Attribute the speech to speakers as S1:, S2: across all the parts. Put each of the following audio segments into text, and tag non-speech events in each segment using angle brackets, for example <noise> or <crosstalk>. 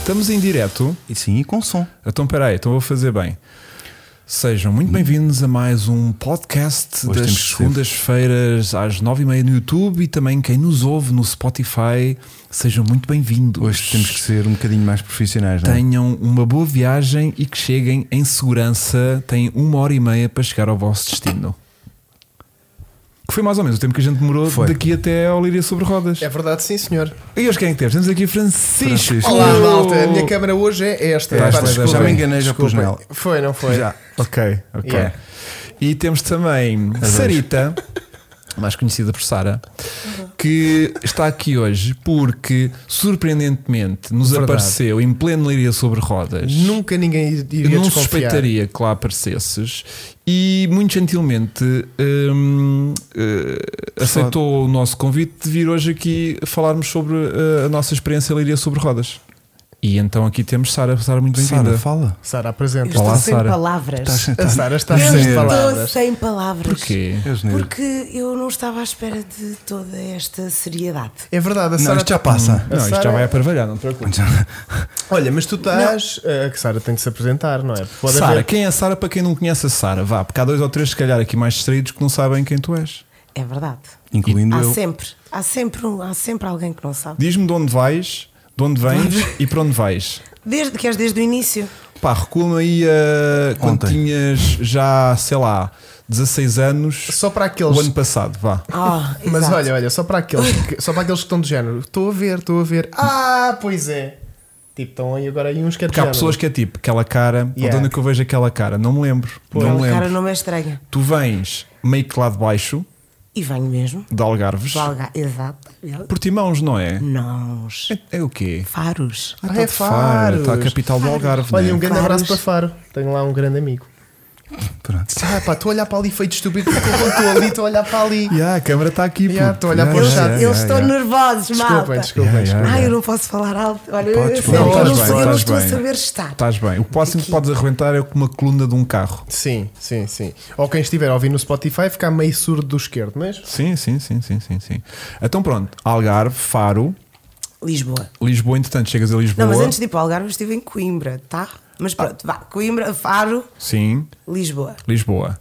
S1: Estamos em direto.
S2: E sim, e com som.
S1: Então, peraí, então vou fazer bem. Sejam muito bem-vindos a mais um podcast
S2: Hoje
S1: das
S2: temos que ser.
S1: segundas-feiras às nove e meia no YouTube e também quem nos ouve no Spotify. Sejam muito bem-vindos.
S2: Hoje temos que ser um bocadinho mais profissionais, não é?
S1: Tenham uma boa viagem e que cheguem em segurança. Têm uma hora e meia para chegar ao vosso destino. Que foi mais ou menos o tempo que a gente demorou
S2: Foi.
S1: daqui até ao Líria sobre Rodas.
S3: É verdade, sim, senhor.
S1: E hoje quem é que temos? Temos aqui Francisco.
S2: Francisco.
S3: Olá, malta. A minha câmera hoje é esta.
S1: É
S3: Pá,
S1: esta,
S3: desculpa.
S1: já me
S2: enganei, já pus
S3: Desculpa.
S2: nela.
S3: Foi, não foi?
S2: Já.
S1: Ok, ok.
S3: Yeah.
S1: E temos também Sarita, <laughs> mais conhecida por Sara,
S3: Uhum.
S1: que está aqui hoje porque, surpreendentemente, nos
S3: Verdade.
S1: apareceu em pleno Leiria sobre Rodas.
S3: Nunca ninguém ir-
S1: Eu
S3: iria
S1: não
S3: desconfiar.
S1: suspeitaria que lá aparecesses e muito gentilmente hum, eh, aceitou o nosso convite de vir hoje aqui falarmos sobre eh, a nossa experiência em Leiria sobre Rodas. E então aqui temos Sara, Sara muito
S2: Sara,
S1: bem-vinda.
S2: fala.
S3: Sara,
S4: Eu
S3: apresenta.
S4: estou
S1: Olá,
S4: sem
S1: Sara.
S4: palavras.
S3: A Sara está
S2: Eu
S3: sem
S2: estou
S4: Estou
S3: palavras.
S4: sem palavras.
S1: Porquê?
S2: É janeiro.
S4: Porque eu não estava à espera de toda esta seriedade.
S3: É verdade, a
S2: Não,
S3: Sara.
S2: isto já
S3: está-
S2: passa.
S3: A
S1: Não, isto já
S3: Sara- é-
S1: vai aparvalhar, não te preocupes.
S3: Olha, mas tu estás. A que Sara tem de se apresentar, não é? Pode
S1: Sara,
S3: haver-
S1: quem é a Sara para quem não conhece a Sara? Vá, porque há dois ou três, se calhar, aqui mais distraídos que não sabem quem tu és.
S4: É verdade.
S2: Incluindo
S4: Há
S2: eu.
S4: sempre, há sempre, um- há sempre alguém que não sabe.
S1: Diz-me de onde vais, de onde vens e para onde vais.
S4: Desde que és desde o início.
S1: Pá, recua-me aí a quando
S2: Ontem.
S1: tinhas já, sei lá, 16 anos,
S3: Só para aqueles.
S1: o ano passado, vá.
S4: Ah,
S3: Mas
S4: exato.
S3: olha, olha, só para aqueles que, só para aqueles que estão do género. Estou a ver, estou a ver. Ah, pois é. Tipo, estão aí agora aí uns que é de
S1: Porque há
S3: género.
S1: pessoas que é tipo, aquela cara,
S3: Yeah.
S1: de onde é que eu vejo aquela cara? Não me lembro, não
S4: Aquela
S1: me lembro.
S4: cara não me é estranha.
S1: Tu vens meio que lá de baixo,
S4: E venho mesmo.
S1: de Algarves,
S4: Valga, exato.
S1: Portimãos, não é?
S4: Nós.
S1: É, é o quê?
S4: Faros.
S3: Hum. Ah,
S1: Tá
S3: é
S1: de Faro,
S3: Faros.
S1: Está a capital do Algarve.
S3: Olha,
S1: né?
S3: um grande
S4: Claro.
S3: abraço para Faro. Tenho lá um grande amigo.
S2: Pronto.
S3: Ah, pá, estou a olhar para ali feito estúpido porque eu estou ali, estou a olhar para ali.
S1: Yeah, a câmera está aqui.
S3: Yeah,
S1: puto.
S3: estou a olhar para o
S4: Eles,
S3: já, já,
S4: eles estão nervosos,
S3: Desculpem,
S4: malta.
S3: desculpem.
S2: Yeah,
S3: desculpem.
S2: yeah.
S4: Ai, eu não posso falar alto. Olha, eu-
S2: Podes
S4: eu,
S2: falar,
S4: eu
S3: estás
S4: não,
S3: bem,
S4: sei, eu não
S1: estás
S4: estou
S1: bem.
S4: a saber estar.
S1: Estás bem. O próximo que
S4: Aqui.
S1: podes arrebentar é com uma coluna de um carro.
S3: Sim, sim, sim. Ou quem estiver a ouvir no Spotify ficar meio surdo do esquerdo, mas.
S1: Sim, sim, sim, sim, sim, sim. Então pronto, Algarve, Faro,
S4: Lisboa.
S1: Lisboa, entretanto, chegas a Lisboa.
S4: Não, mas antes de ir para o Algarve, eu estive em Coimbra, tá?
S1: Ah.
S4: Mas pronto, vá. Coimbra, Faro,
S1: Sim,
S4: Lisboa.
S1: Lisboa.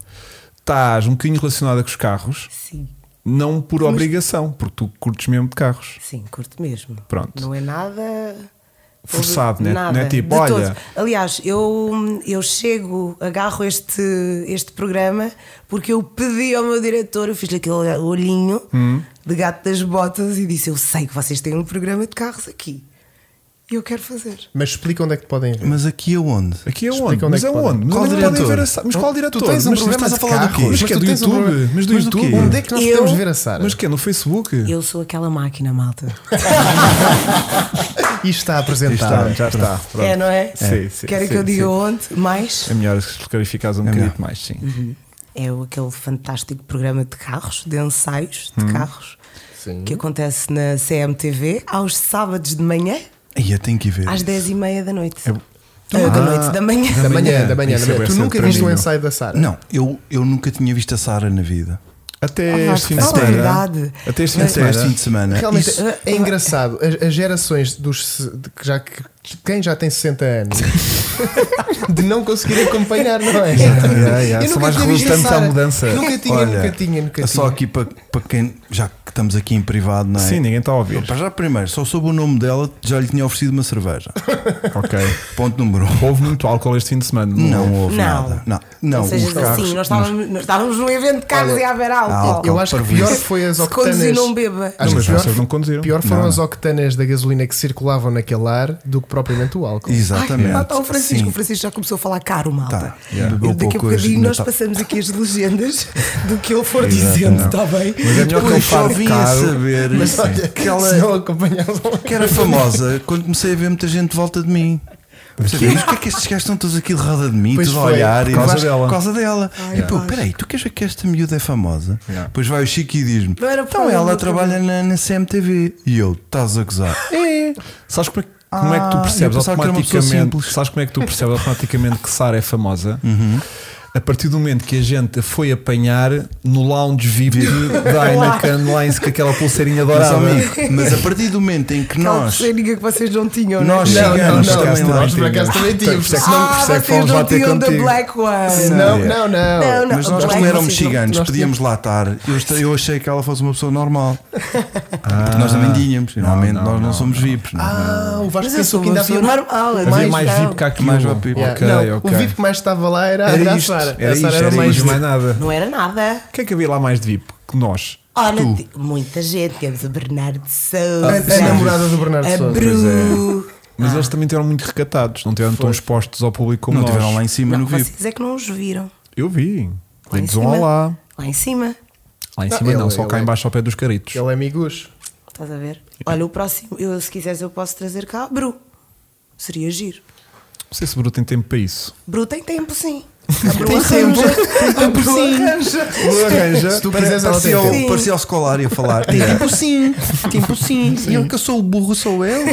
S1: Estás um bocadinho relacionada com os carros,
S4: Sim,
S1: não por obrigação, porque tu curtes mesmo de carros.
S4: sim, curto mesmo.
S1: Pronto.
S4: Não é nada.
S1: Forçado, né?
S4: Nada,
S1: Não é tipo,
S4: de
S1: olha-
S4: todo. Aliás, eu, eu chego, agarro este, este programa porque eu pedi ao meu diretor, eu fiz-lhe aquele olhinho
S1: Hum.
S4: de gato das botas e disse: Eu sei que vocês têm um programa de carros aqui e eu quero fazer.
S3: Mas explica onde é que podem ver.
S2: Mas aqui aonde?
S1: Aqui é onde?
S3: Explica onde é
S1: Mas
S3: que
S1: é
S3: podem.
S1: onde? Mas
S2: Qual
S1: onde podem
S2: diretor?
S1: ver a Sa- Mas qual diretor?
S3: tens um
S1: mas
S3: programa
S1: estás
S3: de
S1: a falar do
S3: carros?
S1: quê? Mas
S3: Mas
S1: que é
S3: tu
S1: do
S3: tens um
S1: YouTube.
S3: programa-
S1: Mas do
S2: Mas do
S1: YouTube.
S2: quê?
S3: Onde é que nós
S4: Eu-
S3: podemos ver a Sara?
S1: Mas que é? No Facebook?
S4: Eu sou aquela máquina, malta.
S3: Isto está
S1: Está,
S3: apresentado.
S1: já está. pronto.
S4: <laughs> É, não é?
S1: Sim, sim,
S4: Querem
S1: sim,
S4: que eu diga
S1: sim.
S4: onde? Mais?
S1: É melhor se clarificares um bocadinho mais, sim.
S3: Uhum.
S4: É o- aquele fantástico programa de carros, de ensaios de carros,
S3: Sim.
S4: que acontece na CMTV aos sábados de manhã,
S2: Aí eu tenho que ir ver.
S4: às
S2: isso.
S4: 10h30 da noite.
S1: É-
S4: Ah, da noite, da manhã.
S3: Da manhã, da manhã.
S1: Isso
S3: Da
S1: é
S3: manhã. Tu
S1: bastante
S3: nunca viste
S1: tranquilo.
S3: um ensaio da Sara?
S2: Não, eu, eu nunca tinha visto a Sara na vida.
S1: Até
S4: Ah,
S1: este fim de
S4: fala a
S1: semana.
S4: verdade.
S1: Até este fim de
S2: Até este
S1: semana.
S2: fim de semana.
S3: Realmente
S2: Isso-
S1: eh,
S3: é- é engraçado. As, as gerações dos. se- de que já, que- quem já tem
S1: <laughs>
S3: 60 anos de não conseguir acompanhar, não é?
S1: yeah, yeah.
S3: Eu
S1: São
S3: nunca
S1: mais
S3: tinha visto a
S1: resistentes à
S3: Sara.
S1: mudança. é
S3: Nunca tinha,
S2: Olha, é
S3: nunca tinha, nunca tinha.
S2: Só aqui para, para quem, já que estamos aqui em privado, não é?
S1: Sim, ninguém está a ouvir.
S2: Para já, primeiro, só soube o nome dela, já lhe tinha oferecido uma cerveja.
S1: ok.
S2: Ponto número um.
S1: Houve muito álcool este fim de semana.
S2: Não houve
S4: Não.
S2: nada. Não, não,
S4: Ou seja,
S2: os carros.
S4: assim, nós estávamos, nós estávamos num evento de carros
S3: Olha,
S4: e a haver álcool.
S2: álcool.
S3: Eu acho que
S2: Parvoíce.
S3: pior foi as
S4: Se
S3: octanas.
S4: conduzir, não beba.
S3: Acho
S1: Não, mas
S3: que pior,
S1: vocês não conduziram.
S3: pior foram as octanas da gasolina que circulavam naquele ar do que propriamente o álcool.
S2: Exatamente.
S4: Ah, tá, o Francisco,
S2: Sim.
S4: o Francisco já começou a falar caro, malta.
S2: Tá, yeah. Bebeu
S4: Daqui a
S2: pouco hoje,
S4: bocadinho
S2: ainda
S4: nós
S2: tá-
S4: passamos aqui as legendas do que tá- ele for
S2: Exato,
S4: dizendo,
S2: não.
S4: está bem?
S1: Mas é melhor que eu
S2: Depois só
S1: fale
S2: vim a
S1: caro.
S2: saber
S3: Mas <laughs> olha, se não acompanhavam.
S2: que era famosa quando comecei a ver muita gente de volta de mim. Sabias o que é que estes gajos estão todos aqui de roda de mim,
S3: Pois
S2: todos a
S3: foi,
S2: olhar
S3: por
S2: e
S1: causa
S2: nós-
S1: dela.
S2: Por causa dela.
S4: Ai,
S2: e pô,
S4: ai.
S2: peraí, tu queres ver que esta miúda é famosa?
S1: Yeah.
S2: Depois vai o Chico e diz-me:
S4: Não era
S2: Então
S4: para
S2: ela
S4: mim,
S2: trabalha na, na CMTV. E eu, estás a gozar.
S1: É. Sabes como é, que- como é que
S2: Ah,
S1: tu
S2: eu
S1: percebes
S2: pensava que era uma pessoa
S1: automaticamente?
S2: simples.
S1: Sabes como é que tu percebes automaticamente que Sara é famosa? a partir do momento que a gente foi apanhar no lounge VIP da Heineken Lines com aquela pulseirinha
S2: Mas,
S1: dourada.
S2: amigo, mas a partir do momento em que
S4: Aquela
S2: nós.
S4: pulseirinha que vocês não tinham,
S2: Nós
S4: não é?
S3: Não, não,
S2: Chegamos,
S3: não,
S2: chegaste lá,
S3: nós por acaso
S2: chegamos.
S3: também tínhamos.
S1: Portanto,
S3: Não,
S4: Ah,
S1: Por isso Tá, é que
S4: vocês
S1: fomos
S4: não
S1: lá ter
S4: tinham da
S1: contigo.
S4: Black One.
S3: não, não,
S4: Não,
S3: não.
S4: não.
S2: Mas nós,
S4: Black
S2: como éramos
S4: vocês não-
S2: gigantes,
S3: nós
S2: podíamos lá estar. Eu, esta- eu achei que ela fosse uma pessoa normal. Porque nós também tínhamos.
S1: Não,
S2: Normalmente
S1: não,
S2: nós não,
S1: não,
S2: somos VIPs. não é?
S3: Ah, o Vasco
S4: Mas eu
S3: pensou
S4: sou
S3: que ainda
S4: uma
S3: havia um-
S4: pessoa normal. eu
S1: Havia
S4: também
S1: mais
S4: estava.
S1: VIP que aquilo.
S2: Mais VIP.
S1: Ok,
S3: Yeah. Não,
S1: ok.
S3: O VIP que mais estava lá era, a da
S1: Era isto,
S3: Sara.
S1: era
S3: a Sara
S1: isto,
S3: era,
S1: era
S3: mais
S1: isto, mais nada.
S4: Não era nada.
S1: O que é que havia lá mais de VIP que nós?
S4: Olha, ti- muita gente. Temos o Bernardo Souza.
S3: A- a namorada do Bernardo
S4: a
S3: Souza.
S4: Bru.
S1: Mas eles também tiveram muito recatados, não tiveram tão expostos ao público como
S2: Não
S1: nós.
S2: estiveram lá em cima
S4: Não,
S2: no VIP.
S4: vocês é que não os viram.
S1: Eu vi.
S4: Lá em
S1: Dei-lhes um
S4: cima.
S1: olá.
S4: Lá em cima.
S1: Lá em
S3: Não,
S1: cima não, é,
S3: ele-
S1: só cá
S3: ele-
S1: em baixo ao pé dos caritos.
S3: Ele é amigos.
S4: Estás a ver? Olha, o próximo, eu, se quiseres, eu posso trazer cá a Bru. Seria giro.
S1: Não sei se o Bruto tem tempo para
S4: <laughs>
S1: isso.
S4: Bru tem tempo, sim. A Bru arranja. A Bru arranja.
S1: Ou arranja.
S3: Se tu quiseres, ela tem
S2: Parecia
S3: tempo.
S2: o- Parecia o escolar e a falar. Tipo sim, tipo sim. E eu que eu sou o burro,
S1: <laughs>
S2: sou eu.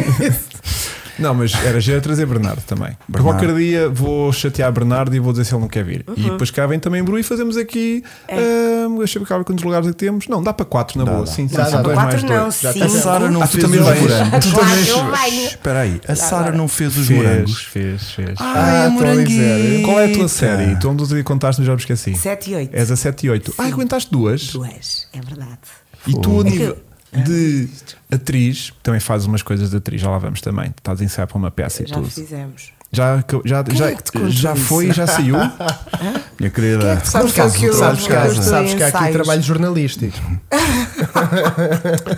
S1: Não, mas era gera trazer Bernardo também. Porque
S2: Bernardo.
S1: Qualquer dia vou chatear Bernardo e vou dizer se ele não quer vir.
S4: Uhum.
S1: E depois cá vem também Bru e fazemos aqui.
S4: É.
S1: ahm, Deixa eu ver cá quantos lugares é que temos. Não, dá para quatro na boa. Sim, sim,
S3: Dá,
S1: sim,
S3: dá.
S1: dois mais
S4: Quatro
S1: dois.
S4: não,
S3: Já
S4: cinco.
S2: A Sara não
S1: Ah, tu
S2: fez os
S1: também vais.
S2: morangos.
S1: Tu
S4: Claro,
S1: também-
S4: eu venho.
S2: Espera aí, a Sara não fez os
S1: Fez,
S2: morangos. Ah,
S1: fez, fez.
S2: Ai, a
S3: estou a dizer.
S2: moranguinho.
S1: Qual é a tua série? Tu onde tu contaste-me já me esqueci.
S4: Sete e oito.
S1: És a 7 e 8. Ah, aguentaste duas.
S4: Duas, é verdade.
S1: E tu, a
S4: É que
S1: nível de atriz, também fazes umas coisas de atriz, já lá vamos também. Estás a ensaiar para uma peça e
S4: Já
S1: tudo.
S4: fizemos.
S1: Já, já,
S4: Quem
S1: já,
S4: é que te contou
S1: já foi e
S4: isso?
S1: já
S4: é <laughs>
S1: saiu?
S2: Minha
S1: Ah,
S2: querida.
S3: Sabes que,
S4: Por acaso,
S3: aquilo-
S4: eu-
S3: sabes que,
S4: eu
S3: há-
S4: estou em
S3: sabes que há aqui
S4: ensaios.
S3: trabalho jornalístico.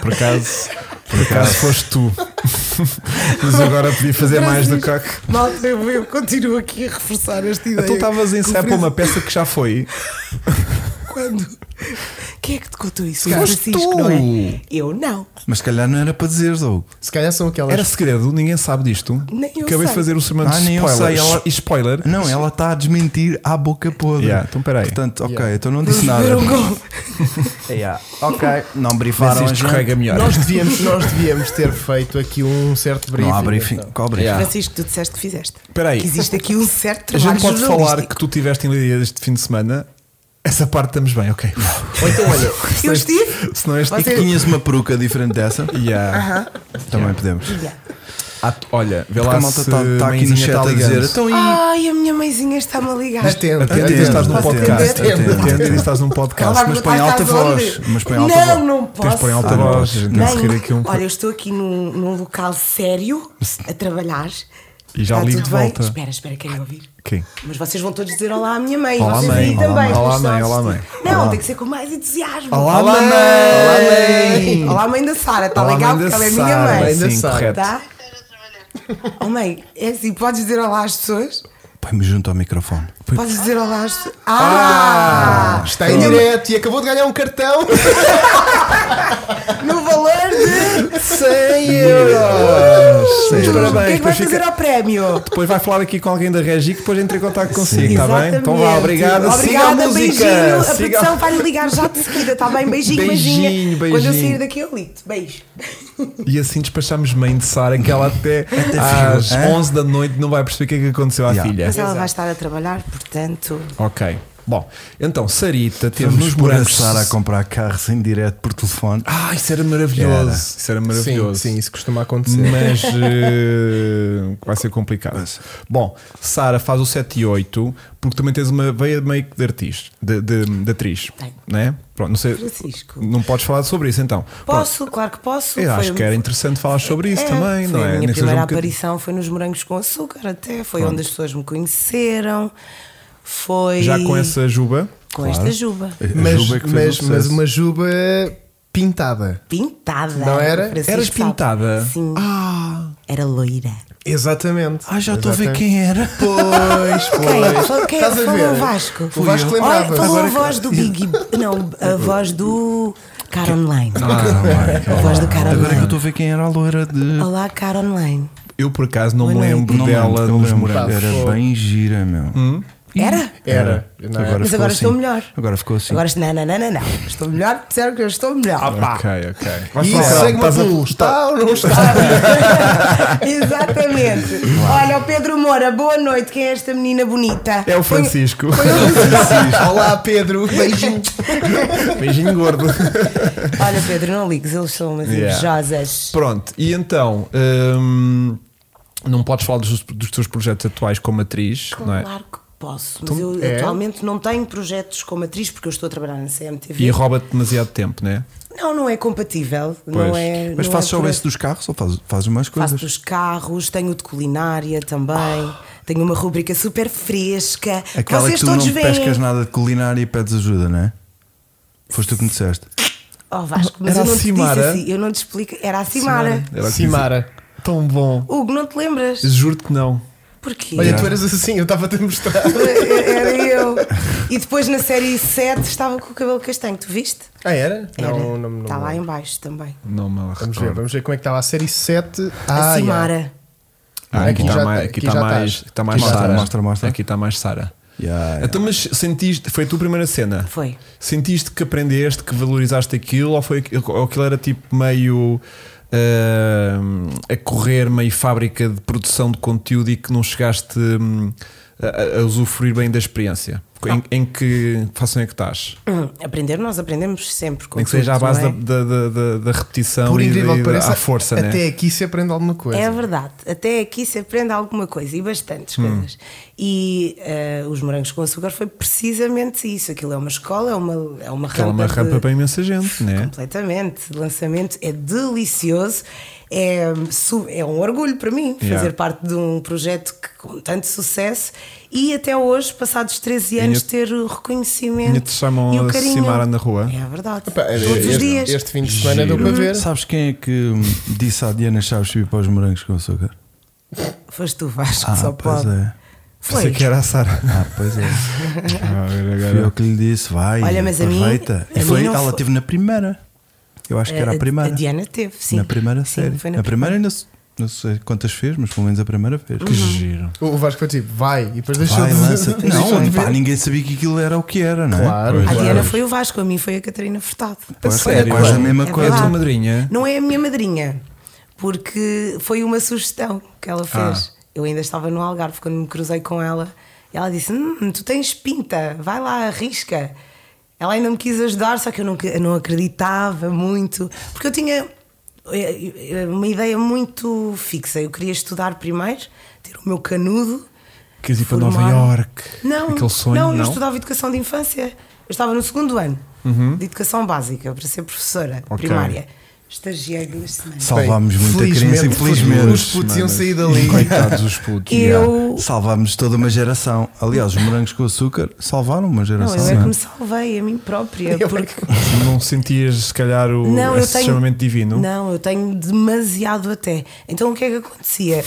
S1: Por acaso, por acaso foste tu. <laughs> Mas agora podia fazer mais do que. Então
S4: Mal eu, eu continuo aqui a reforçar esta
S3: Então
S4: ideia.
S1: Tu
S3: tá-
S1: estavas a ensaiar para uma peça que já foi.
S4: Quando? Quem é que te contou isso? O
S1: Foste
S4: Francisco,
S1: tu.
S4: não é? Eu não.
S2: Mas se calhar não era para dizer, Doug.
S3: Se calhar são aquelas.
S1: Era segredo, ninguém sabe disto.
S4: Nem eu
S1: Acabei de
S4: sei.
S1: fazer o sermão de
S2: Ah, nem eu
S1: spoiler.
S2: sei, ela-
S1: E spoiler.
S2: Não, ela está a desmentir à boca podre.
S1: Yeah, então peraí.
S2: Portanto, ok,
S3: Yeah.
S2: então não
S4: <laughs>
S2: disse nada.
S4: Ver um gol.
S2: Yeah, Ok, não
S1: Mas
S2: brifaram a
S1: isto
S2: gente.
S1: escorrega melhor.
S3: nós, devíamos, nós devíamos ter feito aqui um certo briefing.
S2: Não há briefing.
S3: então.
S2: Qual briefing?
S1: Yeah.
S4: Francisco, tu disseste que fizeste.
S1: Espera aí.
S4: Que existe aqui um certo
S1: A
S4: trabalho
S1: gente pode falar
S4: jornalístico.
S1: que tu tiveste em Lidia este fim de semana. Essa parte estamos bem, ok.
S3: Ou então, olha,
S4: Eu estive.
S1: <laughs> Se não é este
S2: E que tinhas uma peruca diferente dessa?
S1: Yeah.
S2: Também podemos.
S4: Yeah.
S1: Ah, olha, vê
S2: é. Porque
S1: lá
S2: a malta
S1: se
S2: está aqui no
S1: mãezinha
S2: chat
S1: tá
S2: a dizer.
S1: ligando.
S2: Então e.
S4: Ai, a minha mãezinha está-me a ligar.
S3: atende,
S1: Atende,
S3: atende.
S1: estás num
S4: atende,
S1: podcast.
S3: atende,
S1: Atende,
S2: atende.
S1: atende, estás num
S4: Ela vai
S1: podcast.
S2: mas
S4: perguntar,
S2: põe em alta
S4: "Estás onde?"
S2: voz, mas põe em alta
S4: não,
S2: voz.
S4: Não, posso.
S1: Tens de pôr em alta
S2: Ah, não
S1: voz.
S2: podes.
S1: Tem que se rir
S4: Nem.
S1: aqui um
S4: Olha, eu estou aqui num, num local sério a trabalhar.
S1: E já
S4: Está
S1: ligo
S4: tudo
S1: de
S4: bem?
S1: volta.
S4: Espera, espera, querem ouvir?
S1: Quem?
S4: Mas vocês vão todos dizer olá à minha mãe.
S1: Olá,
S4: vocês
S1: mãe.
S4: aí
S1: Olá,
S4: também.
S1: mãe.
S4: mas
S1: Olá,
S4: só
S1: mãe. Olá,
S4: assistir.
S1: mãe.
S4: Não,
S1: Olá.
S4: tem que ser com mais entusiasmo.
S1: Olá,
S4: Olá,
S1: mãe.
S4: mãe.
S1: Olá, mãe.
S4: Olá, mãe da Sara. Está
S1: Olá,
S4: legal
S1: mãe
S4: porque
S1: da
S4: ela é minha
S1: Sara.
S4: mãe.
S3: Mãe da
S1: Sim,
S3: Sara.
S1: correto.
S4: Tá? Oh, mãe, é assim, podes dizer olá às pessoas?
S2: Põe-me junto ao microfone.
S4: Podes dizer olá às pessoas? Ah!
S3: Está em direto e acabou de ganhar um cartão.
S1: Ah!
S4: No valor de.
S1: 100
S2: Ah,
S1: euros! Mas
S4: o que
S1: parabéns,
S4: é que vais
S1: depois,
S4: fazer
S1: fica,
S4: ao prémio?
S1: depois vai falar aqui com alguém da Regi que depois entra em contato consigo, está bem?
S4: Exatamente.
S1: Então vá, obrigado. Siga a
S4: Obrigada,
S1: música!
S4: beijinho. A
S1: Siga
S4: produção vai ligar já de seguida, está bem? Beijinho,
S1: Beijinho,
S4: beijinho, Quando eu
S1: beijinho.
S4: sair daqui, eu ligo. Beijo.
S1: E assim despachamos mãe de Sara, que ela até às
S2: filho, hã?
S1: 11 da noite não vai perceber o que é que aconteceu à
S2: Yeah.
S1: filha.
S4: Mas ela vai estar a trabalhar, portanto.
S1: Ok. Bom, então, Sarita, temos
S2: Temos por a
S1: morangos.
S2: Sara a comprar carros em direto por telefone.
S1: Ah, isso era maravilhoso.
S2: Era.
S1: Isso era
S3: Sim,
S1: maravilhoso.
S3: sim, isso costuma acontecer.
S2: Hum,
S1: Mas eh, vai ser complicado. Bom, Sara faz o 7 e 8, porque também tens uma veia meio que de artista, de, de, de atriz.
S4: Tenho.
S1: Né? Pronto, não sei.
S4: Francisco.
S1: Não podes falar sobre isso então.
S4: Posso, claro que posso.
S1: Pronto, eu acho
S4: Foi- um-
S1: que era interessante falar sobre isso
S4: É,
S1: também,
S4: foi
S1: não é?
S4: A minha
S1: Nem que seja
S4: primeira
S1: um bocadinho.
S4: aparição foi nos Morangos com Açúcar, até. Foi onde as pessoas me conheceram. Foi.
S1: Já com essa Eh, juba.
S4: Com esta juba.
S2: A
S3: Mas,
S2: Juba é que fez
S3: mas,
S2: o sucesso.
S3: mas uma juba pintada.
S4: Pintada.
S3: Não era? Ah.
S4: Francisco
S1: Eras
S4: sabe.
S1: pintada?
S4: Sim. Era loira.
S3: Exatamente.
S2: Ah, já estou a ver
S3: Exatamente.
S2: quem era.
S3: Pois,
S4: Quem? Fa-
S3: pois.
S4: quem é
S3: Estás a
S4: falou
S3: ver?
S4: o Vasco?
S3: O Vasco
S4: Olha,
S3: lembrava.
S4: falou a
S3: Agora-
S4: voz do Big. Não,
S1: <laughs>
S4: a voz do. Caroline.
S1: Ah,
S4: a voz do
S2: <laughs> Agora é que eu estou
S4: Caroline.
S2: a ver quem era a loira de.
S4: Olá, Caroline.
S1: Eu por acaso não me
S4: Boa noite.
S1: lembro
S2: Não me
S1: dela
S2: lembro, Hum? eu
S1: nos
S2: lembro.
S1: morangos.
S3: Pá,
S2: Era
S3: fogo.
S2: bem gira, meu.
S4: Era?
S3: Era. Não é?
S2: Agora
S4: Mas
S2: ficou
S4: agora
S2: assim.
S4: estou melhor.
S2: Agora ficou assim.
S4: Agora estou. Não, não, não, não, não. Estou melhor, disseram que eu estou melhor.
S1: Ok, ok.
S3: E
S2: Tá,
S1: procurar,
S3: segue uma
S1: estás a-
S3: pulo. Está ou Tá, não está?
S4: <laughs> Exatamente. Olha, o Pedro Moura, boa noite. Quem é esta menina bonita?
S1: É o Francisco.
S3: Olá, Pedro. Beijinho.
S1: <laughs> Beijinho gordo.
S4: Olha, Pedro, não ligues, eles são umas
S1: Yeah.
S4: invejosas.
S1: Pronto, e então. hum, não podes falar dos, dos teus projetos atuais como atriz, não é?
S4: Claro que posso, mas eu
S3: é?
S4: atualmente não tenho projetos como atriz porque eu estou a trabalhar na CMTV.
S1: E rouba-te demasiado tempo, não é?
S4: Não, não é compatível.
S1: Pois.
S4: Não é,
S2: Mas
S4: não
S2: fazes
S4: é
S2: só
S4: por-
S2: esse dos carros ou fazes, fazes umas
S4: Faço
S2: coisas?
S4: dos carros, tenho o de culinária também. Tenho uma rubrica super fresca. que
S2: Aquela
S4: vocês
S2: que tu
S4: todos
S2: não
S4: veem.
S2: pescas nada de culinária e pedes ajuda, não é? Foste tu que me disseste.
S4: Oh, Vasco, mas
S1: Era é?
S4: eu não
S1: a
S4: te disse
S1: Simara?
S4: assim. Eu não te explico. Era a Simara.
S1: Era assim.
S3: Simara. Tão bom.
S4: Hugo, não te lembras?
S1: Juro-te que não.
S4: Porquê?
S3: Olha, tu eras assim, eu estava a te mostrar.
S4: Era eu. E depois na série 7 estava com o cabelo castanho, tu viste?
S3: <laughs> Ah, era?
S4: Era.
S3: Não, não, não.
S4: Está lá em baixo também.
S1: Não me
S3: Vamos ver,
S1: recordo.
S3: vamos ver como é que estava a série 7. Ah,
S4: a Simara.
S3: yeah.
S1: Ah,
S3: Aqui
S1: aqui
S3: já
S1: está mais,
S3: tá-
S1: aqui
S3: aqui
S1: tá
S3: já
S1: mais,
S3: estás.
S1: tá mais
S2: Mostra,
S1: Sara.
S2: mostra, mostra.
S1: Aqui está mais Sara.
S2: Yeah, yeah.
S1: Então, mas sentiste, foi a tua primeira cena?
S4: Foi.
S1: Sentiste que aprendeste, que valorizaste aquilo ou, foi, aquilo- ou aquilo era tipo meio ah, a correr, meio fábrica de produção de conteúdo e que não chegaste hum, a, a usufruir bem da experiência?
S3: Ah.
S1: Em, em que façam é que estás?
S4: Hum, aprender, nós aprendemos sempre. com
S1: Nem que seja à
S4: tudo,
S1: base
S4: não é?
S1: da, da- da- da repetição
S3: Por
S1: e,
S3: incrível
S1: da-
S3: que
S1: e da-
S3: pareça,
S1: à força, né?
S3: até aqui se aprende alguma coisa.
S4: É verdade. Até aqui se aprende alguma coisa e bastantes
S1: Hum.
S4: coisas. E eh, os morangos com açúcar foi precisamente isso. Aquilo é uma escola, é uma, é uma
S1: Aquela é
S4: rampa.
S1: uma rampa
S4: de-
S1: para imensa gente,
S2: É?
S1: né?
S4: Completamente. Lançamento é delicioso. É, su- é um orgulho para mim
S1: Yeah.
S4: fazer parte de um projeto que, com tanto sucesso e até hoje, passados 13 anos,
S1: Ainda-
S4: ter o reconhecimento.
S1: ainda te chamam
S4: e o
S1: a
S4: carinho.
S1: Simara na rua?
S4: É verdade.
S3: Pá,
S4: Todos os
S3: este,
S4: dias. Uhum.
S3: este fim de semana deu para ver.
S2: Sabes quem é que hum, disse à Diana Chaves subir para os morangos com açúcar?
S4: Foste tu, Vasco,
S2: Ah,
S4: só
S2: pois
S4: pode.
S2: é.
S1: Pensei
S4: Foi.
S1: que era a Sara.
S2: Ah, pois <laughs> é. Fui eu que lhe disse, vai,
S4: Olha, mas a mim-
S2: aproveita.
S4: a
S2: e foi,
S4: mim não
S2: ela
S4: foi-
S2: teve na primeira. Eu acho que era a
S4: A-
S2: primeira.
S4: A Diana teve, sim.
S2: na primeira
S4: Sim,
S2: série.
S4: foi
S2: na, primeira, ainda se- não sei quantas fez, mas pelo menos a primeira fez.
S1: Que giro.
S3: O Vasco foi tipo, vai, e depois deixou <laughs>
S2: Vai,
S3: de
S2: lança-te.
S3: deixou de
S2: Não,
S3: ver.
S2: pá, ninguém sabia que aquilo era o que era, não é?
S3: Claro.
S2: Pois.
S4: A
S3: Claro.
S4: Diana foi o Vasco, a mim foi a Catarina Furtado.
S2: Pois,
S1: sério?
S2: é quase a
S1: Claro.
S2: mesma
S4: É
S1: É a
S2: coisa.
S1: tua
S4: verdade.
S1: madrinha?
S4: Não é a minha madrinha, porque foi uma sugestão que
S1: Ah.
S4: ela fez. Eu ainda estava no Algarve quando me cruzei com ela e ela disse: hum, Tu tens pinta, vai lá, arrisca. Ela ainda me quis ajudar, só que eu não, que- não acreditava muito, porque eu tinha eh, eh, uma ideia muito fixa. Eu queria estudar primeiro, ter o meu canudo.
S1: Queres ir para
S4: formar-
S1: Nova Iorque?
S4: Não,
S1: Aquele sonho,
S4: não,
S1: não?
S4: eu estudava educação de infância. Eu estava no segundo ano de educação básica para ser professora
S1: Ok.
S4: primária. Estagiei duas semanas.
S3: Bem,
S2: Salvámos muita criança,
S3: Os
S2: infelizmente.
S3: putos iam
S1: Semanas.
S3: sair dali.
S1: Coitados
S4: <laughs>
S1: os putos.
S4: Eu.
S2: Salvámos toda uma geração. Aliás, os morangos com açúcar salvaram uma
S4: Não,
S2: geração.
S4: eu é
S2: não
S4: que
S2: é?
S4: me salvei a mim própria.
S3: Eu é
S4: porque...
S1: Não sentias, se calhar, o
S4: Não, eu
S1: esse
S4: tenho.
S1: chamamento divino?
S4: Não, eu tenho demasiado até. Então o que é que acontecia?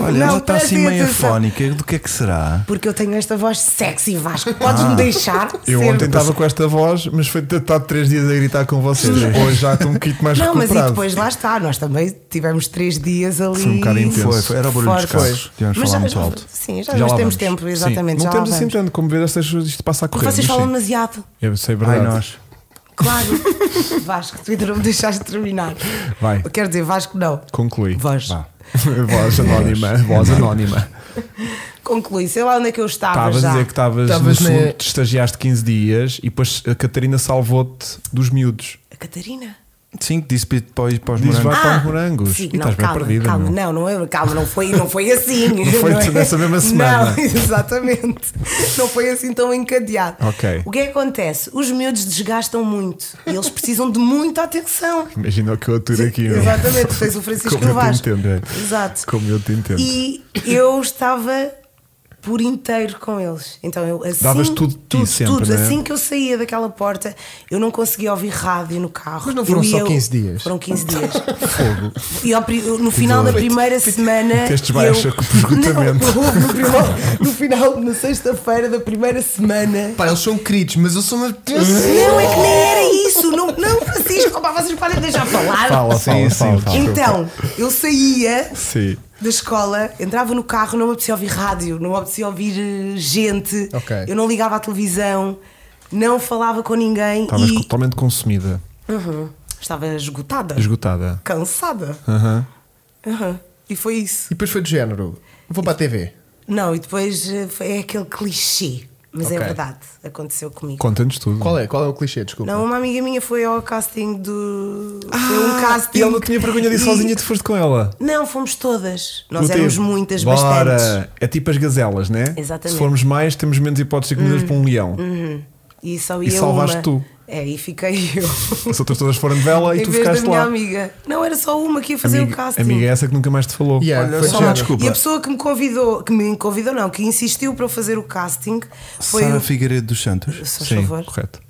S2: Olha, ela está
S4: prestem
S2: assim meio
S4: atenção.
S2: afónica. Do que é que será?
S4: Porque eu tenho esta voz sexy, Vasco. Podes-me deixar?
S1: Eu
S4: ser-
S1: ontem estava com esta voz, mas foi tentado três dias a gritar com vocês. Hoje já estou um bocadinho mais
S4: Não, mas e
S1: recuperado.
S4: depois lá está. Nós também tivemos três dias ali.
S1: Foi um bocado intenso.
S2: Foi, foi, era o barulho dos
S4: Forte.
S2: carros. Tivemos de
S4: Mas
S2: falar muito
S4: já-
S2: alto.
S4: Sim, já,
S1: Já
S4: nós
S1: lá
S4: temos
S1: vamos.
S4: tempo,
S1: Sim,
S4: exatamente. já
S1: Não
S4: lá
S1: temos assim
S4: vamos.
S1: tanto, como ver estas coisas, isto passa a correr.
S4: Porque vocês
S1: mas
S4: falam
S1: sim.
S4: demasiado.
S1: Eu sei, é
S2: Ai,
S1: verdade.
S2: nós.
S1: <laughs>
S4: Claro. Vasco, tu ainda não me deixaste terminar.
S1: Vai.
S4: Quer dizer, Vasco não.
S1: Conclui.
S4: Voz.
S1: Vá. <laughs> voz anónima. voz
S4: <laughs>
S1: anónima.
S4: Conclui. Sei lá onde é que eu estava
S1: Estavas a
S4: já.
S1: dizer que estavas no
S3: Estavas na-
S1: segundo, te estagiaste 15 dias e depois a Catarina salvou-te dos miúdos.
S4: A Catarina? Ah!
S2: Sim, que disse para, para os
S1: Diz vai
S2: morangos.
S1: para os morangos.
S4: Sim,
S1: e
S4: não,
S1: estás bem
S4: calma,
S1: perdida.
S4: calma,
S1: meu.
S4: não, não, é, calma, não foi, não foi
S1: <laughs>
S4: assim. <laughs> Não
S1: foi
S4: é?
S1: nessa mesma semana.
S4: Não, <laughs> exatamente. Não foi assim tão encadeado.
S1: Ok.
S4: O que é que acontece? Os miúdos desgastam muito e eles precisam de muita atenção.
S1: Imagina o que eu aturo aqui. meu.
S4: Exatamente, fez
S1: <laughs>
S4: o Francisco
S1: Como eu te
S4: Vasco.
S1: entendo, é.
S4: Exato.
S1: Como eu te entendo.
S4: E eu estava por inteiro com eles. Então eu assim.
S1: Davas tudo de ti sempre,
S4: tudo.
S1: não é?
S4: Assim que eu saía daquela porta, eu não conseguia ouvir rádio no carro.
S3: Mas não foram
S4: Eu
S3: só
S4: ia-
S3: 15 dias?
S4: Foram 15 dias. <laughs> E ao pri- no final da primeira semana.
S1: Testes baixa, <laughs>
S4: eu-
S1: com esgotamento. <laughs>
S4: Não, no, final, no final, na sexta-feira da primeira semana.
S3: Pá, eles são queridos, mas eu sou uma.
S4: Não, é que nem era isso. Não, não Francisco, opá, vocês podem deixar falar.
S1: Fala, fala,
S3: Sim, sim,
S1: fala,
S3: fala.
S1: desculpa.
S4: Então, eu saía
S1: Sim.
S4: da escola, entrava no carro, não me apetecia ouvir rádio, não me apetecia ouvir eh, gente,
S3: Ok.
S4: eu não ligava à televisão, não falava com ninguém
S1: Estavas
S4: e
S1: tá, totalmente consumida,
S4: Uhum. estava esgotada,
S1: esgotada.
S4: cansada.
S1: Aham.
S4: Uhum. E foi isso.
S3: E depois foi do género: vou para a TV.
S4: Não, e depois eh, foi- é aquele clichê, mas é
S3: Ok.
S4: verdade, aconteceu comigo.
S1: Conta-nos tudo.
S3: Qual é? Qual é o clichê? Desculpa.
S4: Não, uma amiga minha foi ao casting do. foi um casting.
S1: Ah, E ela tinha vergonha de ir
S4: e-
S1: sozinha, tu foste com ela.
S4: Não, fomos todas. Nós
S1: Não
S4: éramos
S1: teve.
S4: muitas,
S1: Bora.
S4: bastantes.
S1: É tipo as gazelas, né?
S4: Exatamente. Hum.
S1: Se formos mais, temos menos hipóteses de comidas para um leão.
S4: E só
S1: E
S4: ia
S1: salvaste
S4: uma.
S1: tu.
S4: É, e fiquei eu.
S1: <laughs> As outras todas foram de vela e
S4: em
S1: tu
S4: vez da
S1: ficaste
S4: minha
S1: lá.
S4: amiga. Não, era só uma que ia fazer o
S1: amiga,
S4: casting.
S1: amiga é essa que nunca mais te falou.
S3: Yeah,
S2: Olha,
S3: foi
S2: só
S3: do
S2: uma
S3: género.
S2: desculpa.
S4: E a pessoa que me convidou, que me convidou não, que insistiu para eu fazer o casting foi
S2: Sara
S4: o.
S2: Figueiredo dos Santos.
S4: Só
S1: Sim,
S2: <laughs>
S4: favor,
S1: correto.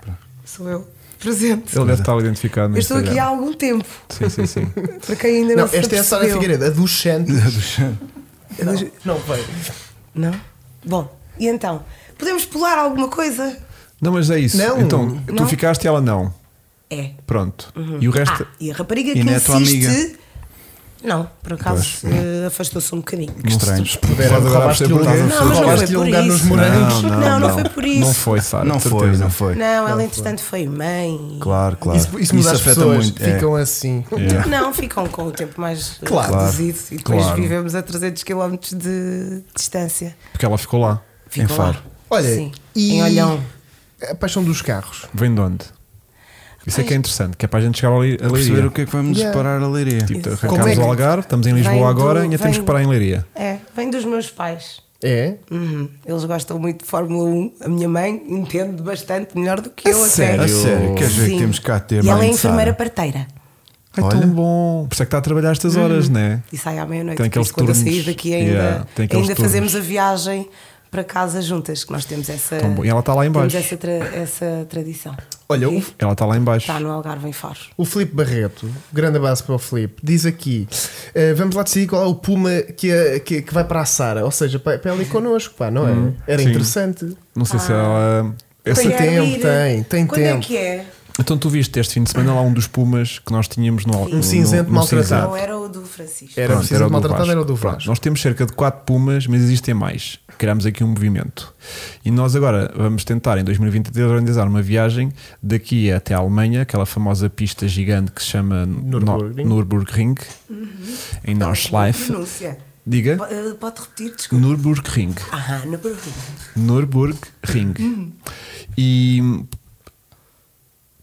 S4: sou eu. Presente.
S1: Ele é deve estar identificado. no
S4: Eu estou aqui há
S1: Instagram.
S4: algum tempo,
S1: Sim, sim, sim.
S4: <laughs> para quem ainda não,
S3: Não, esta é a Sara
S4: percebeu.
S3: Figueiredo, a do Xande. Não, não veio.
S4: Não? Bom, e então? Podemos pular alguma coisa?
S1: Não, mas é isso.
S3: Não.
S1: Então,
S4: Não.
S1: tu ficaste e ela não.
S4: É.
S1: Pronto. E o resto.
S4: Ah, e a rapariga
S2: E
S4: que
S2: não é a tua
S4: insiste.
S2: amiga?
S4: Não, por acaso eh, afastou-se um bocadinho.
S2: Que estranho.
S3: Pudera,
S1: Faz agora
S3: roubaste-lhe um
S1: perceber
S3: lugar-
S1: porquê.
S4: Não, mas não
S3: roubaste-lhe
S4: foi
S3: um
S4: por
S3: lugar
S4: isso.
S3: nos morangos.
S4: Não, não foi por isso.
S1: Não foi, Sara.
S2: Não
S1: de
S2: foi,
S1: certeza.
S2: não foi.
S4: Não, ela entretanto foi mãe.
S2: Claro, claro.
S3: Isso, isso muda as
S2: afeta
S3: pessoas,
S2: muito. é.
S3: ficam assim.
S2: Yeah.
S4: Não, ficam com o tempo mais eh,
S3: Claro.
S4: reduzido e depois
S1: Claro.
S4: vivemos a 300 km de distância.
S1: Porque ela ficou lá.
S4: Ficam
S2: Em
S4: lá.
S2: Faro.
S3: Olha,
S4: Sim.
S3: e
S4: em Olhão.
S3: a paixão dos carros.
S1: Vem de onde? Isso é que é interessante, que é para a gente chegar ali a
S2: Perceber
S1: Leiria.
S2: o que é que vamos
S3: Yeah.
S2: separar a leiria.
S1: Tipo,
S4: Exato.
S1: arrancámos
S3: Como é que-
S1: o Algarve, estamos em Lisboa
S4: Vem do-
S1: agora e ainda temos
S4: vem-
S1: que parar em Leiria.
S4: É, vem dos meus pais.
S3: É?
S4: Uhum. Eles gostam muito de Fórmula 1. A minha mãe entende bastante melhor do que eu. até.
S1: sério?
S2: A sério, queres ver
S4: Sim.
S2: que temos cá a ter
S4: E ela é
S2: mãe de
S4: enfermeira
S2: Sara?
S4: parteira
S1: É
S2: Olha.
S1: tão bom. Por isso é que está a trabalhar estas horas,
S4: Hum.
S1: né?
S4: e sai à meia-noite.
S1: Tem
S4: Por
S1: aqueles
S4: isso, quando eu
S1: turnos.
S4: sair daqui ainda,
S1: Yeah, tem aqueles
S4: ainda
S1: turnos.
S4: fazemos a viagem para casa juntas, que nós temos essa.
S1: Tão bom. E ela está lá em
S4: temos
S1: baixo.
S4: essa, tra- essa tradição.
S3: Olha,
S4: E
S3: o-
S1: Ela está lá em baixo.
S4: está no Algarve em Faro.
S3: O Filipe Barreto, grande abraço para o Filipe, diz aqui: eh, vamos lá decidir qual é o Puma que, é- que, que vai para a Sara, ou seja, para, para ela ir connosco, pá, não é? Era
S1: sim.
S3: interessante.
S1: Não sei se ela. Essa-
S3: Tem
S4: Quero
S3: tempo,
S4: ir. né?
S3: tem, tem
S4: Quando
S3: tempo.
S4: é que é?
S1: Então tu viste este fim de semana lá um dos pumas que nós tínhamos no
S4: Um
S1: no-
S3: cinzento
S1: no cinzento.
S3: maltratado.
S4: Não era o do Francisco.
S3: Era
S1: Pronto,
S3: preciso
S1: Tá. era o
S3: de
S1: do
S3: maltratado,
S1: Vasco.
S3: era o do
S1: Pronto,
S3: Vasco.
S1: Nós temos cerca de 4 pumas, mas existem mais. Criámos aqui um movimento. E nós agora vamos tentar, em 2023, organizar uma viagem daqui até a Alemanha, aquela famosa pista gigante que se chama No-
S3: Nürburgring.
S1: Nürburgring, em
S4: Uhum.
S1: Nordschleife.
S4: Pronúncia.
S1: Diga.
S4: Po- eh, Pode repetir, desculpa.
S1: Nürburgring.
S4: Ah, não pergunto.
S1: Nürburgring. E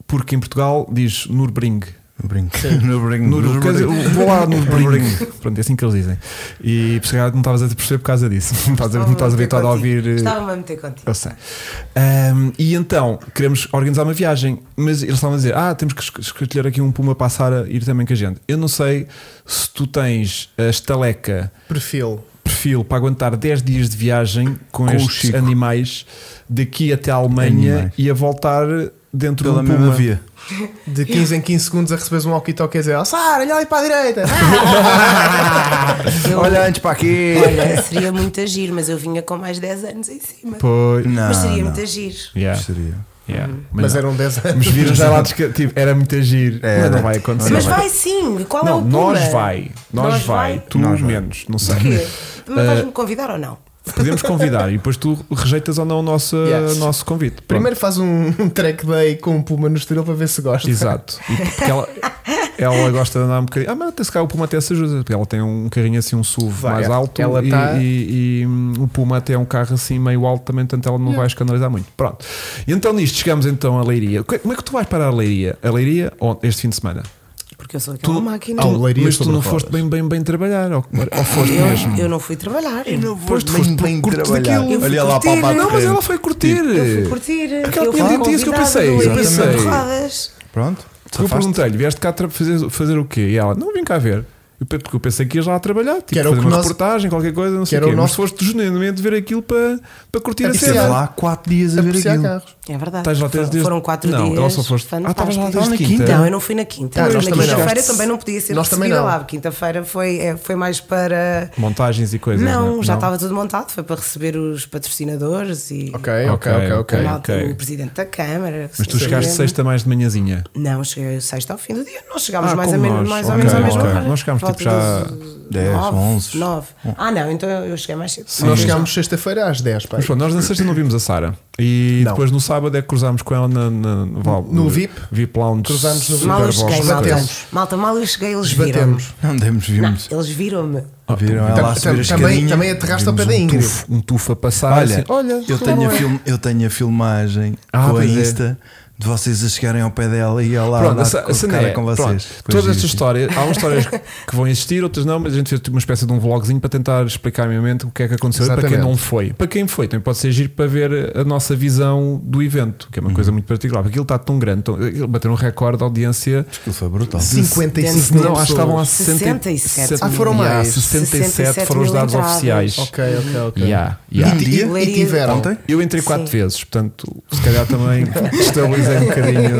S1: porque em Portugal diz Nürburgring.
S2: No brinco. <laughs> No brinco.
S1: Nur,
S2: No
S1: quer dizer,
S2: brinco.
S1: vou lá <laughs> no Nürburgring. Pronto, é assim que eles dizem. E por isso que não estavas a perceber por causa disso. <laughs> Não estás, não estás habituado a ouvir. eh,
S4: Estava-me a
S1: <laughs>
S4: meter contigo.
S1: Eu sei. Ahm, e então, queremos organizar uma viagem, mas eles estavam a dizer: ah, temos que es- escolher aqui um Puma para a Sara ir também com a gente. Eu não sei se tu tens a estaleca
S3: Perfil.
S1: perfil para aguentar 10 dias de viagem com,
S2: Com o
S1: estes
S2: Chico.
S1: animais daqui até a Alemanha
S2: Animais.
S1: e a voltar dentro
S2: Pela
S1: de um
S2: mesma
S1: Puma.
S2: via.
S3: De 15 em 15 segundos a receberes um walkie-talkie a dizer: oh, Sara, olha ali para a <laughs> direita. Ah,
S4: Eu-
S2: Olha antes para aqui.
S4: Olha, seria muito agir, mas eu vinha com mais 10 anos em cima.
S1: Pois.
S2: Não,
S4: mas seria
S2: não.
S4: muito agir.
S1: Yeah,
S2: Seria.
S1: yeah.
S3: Mas
S1: não.
S3: eram 10 anos.
S1: Mas viram já lá, desca- tipo, era muito agir.
S2: Era.
S1: Mas não vai acontecer.
S4: Mas
S1: não
S4: vai sim, qual é o
S1: Não,
S4: Puma?
S1: nós vai. Nós,
S4: Nós
S1: vai.
S4: vai?
S1: Tu
S2: Nós vai.
S1: menos, não sei. <laughs>
S4: Porquê? Mas
S1: Eh,
S4: vais-me convidar ou não?
S1: Podemos convidar e depois tu rejeitas ou não o nosso,
S3: Yeah.
S1: nosso convite. Pronto.
S3: Primeiro faz um, um track day com um Puma no estilo para ver se gosta.
S1: Exato. E porque ela, ela gosta de andar um bocadinho. Ah, mas até se calhar o Puma até se ajuda, porque ela tem um carrinho assim, um SUV
S3: Vai,
S1: mais
S3: ela-
S1: alto
S3: ela
S1: e,
S3: tá-
S1: e- e, hum, o Puma até é um carro assim meio alto também, portanto ela não vai escandalizar muito. Pronto. E então nisto, chegamos então à Leiria. Que- Como é que tu vais para a Leiria? A Leiria on- este fim de semana?
S4: Porque eu sou aquela
S1: Tu-
S4: máquina.
S3: Ao Ah, Leiria
S1: mas tu
S3: sobre
S1: não
S3: rodas.
S1: foste bem, bem, bem trabalhar, ou, ou foste mesmo?
S4: Eu, eu não fui trabalhar. Eu não
S1: Pois tu foste bem trabalhar.
S4: Eu fui
S2: Olha lá para
S4: curtir.
S2: o barco.
S1: Não, mas ela foi Tipo, curtir.
S4: fui curtir. eh,
S1: Aquela
S4: eu fui
S1: tinha dito isso que eu
S4: convidada
S1: pensei,
S4: do Leiria
S1: exatamente.
S4: de Torradas.
S2: Pronto.
S1: Porque eu perguntei-lhe, vieste cá tra- fazer, fazer o quê? E ela, não vim cá ver. Eu pe- Porque eu pensei que ias lá trabalhar, tipo,
S3: Que era o
S1: fazer
S3: que
S1: uma
S3: nós-
S1: reportagem, qualquer coisa, não sei
S3: era
S1: o
S3: o
S1: quê.
S3: nosso-
S1: Mas foste genuinamente ver aquilo para, para curtir a
S3: Isso
S2: Esteve
S1: cena.
S3: é
S2: lá 4 dias a ver
S3: Apreciar
S2: aquilo.
S3: carros.
S4: É verdade.
S1: Estás lá
S4: Foram-
S1: desde-
S4: Foram quatro
S1: Não,
S4: dias.
S1: ela só foste- Ah, estavas lá
S4: fantásticos.
S1: desde quinta?
S4: Não, eu não fui na quinta.
S3: Ah, nós
S4: na
S3: também não.
S4: quinta-feira também não podia ser
S3: Nós também
S4: recebida
S3: não.
S4: lá. Quinta-feira foi, é, foi mais para.
S1: Montagens e coisas.
S4: Não,
S1: é?
S4: já estava tudo montado. Foi para receber os patrocinadores e
S3: Ok, ok, ok, ok.
S4: a malta,
S1: ok.
S4: o presidente da Câmara.
S1: Mas tu chegaste sexta mais de manhãzinha.
S4: Não, cheguei sexta ao fim do dia. Nós chegámos
S1: Ah,
S4: mais, ou
S1: como
S4: menos,
S1: nós.
S4: mais ou
S1: Ok,
S4: menos à mesma
S1: ok.
S4: hora.
S1: Nós chegámos
S4: volta
S1: Tipo, já Um.
S4: das
S2: 10, 11.
S4: 9. Ah, não, então eu cheguei mais cedo.
S3: Se nós chegámos sexta-feira às 10, pá.
S1: Mas pronto, nós na sexta não vimos a Sara. E
S3: Não.
S1: depois no sábado é que cruzámos com ela na, na- Val-
S3: No VIP?
S1: VIP Lounge.
S3: Cruzámos no
S1: Super
S4: Mal
S1: Bowl,
S4: eu cheguei,
S1: super
S4: malta.
S1: coisa.
S3: Batemos.
S4: Malta, mal eu cheguei, eles viram-me.
S3: Batemos.
S2: Não demos,
S4: Não,
S2: vimos.
S4: eles
S1: <laughs>
S4: viram-me. <laughs>
S2: Viram ela a subir a
S3: Tam- tam- também,
S2: escadinha.
S3: também aterraste ao pé da
S1: Um
S3: Ingrid.
S1: tufo, um tufo a passar.
S2: Olha,
S1: assim, olha
S2: eu, tenho a film- eu tenho a filmagem
S1: Ah,
S2: com a
S1: pois é.
S2: Insta de vocês a chegarem ao pé dela e ela
S1: Pronto,
S2: a
S1: essa,
S2: dar com,
S1: essa não
S2: cara
S1: é.
S2: com vocês.
S1: Pronto,
S2: Foi
S1: todas
S2: giro,
S1: estas
S2: sim.
S1: histórias, há umas histórias que vão existir, outras não, mas a gente fez uma espécie de um vlogzinho para tentar explicar minimamente o que é que aconteceu e para quem
S3: Exatamente.
S1: não foi. Para quem foi, também pode ser giro para ver a nossa visão do evento, que é uma coisa muito particular, porque aquilo está tão grande, tão, aquilo bateu um recorde de audiência.
S2: Aquilo foi brutal.
S3: 55
S1: Não, acho que
S3: pessoas.
S1: estavam a 67.
S4: 67.
S3: Ah, foram mais.
S1: 67,
S4: 67
S1: foram os
S4: mil
S1: dados
S4: entradas.
S1: oficiais.
S3: Ok, ok, ok.
S1: Yeah, yeah.
S2: Um dia?
S3: E tiveram.
S2: Ontem?
S1: Eu entrei quatro
S4: Sim.
S1: vezes, portanto, se calhar também estabilizei um bocadinho.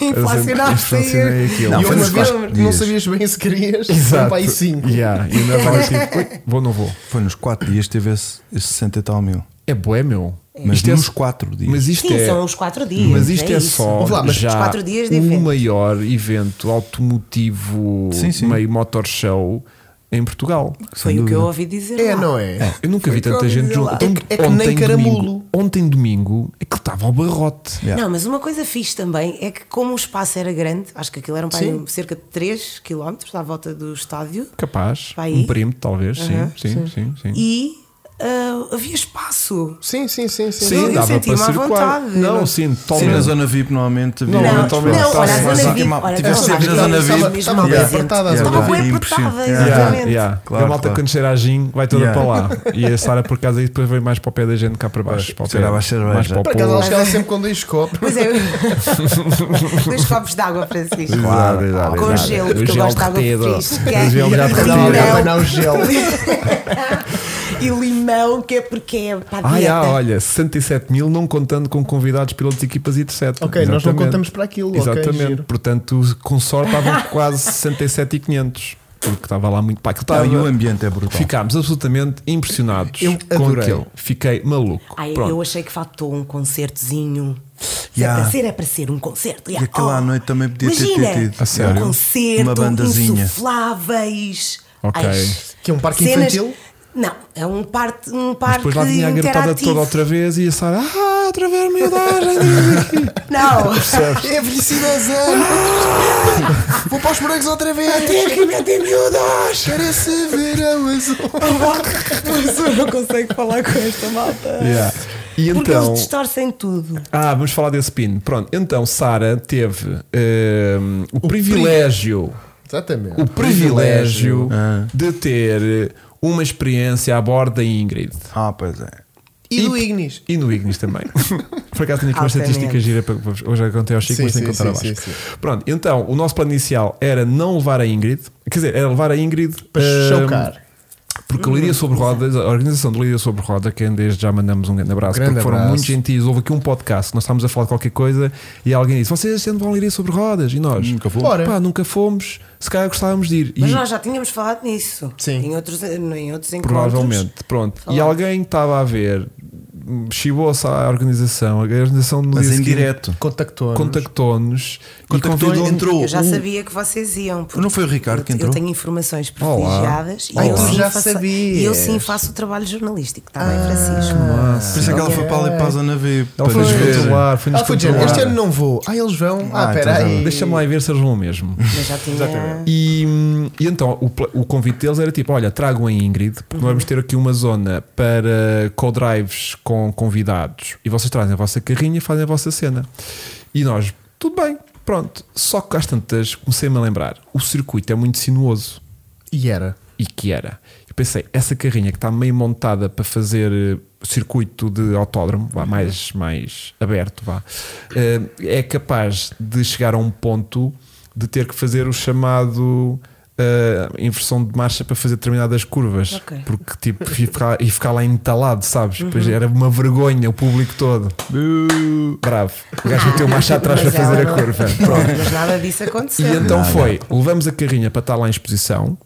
S4: Inflacionar
S1: Inflacionei aquilo.
S2: Não,
S3: e
S2: foi
S3: uma
S2: nos
S3: vez
S2: quatro
S3: que não
S2: dias.
S3: sabias bem se querias,
S1: Exato.
S3: foram para aí 5.
S1: Yeah, E ainda estava tipo, ui, vou ou não vou?
S2: Foi nos 4 dias teve esse, esse 60 e tal mil.
S1: É bué, meu.
S2: Mas
S1: Isto é-
S2: nos 4 dias.
S1: Mas isto
S4: Sim,
S1: é.
S4: são os 4 dias.
S1: Mas isto é,
S4: isso.
S1: só
S3: Ouve lá, mas
S1: já
S4: quatro dias é de
S1: o
S4: evento.
S1: maior evento automotivo
S2: Sim, sim.
S1: meio motor show em Portugal.
S4: Foi o que eu ouvi dizer.
S3: É,
S4: lá.
S3: não é?
S1: Eu nunca vi
S4: que eu
S1: tanta
S4: ouvi
S1: gente
S4: dizer
S1: junto.
S4: lá.
S1: Então,
S3: É que- é que nem
S1: ontem
S3: caramulo.
S1: Domingo, ontem domingo é que estava ao barrote.
S2: Yeah.
S4: Não, mas uma coisa fixe também é que, como o espaço era grande, acho que aquilo eram para aí
S3: Sim.
S4: cerca de 3 km à volta do estádio,
S1: Capaz,
S4: Vai
S1: um
S4: aí?
S1: primo, talvez, sim,
S4: Aham,
S1: sim, sim, sim.
S4: e ah, havia espaço.
S3: Sim, sim, sim, sim.
S4: eu- eu senti-me à vontade.
S1: Não,
S4: Não-
S1: sim,
S2: Sim, na
S1: talvez.
S2: zona VIP normalmente havia
S1: Não,
S2: muito
S4: não,
S1: eventualmente,
S2: espaço.
S4: não, olha,
S1: sim,
S4: a
S1: sim,
S4: zona
S1: sim.
S4: VIP. olha,
S2: Tivesse
S4: estava
S2: sido na
S4: lá,
S2: zona
S4: estava
S2: VIP,
S4: mesmo
S3: estava bem
S4: lá presente.
S3: apertada a
S4: Estava
S2: zona
S4: bem
S2: VIP,
S4: apertada,
S2: sim.
S1: Yeah,
S4: exatamente.
S1: yeah.
S2: Claro,
S1: a malta
S2: claro.
S1: quando cheira a gin vai toda
S2: Yeah.
S1: para
S2: <laughs>
S1: lá e a Sara por casa e depois vem mais para o pé da gente cá para baixo. Para o pé,
S2: cheirava a cerveja.
S1: mais para o
S3: Para casa
S1: povo.
S3: ela chegava sempre com dois copos.
S4: Pois é, <laughs> dois copos de água, Francisco.
S1: Claro, exato,
S4: Com
S1: exato.
S4: gelo,
S1: O
S4: porque eu
S1: gel
S4: gosto de água
S1: derretido.
S4: fresca.
S1: O gel já derretido.
S3: Ela olhava
S4: Não.
S3: lá o gel.
S4: e limão, que é porque é para a
S1: Ah,
S4: dieta.
S1: já, olha, 67 mil, não contando com convidados, pilotos, equipas e etc.
S3: Ok, nós não contamos para aquilo, ok,
S1: Exatamente,
S3: giro.
S1: portanto, com sorte estavam <laughs> quase 67 e 500, porque estava lá muito. Pá, aquilo
S2: Não, e o
S1: estava.
S2: ambiente é brutal.
S1: Ficámos absolutamente impressionados
S3: Eu
S1: com
S3: adorei.
S1: aquilo. Fiquei maluco.
S4: Ai,
S1: Pronto.
S4: eu achei que faltou um concertozinho. Se
S2: Yeah.
S4: é para ser, é para ser um concerto.
S2: E aquela à noite também podia ter
S4: Imagina,
S2: tido.
S1: A sério?
S4: Um concerto, um
S2: Uma bandazinha.
S4: insufláveis.
S1: Ok.
S4: Ai,
S3: Que é um parque infantil?
S4: Não, é um, parte, um
S1: Mas
S4: parque
S1: depois lá tinha a garotada
S4: interativo.
S1: toda outra vez e a Sara, ah, outra vez a
S2: <laughs>
S1: miudagem. <laughs>
S4: Não,
S3: É vencido a zero. Vou para os morangos outra vez.
S4: que metem miúdas.
S3: Quero esse verão azul.
S4: Mas eu não consigo falar com esta malta.
S1: Yeah. E
S4: Porque
S1: então.
S4: eles distorcem tudo.
S1: Ah, vamos falar desse pin. Pronto, então Sara teve ehm, o, privilégio,
S3: Exatamente.
S1: o privilégio
S3: Ah.
S1: de ter eh, uma experiência a bordo da Ingrid.
S2: Ah, pois é.
S3: E do Ignis.
S1: E no Ignis
S3: <laughs>
S1: também. Por acaso tenho aqui uma
S4: Altamente.
S1: estatística gira para para- hoje já contei ao Chico,
S3: Sim,
S1: mas tenho que
S3: sim,
S1: contar
S3: sim,
S1: abaixo.
S3: sim, sim.
S1: Pronto, então o nosso plano inicial era não levar a Ingrid, quer dizer, era levar a Ingrid
S3: Para
S1: ehm,
S3: chocar.
S1: Porque o
S3: Uhum.
S1: Lídia Sobre Rodas, a organização do Lídia Sobre Roda, quem desde já mandamos um grande abraço,
S3: Grande
S1: porque foram
S3: abraço.
S1: muito gentis. Houve aqui um podcast, nós estávamos a falar de qualquer coisa e alguém disse: Vocês sempre vão Lídia Sobre Rodas? E nós,
S2: Nunca fomos.
S3: Ora.
S1: pá, nunca fomos, se calhar gostávamos de ir.
S4: Mas
S1: E
S4: nós já tínhamos falado nisso.
S3: Sim.
S4: Em outros, em outros encontros.
S1: provavelmente, pronto. E
S4: Falar.
S1: alguém estava a ver, hum, chibou-se à organização, a organização do
S2: Mas
S1: Lídia
S2: em
S1: Sobre-
S2: direto.
S3: Contactou.
S1: contactou-nos e
S2: Contactou,
S1: convidou
S2: entrou.
S4: Eu já
S2: um-
S4: sabia que vocês iam. porque
S2: Não foi o Ricardo
S4: eu-
S2: que entrou?
S4: Eu tenho informações privilegiadas
S1: Olá.
S4: e eu
S1: Ah, tu
S4: sim
S3: já
S4: faço,
S3: sabias.
S4: e eu sim faço o trabalho jornalístico, está bem, Francisco?
S2: Por isso é que ela foi para ali para a zona VIP.
S1: Ela
S2: para
S1: foi-nos
S2: nos ver.
S1: controlar, foi-nos
S3: Ah, foi de género,
S1: controlar.
S3: Este ano não vou. Ah, eles vão. Ah,
S2: Ah,
S3: espera
S2: então
S3: aí.
S1: Deixa-me lá ir ver se eles vão mesmo.
S4: Eu já tinha. <laughs>
S1: E, hum, e então o, pla- o convite deles era tipo: olha, tragam a Ingrid, porque nós vamos ter aqui uma zona para co-drives com convidados e vocês trazem a vossa carrinha e fazem a vossa cena. E nós, tudo bem, pronto. Só que às tantas comecei-me a lembrar: o circuito é muito sinuoso
S3: E era.
S1: e que era. Eu pensei, essa carrinha que está meio montada para fazer eh, circuito de autódromo, vá,
S4: Uhum.
S1: mais, mais aberto, vá, eh, é capaz de chegar a um ponto de ter que fazer o chamado eh, inversão de marcha para fazer determinadas curvas.
S4: Ok. Uhum.
S1: Porque tipo, e ficar, e ficar lá entalado, sabes? Pois era uma vergonha o público todo. Bravo. O gajo meteu marcha atrás para
S4: Mas ela
S1: fazer a
S4: não-
S1: curva. Pronto.
S4: Mas nada disso
S1: E
S4: aconteceu.
S1: então foi, levamos a carrinha para estar lá em exposição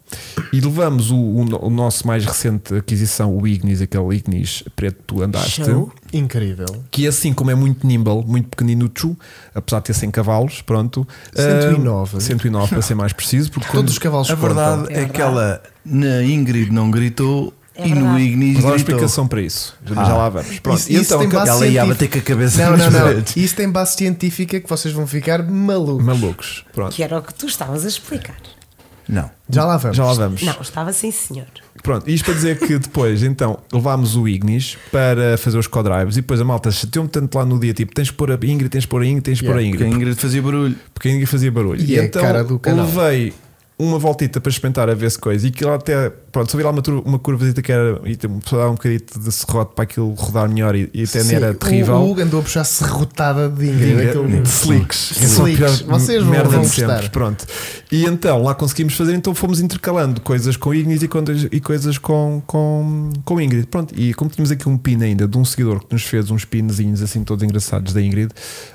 S1: e levamos o, o no- o nosso mais recente aquisição, o Ignis, aquele Ignis preto que tu andaste.
S4: Show.
S3: Incrível.
S1: que assim como é muito nimble, muito pequeninucho, apesar de ter 100 cavalos, pronto.
S3: 109.
S1: ah, 109 para ser mais preciso, porque quando-
S3: Todos os cavalos
S2: A verdade
S3: contam.
S2: é, que ela na Ingrid não gritou
S4: É
S2: e no
S4: verdade.
S2: Ignis
S1: mas há uma
S2: gritou.
S1: explicação para isso. Já já lá vamos. Pronto.
S3: Isso-
S1: E
S3: isso
S1: então,
S3: tem
S1: que-
S3: base-
S2: Ela ia
S3: científico.
S2: bater com a
S1: é
S2: cabeça
S3: Não,
S2: nos
S3: não, não.
S2: paredes.
S3: Isso tem base científica que vocês vão ficar malucos.
S1: malucos. Pronto.
S4: Que era o que tu estavas a explicar.
S2: Não.
S3: Já lá vamos.
S1: Já lá vamos.
S4: Não, estava sim, senhor.
S1: Pronto, isto para dizer que depois, então, levámos o Ignis para fazer os co-drives e depois a malta chateou-me tanto lá no dia, tipo, tens de pôr a Ingrid, tens de pôr a Ingrid, tens de pôr a
S3: Yeah,
S2: Porque
S1: Ingrid.
S2: a Ingrid fazia barulho.
S1: porque ninguém fazia barulho. então
S3: E é a cara do canal.
S1: levei uma voltita para experimentar a ver se coisa e aquilo até, pronto, subi lá uma, tur- uma curvazita que era, e tem- só dava um bocadito de serrote para aquilo rodar melhor e, e até
S3: Sim,
S1: nem era
S3: o-
S1: é terrível.
S3: O Hugo andou a puxar serrotada de Ingrid. aquele-
S1: Slicks,
S3: Slicks. Vocês vão-
S1: merda
S3: vão
S1: de sempre,
S3: gostar.
S1: pronto. E então lá conseguimos fazer, então fomos intercalando coisas com Ignis e, coisas- e coisas com, com, com Ingrid. Pronto, e como tínhamos aqui um pin ainda de um seguidor que nos fez uns pinzinhos assim todos engraçados da Ingrid,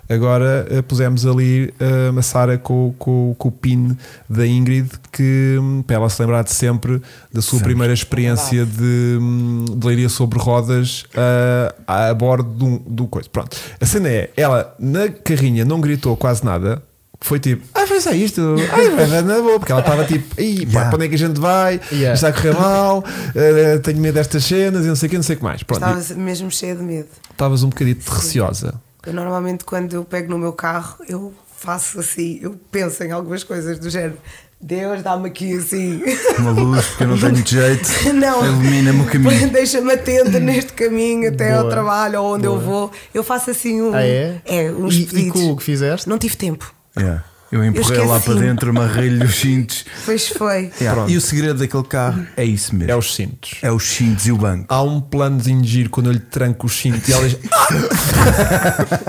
S1: agora eh, pusemos ali eh, a Sara com, com, com o pin da Ingrid que hum, para ela se lembrar de sempre da sua primeira experiência de, hum, de leiria sobre rodas ah, a bordo do, do um coisa. Pronto. A cena é, ela na carrinha não gritou quase nada. Foi tipo, ah, mas é isto, ai, mas é na boa, porque ela estava tipo, Ih, pá,
S3: Yeah.
S1: para onde é que a gente vai?
S3: Yeah.
S1: Está a correr mal, eh, tenho medo destas cenas e não sei o que, não sei o que mais. Pronto,
S4: Estava
S1: e
S4: mesmo cheia de medo.
S1: estavas um bocadito receosa.
S4: Eu normalmente quando eu pego no meu carro, eu faço assim, eu penso em algumas coisas do género. Deus, dá-me aqui assim. <laughs>
S2: Uma luz, porque eu não tenho de jeito.
S4: Não.
S2: Ilumina-me o caminho.
S4: <laughs> Deixa-me atenta neste caminho até ao
S3: Hum. Boa.
S4: trabalho ou onde eu
S3: Boa.
S4: vou. Eu faço assim um.
S3: Ah, é?
S4: uns
S3: e, e
S4: pedidos.
S3: com o que fizeste?
S4: Não tive tempo.
S2: Yeah. Eu empurrei lá para
S4: esqueci-me.
S2: dentro, amarrei-lhe os cintos.
S4: Pois foi.
S2: Yeah.
S1: Pronto.
S2: E o segredo daquele carro é isso mesmo.
S1: É os cintos.
S2: É os cintos e o banco.
S1: Há um planozinho de giro quando eu lhe tranco os cintos e ela diz,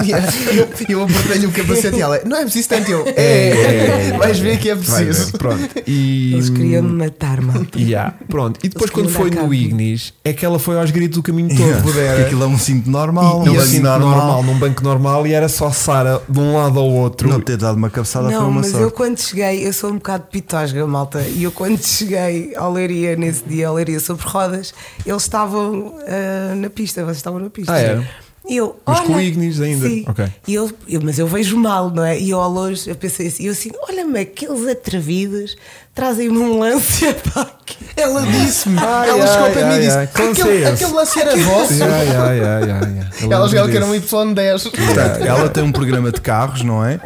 S3: Yeah. <laughs> Eu, eu apertei-lhe o capacete e ela, não é preciso tanto eu. É, vais ver que é
S1: Vai ver,
S3: preciso.
S1: "Ah, Pronto. E,
S4: <laughs> Eles queriam me matar, malta.
S1: Yeah, Pronto. E depois,
S4: Eles
S1: quando
S4: queriam
S1: foi
S4: dar
S1: no
S4: cabo.
S1: Ignis, é que ela foi aos gritos do caminho todo,
S2: Yeah. Porque
S1: pudera.
S2: aquilo é um cinto normal,
S1: E,
S2: um
S1: e
S2: banco
S1: assim, normal.
S2: normal.
S1: num banco normal, e era só Sara de um lado ao outro.
S2: Não ter dado uma cabeçada foi
S4: Não,
S2: uma
S4: mas eu
S2: sorte.
S4: quando cheguei, eu sou um bocado pitosga, malta. E eu quando cheguei à Leiria, nesse dia, à Leiria sobre rodas, eles estavam ah, na pista, vocês estavam na pista.
S1: Ah, é?
S4: E eu,
S1: Mas
S4: olha,
S1: com o Ignis ainda?
S4: Sim.
S1: Ok.
S4: E eu, eu- mas eu vejo mal, não é? E eu ao longe, eu pensei assim, eu assim, olha-me, aqueles atrevidos trazem-me um lance, pá.
S3: Ela
S4: <laughs>
S3: disse-me,
S1: Ai,
S3: ela chegou
S1: ai,
S3: para mim
S1: ai,
S3: e disse:
S1: ai, com
S3: aquele,
S1: licença.
S3: aquele lance era vosso.
S1: Yeah, yeah, yeah, yeah, yeah. Eu lembro
S3: Ela achava que era um
S1: disso.
S3: Y10.
S2: Portanto, ela tem um programa de carros, não é?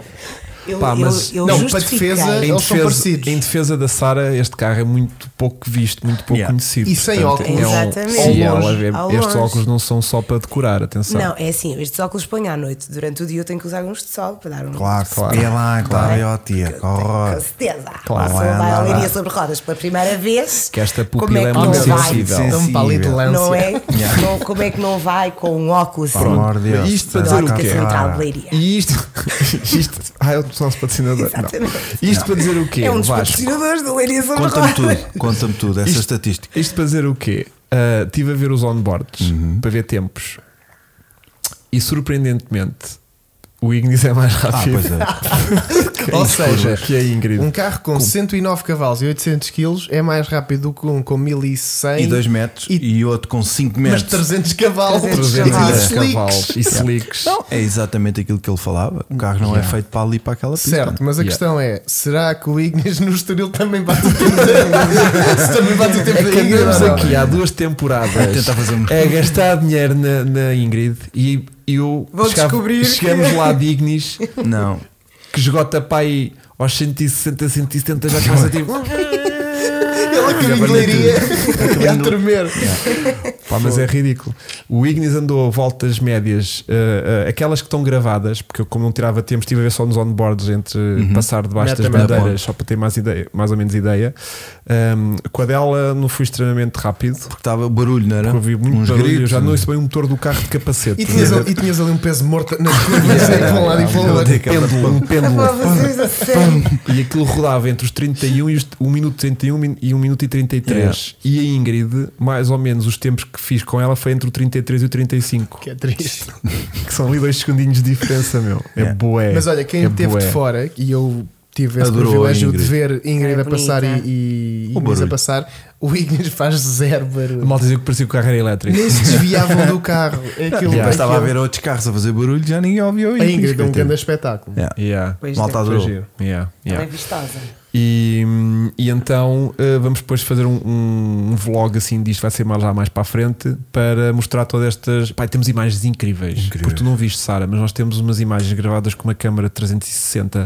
S4: Eu,
S1: Pá,
S4: eu-
S1: mas-
S4: eu
S3: não, para
S4: justifiquei.
S3: defesa-
S1: em
S3: Eles são
S1: defesa,
S3: parecidos.
S1: em defesa da Sara, este carro é muito pouco visto, muito pouco
S2: Yeah.
S1: conhecido.
S3: E sem
S1: Portanto,
S3: óculos.
S1: é um-
S4: Exatamente.
S1: sim,
S3: Ao
S1: ela
S3: longe.
S1: vê-
S4: Ao
S1: estes
S4: longe.
S1: óculos não são só para decorar, atenção.
S4: Não, é assim, estes óculos ponho à noite. Durante o dia eu tenho que usar uns de sol para dar um.
S2: Claro,
S1: Claro.
S2: claro. É lá, claro, é ó tia,
S4: Com
S2: corre.
S4: certeza.
S1: Claro. é
S4: Claro.
S2: Vai,
S4: vai à
S2: vai,
S4: leiria
S2: vai.
S4: sobre rodas pela primeira vez.
S1: Que esta
S4: Como
S1: pupila é
S4: que
S1: muito
S4: não vai?
S1: sensível.
S3: É um palito de lance.
S4: Não é?
S2: Yeah.
S4: <laughs> Não- como é que não vai com um óculos
S2: Por amor de Deus.
S1: Isto para
S4: da
S1: dizer o
S4: ótica
S1: quê?
S4: central de leiria?
S1: E isto. <laughs> isto ah, é o nosso patrocinador. Não.
S4: Exatamente.
S1: Isto para dizer o quê?
S4: É um dos
S1: Vasco?
S4: patrocinadores da leiria sobre
S2: Conta-me
S4: rodas. <laughs>
S2: tudo, conta-me tudo, essa estatística.
S1: Isto para dizer o quê? Ah, Estive a ver os onboards para ver tempos e surpreendentemente o Ignis é mais
S2: Ah,
S1: rápido
S2: pois é.
S1: <laughs>
S3: Ou seja,
S1: que é a Ingrid.
S3: um carro com 109 cavalos e 800 kg é mais rápido do que um com 1100
S2: E 2 metros
S3: e-
S2: e, outro com 5
S3: mas
S2: metros.
S3: 300 cavalos.
S4: 300
S3: E
S4: cavalos.
S3: slicks.
S1: cavalos e slicks.
S2: Não, é exatamente aquilo que ele falava. O carro não é feito para ali para aquela pista.
S3: Certo, mas a
S1: Yeah.
S3: questão é: será que o Ignis no Estoril também bate o tempo da Se também bate o tempo
S1: É
S3: da
S1: que
S3: Ingrid,
S1: andamos
S3: não?
S1: aqui há duas
S2: Vai
S1: temporadas
S2: tentar fazer um-
S1: a gastar dinheiro na, na Ingrid e eu
S4: Vou descobrir que-
S1: chegamos lá de Ignis
S2: Não.
S1: que esgota pai aos 160, 170 já começa tipo. É
S3: Ele a caminho de leiria é a tremer.
S1: Pá, mas é ridículo. O Ignis andou voltas médias, eh, eh, aquelas que estão gravadas, porque eu, como não tirava tempo, estive a ver só nos onboards entre passar debaixo das
S3: Meta, meta.
S1: bandeiras, só para ter mais, ideia, mais ou menos ideia. Ahm, com a dela não fui extremamente rápido,
S2: Porque estava barulho, não era?
S1: porque ouvi muito
S2: Ah, Uns
S1: barulho, eu
S2: gritos, né?
S1: já não ouço bem o motor do carro de capacete. é?
S3: E tinhas, ali, e tinhas ali um peso morto
S1: <laughs>
S3: nas curvas, né, para um lado e para o
S2: Eu
S3: outro.
S2: odeio aquela-
S1: Pêndulo, um
S4: Para
S1: pêndulo.
S4: vocês, a sério.
S1: E aquilo rodava entre os 31 e os 1 minuto 31 min- e 1 minuto e 33. E a Ingrid, mais ou menos os tempos que fiz com ela foi entre o 33 e o 35.
S3: Que é triste.
S1: Que são ali dois segundinhos de diferença, meu. É
S2: Yeah.
S1: boé.
S3: Mas olha, quem
S1: é
S3: esteve
S1: bué.
S3: de fora, e eu tive esse
S2: Adorou a
S3: privilégio de
S2: Ingrid.
S3: ver Ingrid
S4: É
S3: a passar e,
S4: bonita.
S3: e
S2: O
S3: Inês a
S2: barulho.
S3: passar. O Ignis faz zero barulho.
S1: A malta dizia que parecia que o carro era elétrico.
S3: Nem se desviavam do carro. É Aquilo,
S2: Já estava a
S3: aquilo-
S2: ver outros carros a fazer barulho, já ninguém ouvia o
S3: A Ingrid é um
S2: coitado.
S3: grande espetáculo.
S2: Yeah.
S1: Yeah.
S4: Pois
S2: Malta
S4: é.
S1: Foi
S2: adorou.
S1: giro. Yeah,
S4: Ela é
S1: yeah.
S4: vistosa.
S1: E, hum, e então eh, vamos depois fazer um, um vlog assim disto, vai ser mais lá mais para a frente, para mostrar todas estas. Pai, temos imagens incríveis.
S2: Incrível.
S1: Porque tu não viste, Sara, mas nós temos umas imagens gravadas com uma câmera 360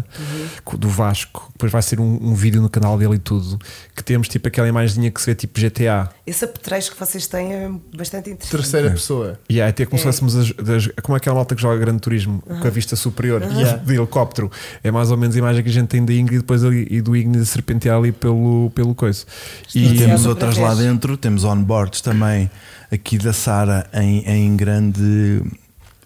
S1: co- do Vasco. Depois vai ser um, um vídeo no canal dele e tudo. Que temos tipo aquela imagenzinha que se vê tipo GTA.
S4: Esse apetrecho que vocês têm é bastante interessante.
S3: Terceira pessoa.
S1: E aí até como se fôssemos as- das- como é aquela malta que joga grande turismo com a vista superior
S3: Yeah.
S1: <laughs> de helicóptero. É mais ou menos a imagem que a gente tem da Ingrid depois ali, e do Ignis a serpentear ali pelo, pelo coisa.
S2: E
S1: E,
S2: temos
S4: Ela
S2: outras lá
S4: protege.
S2: dentro, temos onboards também aqui da Sara em, em grande.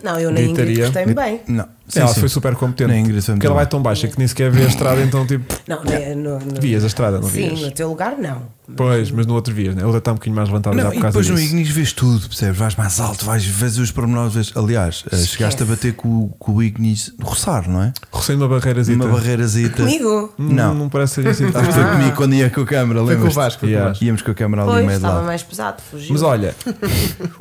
S4: Não, eu nem
S1: Gritaria.
S4: Ingrid gostei É bem.
S2: Não, sim,
S1: ela
S2: sim. é
S1: foi super competente.
S2: Na Ingrid foi muito
S1: porque ela
S2: bem.
S1: vai tão baixa que nem sequer vê a estrada, então tipo,
S4: Não, nem- no, no-
S1: vias a estrada, não
S4: Sim,
S1: vias?
S4: no teu lugar não.
S1: Pois, mas no outro vias, né? A outra está um bocadinho mais levantada já
S2: Não,
S1: por
S2: e
S1: causa
S2: depois no
S1: disso.
S2: Ignis vês tudo, percebes? Vais mais alto, vais, vês os pormenores. Vês... Aliás, eh, chegaste a bater com, com o Ignis no roçar, não é?
S1: Recém uma barreirazita.
S2: Numa barreirazita.
S4: Comigo?
S1: Não,
S2: Não.
S1: não parece ser assim.
S2: <laughs> Estás a ver comigo quando ia com a câmera,
S3: Foi
S2: lembras?
S3: com o Vasco. Foi
S1: Yeah.
S3: com o Vasco.
S2: Íamos com a câmera ali no
S4: Pois,
S2: meio de
S4: estava
S2: lado.
S4: mais pesado, fugiu.
S1: Mas olha,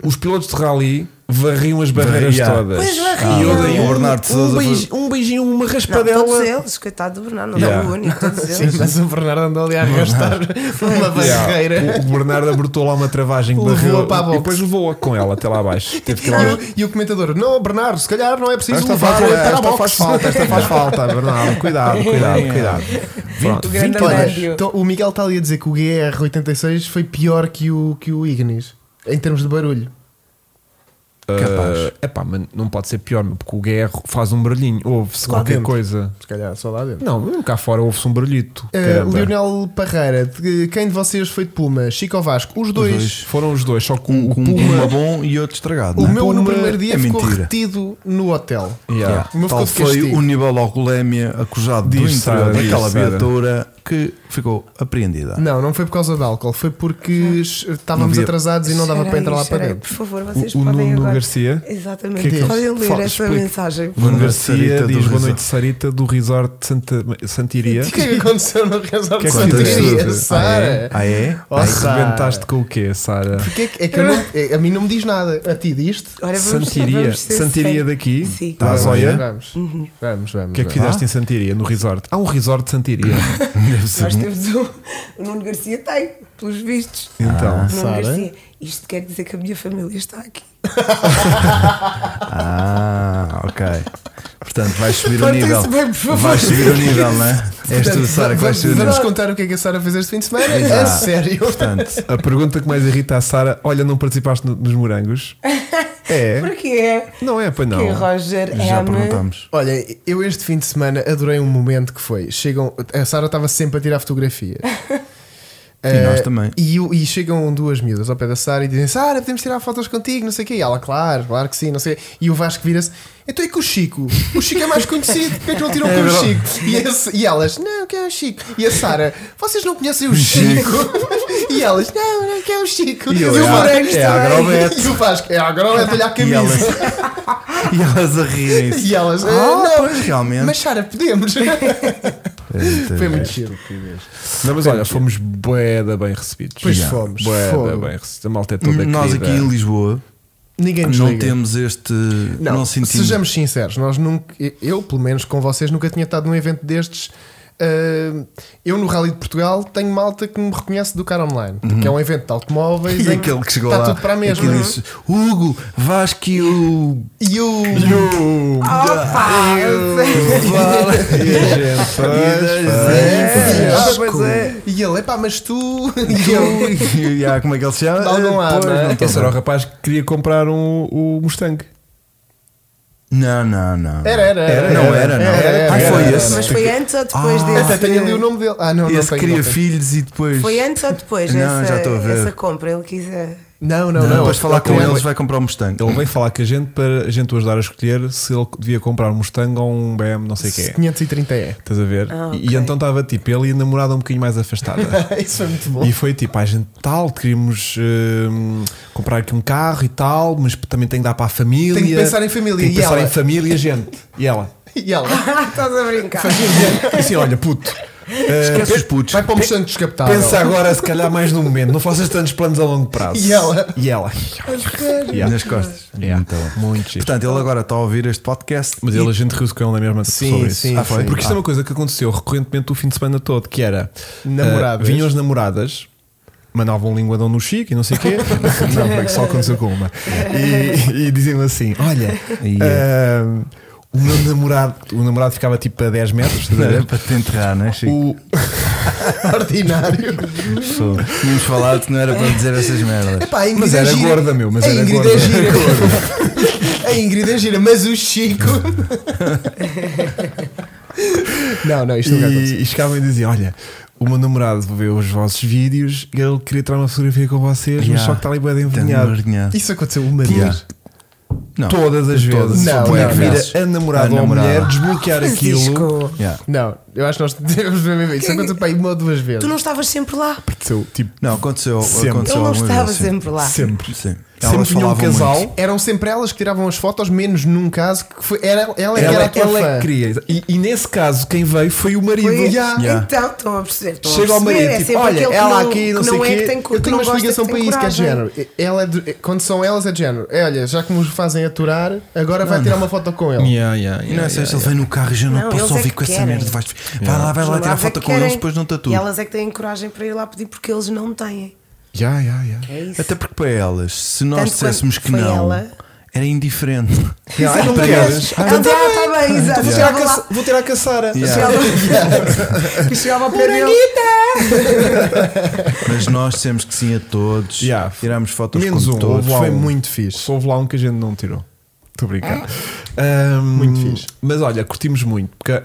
S1: os pilotos de rally varriam as barreiras
S2: Varriam.
S1: todas.
S4: Pois
S2: Ah,
S4: varriam.
S2: eu dei
S1: um,
S2: o Bernardo
S1: um,
S2: Sousa foi-
S1: beij- um beijinho, uma
S4: Não, todos
S1: raspadela.
S4: eles, coitado do Bernardo, não
S1: Yeah.
S4: é o
S1: <laughs>
S4: único, todos
S3: Sim,
S4: eles.
S3: mas o Bernardo andou ali a arrastar
S1: Yeah.
S3: uma barreira.
S1: O- O Bernardo abertou lá uma travagem que
S3: Levou-a
S1: barreu
S3: para a
S1: e
S3: boxe.
S1: depois levou-a com ela até lá abaixo. Teve que ir lá
S3: E, o- e o comentador, não, Bernardo, se calhar não é preciso
S1: Esta
S3: levar
S1: faz,
S3: para a
S1: esta
S3: boxe."
S1: faz falta, esta faz falta, É. Bernardo. Cuidado, <laughs>
S2: É.
S1: cuidado, cuidado. Pronto.
S4: O grande
S3: Olha,
S4: Amédio.
S3: então, o Miguel está ali a dizer que o GR86 foi pior que o, que o Ignis em termos de barulho.
S2: Capaz.
S1: Uh, epá, mas não pode ser pior, meu, porque o guerro faz um barulhinho, ouve-se
S3: Lá
S1: qualquer
S3: dentro.
S1: coisa.
S3: Se calhar, só lá dentro.
S1: Não, mesmo cá fora ouve-se um barulhito.
S4: Eh,
S3: Uh,
S1: Caramba.
S3: Leonel Parreira, de- quem de vocês foi de Puma? Chico ou Vasco? Os dois.
S2: dois.
S1: Foram os dois, só que
S2: Um,
S1: o
S2: com
S1: Puma.
S2: uma bom e outro estragado.
S3: O
S2: não é?
S3: meu no
S1: Puma
S3: primeiro dia
S2: é
S3: ficou
S2: mentira.
S3: retido no hotel.
S1: Yeah.
S3: O meu
S2: Tal
S3: ficou de
S2: foi
S3: castigo.
S2: o niveloculémia acusado do
S1: Diz, Sara,
S2: interior
S1: diz,
S2: daquela
S1: Sara.
S2: viatura que ficou apreendida.
S3: Não, não foi por causa de álcool, foi porque es-
S2: Não
S3: estávamos
S2: havia-
S3: atrasados e não dava
S4: Espera
S3: para entrar
S4: aí,
S3: lá
S4: espera
S3: para
S4: aí,
S3: dentro.
S4: Por favor, vocês
S1: O- o
S4: podem
S1: Nuno
S4: agora.
S1: Garcia?
S4: Exatamente.
S1: Que é que
S4: podem ler
S1: fala-
S4: esta
S1: explica.
S4: mensagem. por
S1: Bruno
S4: favor.
S1: Garcia diz
S2: Sarita do
S1: boa
S2: resort.
S1: noite, Sarita, do resort de Santa, Santiria.
S3: O que é que aconteceu no Resort
S1: Que é que
S3: Santaria,
S1: aconteceu?
S3: <laughs> Sara?
S2: Ah, é?
S3: Oh,
S1: Ai,
S3: Sara.
S1: rebentaste com o quê, Sara?
S3: Porque é que, é que eu não- é- a mim não me diz nada. A ti diz-te?
S4: Olha, vamos-
S1: Santiria,
S4: vamos ser
S1: Santiria
S4: sérios.
S1: daqui,
S4: Sim.
S2: Tá,
S1: da Azóia.
S3: Vamos, vamos, vamos.
S1: O que é que fizeste em Santiria, no resort? Há um resort de
S2: <laughs>
S1: Santiria.
S4: Nós temos o, o Nuno Garcia tem, pelos vistos.
S1: Então,
S4: Nuno
S3: Sara?
S4: Garcia. Isto quer dizer que a minha família está aqui.
S2: Ah, ok. Portanto, vais subir o
S4: Corta
S2: nível.
S4: isso bem, por favor.
S2: Vais subir o nível, não é? És tu, Sara, que vais
S3: vamos,
S2: subir o
S3: vamos
S2: nível.
S3: contar o que é que a Sara fez este fim de semana? A
S2: Exato.
S3: sério?
S2: Portanto,
S1: a pergunta que mais irrita a Sara: olha, não participaste no- nos
S4: <laughs>
S1: morangos? É?
S4: Porquê?
S1: Não é, pois não.
S4: Que Roger
S2: já
S4: M.
S2: perguntamos.
S3: Olha, eu este fim de semana adorei um momento que foi. Chegam, a Sara estava sempre a tirar
S2: <laughs>
S3: fotografias. Eh,
S2: nós também.
S3: E, o- e chegam duas miúdas ao pé da Sara e dizem: Sara, podemos tirar fotos contigo, não sei o quê. E ela, claro, claro que sim, não sei. E o Vasco vira-se: Então é com o Chico. O Chico é mais conhecido, porque é que
S2: <laughs>
S3: não tiram com o Chico? E, esse- e elas: Não, que é o Chico. E a Sara: Vocês não conhecem o Chico? <laughs> e elas: Não, não, que é o Chico.
S2: E eu,
S3: o
S2: é a-
S3: Vasco
S2: é a
S3: também.
S2: Agrobete.
S3: E o Vasco: É a Agrobete, olha a
S2: E
S3: camisa.
S2: elas, <laughs> e elas a
S3: <laughs>
S2: rirem-se.
S3: E elas,
S2: Ah,
S3: "Ah, não,
S2: pois, realmente.
S3: Mas Sara, podemos.
S2: <laughs>
S3: Foi
S2: É.
S3: muito giro.
S1: Não, mas olha, fomos boeda bem recebidos.
S3: Pois fomos,
S1: Boeda
S3: fomos.
S1: bem recebidos. A malta é toda
S2: Nós
S1: querida.
S2: aqui em Lisboa
S3: Ninguém nos
S2: não
S3: liga.
S2: temos este. Não, sentimos.
S3: Sejamos sinceros, nós nunca, eu, pelo menos com vocês, nunca tinha estado num evento destes. Ah, eu no Rally de Portugal tenho malta que me reconhece do cara online, porque é um evento de
S2: <laughs>
S3: automóveis
S2: Uhum. <laughs> E
S3: em
S2: aquele que chegou
S3: está
S2: lá
S3: tudo para a mesma.
S2: e que disse: Hugo, Vasco e o.
S3: E
S2: <laughs>
S3: o
S4: Opa! eu sei.
S1: <laughs> E a
S3: <laughs>
S1: gente
S3: Vasco.
S4: Pois é.
S3: E ele, epá, mas tu <laughs> e <laughs> eu
S2: E o. Como é que ele se chama?
S3: De algum lado,
S2: Pois,
S3: não é?
S2: não tô
S1: Esse era o
S2: bem.
S1: rapaz que queria comprar um, o Mustang.
S2: Não, não, não.
S3: era, era, era,
S2: Não era, não.
S1: era,
S2: Ah,
S1: era,
S2: foi
S1: era.
S2: esse.
S4: Mas foi antes ou depois
S2: Ah,
S4: desse?
S3: Até tenho ali o nome dele. Ah, não,
S2: Esse
S3: não tenho,
S2: queria
S3: não tenho.
S2: filhos e depois.
S4: Foi antes ou depois
S2: Não,
S4: essa,
S2: já estou a ver.
S4: essa compra? Ele quis a-
S3: Não, não,
S2: Não,
S3: não.
S2: depois falar
S3: Eu
S2: com
S3: queria-
S2: eles, vai comprar um Mustang.
S1: Ele veio falar com a gente para a gente o ajudar a escolher se ele devia comprar um Mustang ou um BM, não sei o que é.
S3: 530 é.
S1: Estás a ver?
S4: Ah,
S1: E- E
S4: ok.
S1: então estava tipo ele e a namorada um bocadinho mais <laughs> afastada.
S3: <laughs> Isso foi muito bom.
S1: E foi tipo, a gente tal, queríamos hum, comprar aqui um carro e tal, mas também tem que dar para a família.
S3: Tem que pensar em Ah, família.
S1: Tem que
S3: E
S1: pensar
S3: ela?
S1: em família, gente. E ela?
S3: E ela
S4: <laughs> Estás a brincar.
S1: Fazia <laughs> assim, olha, puto. eh,
S2: Esquece os putos.
S3: vai para um santo descapitável.
S1: Pensa agora, se calhar, mais no momento. Não faças tantos planos a longo prazo.
S3: E ela?
S1: E ela. Yeah.
S2: Nas costas.
S1: Yeah.
S2: Então.
S1: Muito giro.
S2: Portanto, ele agora está a ouvir este podcast.
S1: Mas
S2: e-
S1: ele, a gente riu-se com ele na mesma
S3: Sim,
S1: sobre
S3: sim,
S1: isso.
S3: Ah, foi? sim.
S1: Porque isto é uma coisa que aconteceu recorrentemente o fim de semana todo, que era
S3: Namoradas.
S1: ah, vinham as namoradas, mandavam linguadão no Chico e não sei o <laughs> quê. não, porque só aconteceu com uma. E, e diziam assim: olha, ah, o meu namorado, o namorado ficava tipo a 10 metros, estás a
S2: Era
S1: ver?
S2: para te enterrar, não é, Chico?
S1: O- <laughs>
S3: Ordinário.
S2: Pessoa. Tínhamos falado que não era para dizer essas merdas.
S3: Epá, a Ingrid
S1: Mas
S3: é
S1: era
S3: gira.
S1: gorda, meu, mas
S3: a
S1: era
S3: Ingrid
S1: gorda.
S3: é gira. <laughs> a Ingrid é gira, mas o Chico. <laughs> não, não, isto é um nunca aconteceu.
S1: E, e chegavam e diziam: Olha, o meu namorado vê os vossos vídeos e ele queria tirar uma fotografia com vocês, mas
S2: Yeah.
S1: só que está ali bem
S2: Envergonhado.
S1: envergonhado.
S3: Isso aconteceu uma
S1: Tinha-
S3: vez.
S2: Não.
S1: Todas as
S2: Todas.
S1: vezes.
S3: Não,
S1: Tinha
S3: não,
S1: que
S3: não.
S1: vir a namorada
S2: A
S1: ou a
S2: namorada.
S1: mulher desbloquear aquilo.
S4: Francisco,
S2: Yeah.
S3: Não, eu acho que nós devemos mesmo ver. Isso aconteceu para aí uma ou duas vezes.
S4: tu não estavas sempre lá.
S1: Aconteceu, tipo,
S2: Não, aconteceu.
S1: Sempre.
S2: aconteceu
S4: Ele não
S2: algumas
S4: estava
S2: vezes, sim.
S4: sempre lá.
S1: sempre.
S2: Sim.
S1: Sempre
S2: Elas
S1: vinha um
S2: falavam
S1: casal.
S2: muito.
S3: Eram sempre elas que tiravam as fotos, menos num caso que foi. Era, ela é que era
S1: Ela,
S3: a tua
S1: ela
S3: fã.
S1: é que queria. E, e nesse caso, quem veio foi o marido.
S4: Foi-
S3: Yeah.
S2: Yeah.
S4: Então, estão a perceber. estão a
S1: Chega ao
S4: perceber,
S1: marido,
S4: é
S1: tipo,
S4: sempre
S1: olha,
S4: aquele que
S1: ela
S4: não,
S1: aqui, não
S4: que
S1: sei
S4: não é
S1: quê.
S4: que tem cu-
S3: Eu
S4: que
S3: tenho
S4: não
S3: uma
S4: gosta,
S3: explicação
S4: que
S3: para
S4: tem
S3: isso, que é de
S4: coragem.
S3: género. Ela é de- quando são elas, é de género. É, olha, já que nos fazem aturar, agora vai tirar uma foto com ele.
S1: Yeah, yeah,
S2: E não
S1: yeah,
S2: é só isso,
S1: yeah,
S2: ele vem no carro e já não,
S4: Não, eles
S2: posso
S4: é
S2: ouvir
S4: que
S2: com essa
S4: querem.
S2: merda. Vais, vai lá, vai
S4: Os
S2: lá tirar
S4: namorados é
S2: foto
S4: que
S2: com eles,
S4: querem.
S2: depois não
S4: E
S2: tatuas.
S4: elas é que têm coragem para ir lá pedir porque eles não têm.
S1: yeah. Yeah, yeah, yeah.
S4: É isso.
S2: Até porque para elas, se nós
S4: Tanto
S2: disséssemos
S4: quanto
S2: que
S4: foi
S2: não,
S4: ela.
S2: era indiferente.
S1: Yeah,
S2: Sim,
S1: não
S2: para
S1: queres?
S2: eles.
S1: Ah,
S4: Então está bem, exato.
S1: Vou tirar, a
S4: Chegava
S1: ca-
S4: <laughs> lá.
S1: vou tirar a caçara.
S2: Yeah.
S4: Chegava- Que chegava ao pé dele.
S2: Mas nós dissemos que sim a todos.
S1: Yeah.
S2: Tirámos fotos
S1: Menos
S2: com
S1: um,
S2: todos.
S1: houve lá
S2: Foi
S1: um.
S2: muito fixe.
S1: Só houve lá um que a gente não tirou. Estou a brincar. Ahm,
S3: Muito fixe.
S1: Mas olha, curtimos muito, porque a,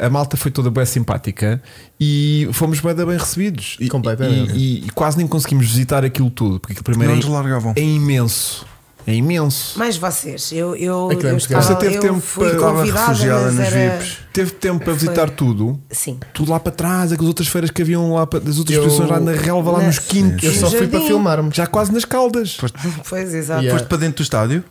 S1: a- a malta foi toda bem simpática e fomos bem, bem recebidos. E,
S3: Completamente.
S1: E, e- e quase nem conseguimos visitar aquilo tudo, porque aquilo
S2: Não
S1: primeiro
S2: nos
S1: é,
S2: largavam.
S1: é imenso. É imenso.
S4: Mais vocês, eu, eu,
S3: Aquilo é
S4: eu
S3: muito
S4: estava,
S1: grande. Você teve
S4: eu
S1: tempo
S4: fui
S1: para-
S4: convidada,
S2: refugiada
S4: mas
S2: nos
S4: era...
S2: VIPs.
S1: Teve tempo para
S4: Foi.
S1: visitar tudo.
S4: Sim. <laughs>
S1: Tudo lá para trás, aquelas outras feiras que haviam lá, para- das outras
S3: Eu-
S1: pessoas lá na relva, lá
S4: na-
S1: nos quintos.
S3: Eu
S4: No
S3: só fui
S4: jardim.
S3: para filmar-me.
S1: Já quase nas caldas.
S4: Pois, exato.
S3: Yeah.
S2: Foste para dentro do estádio?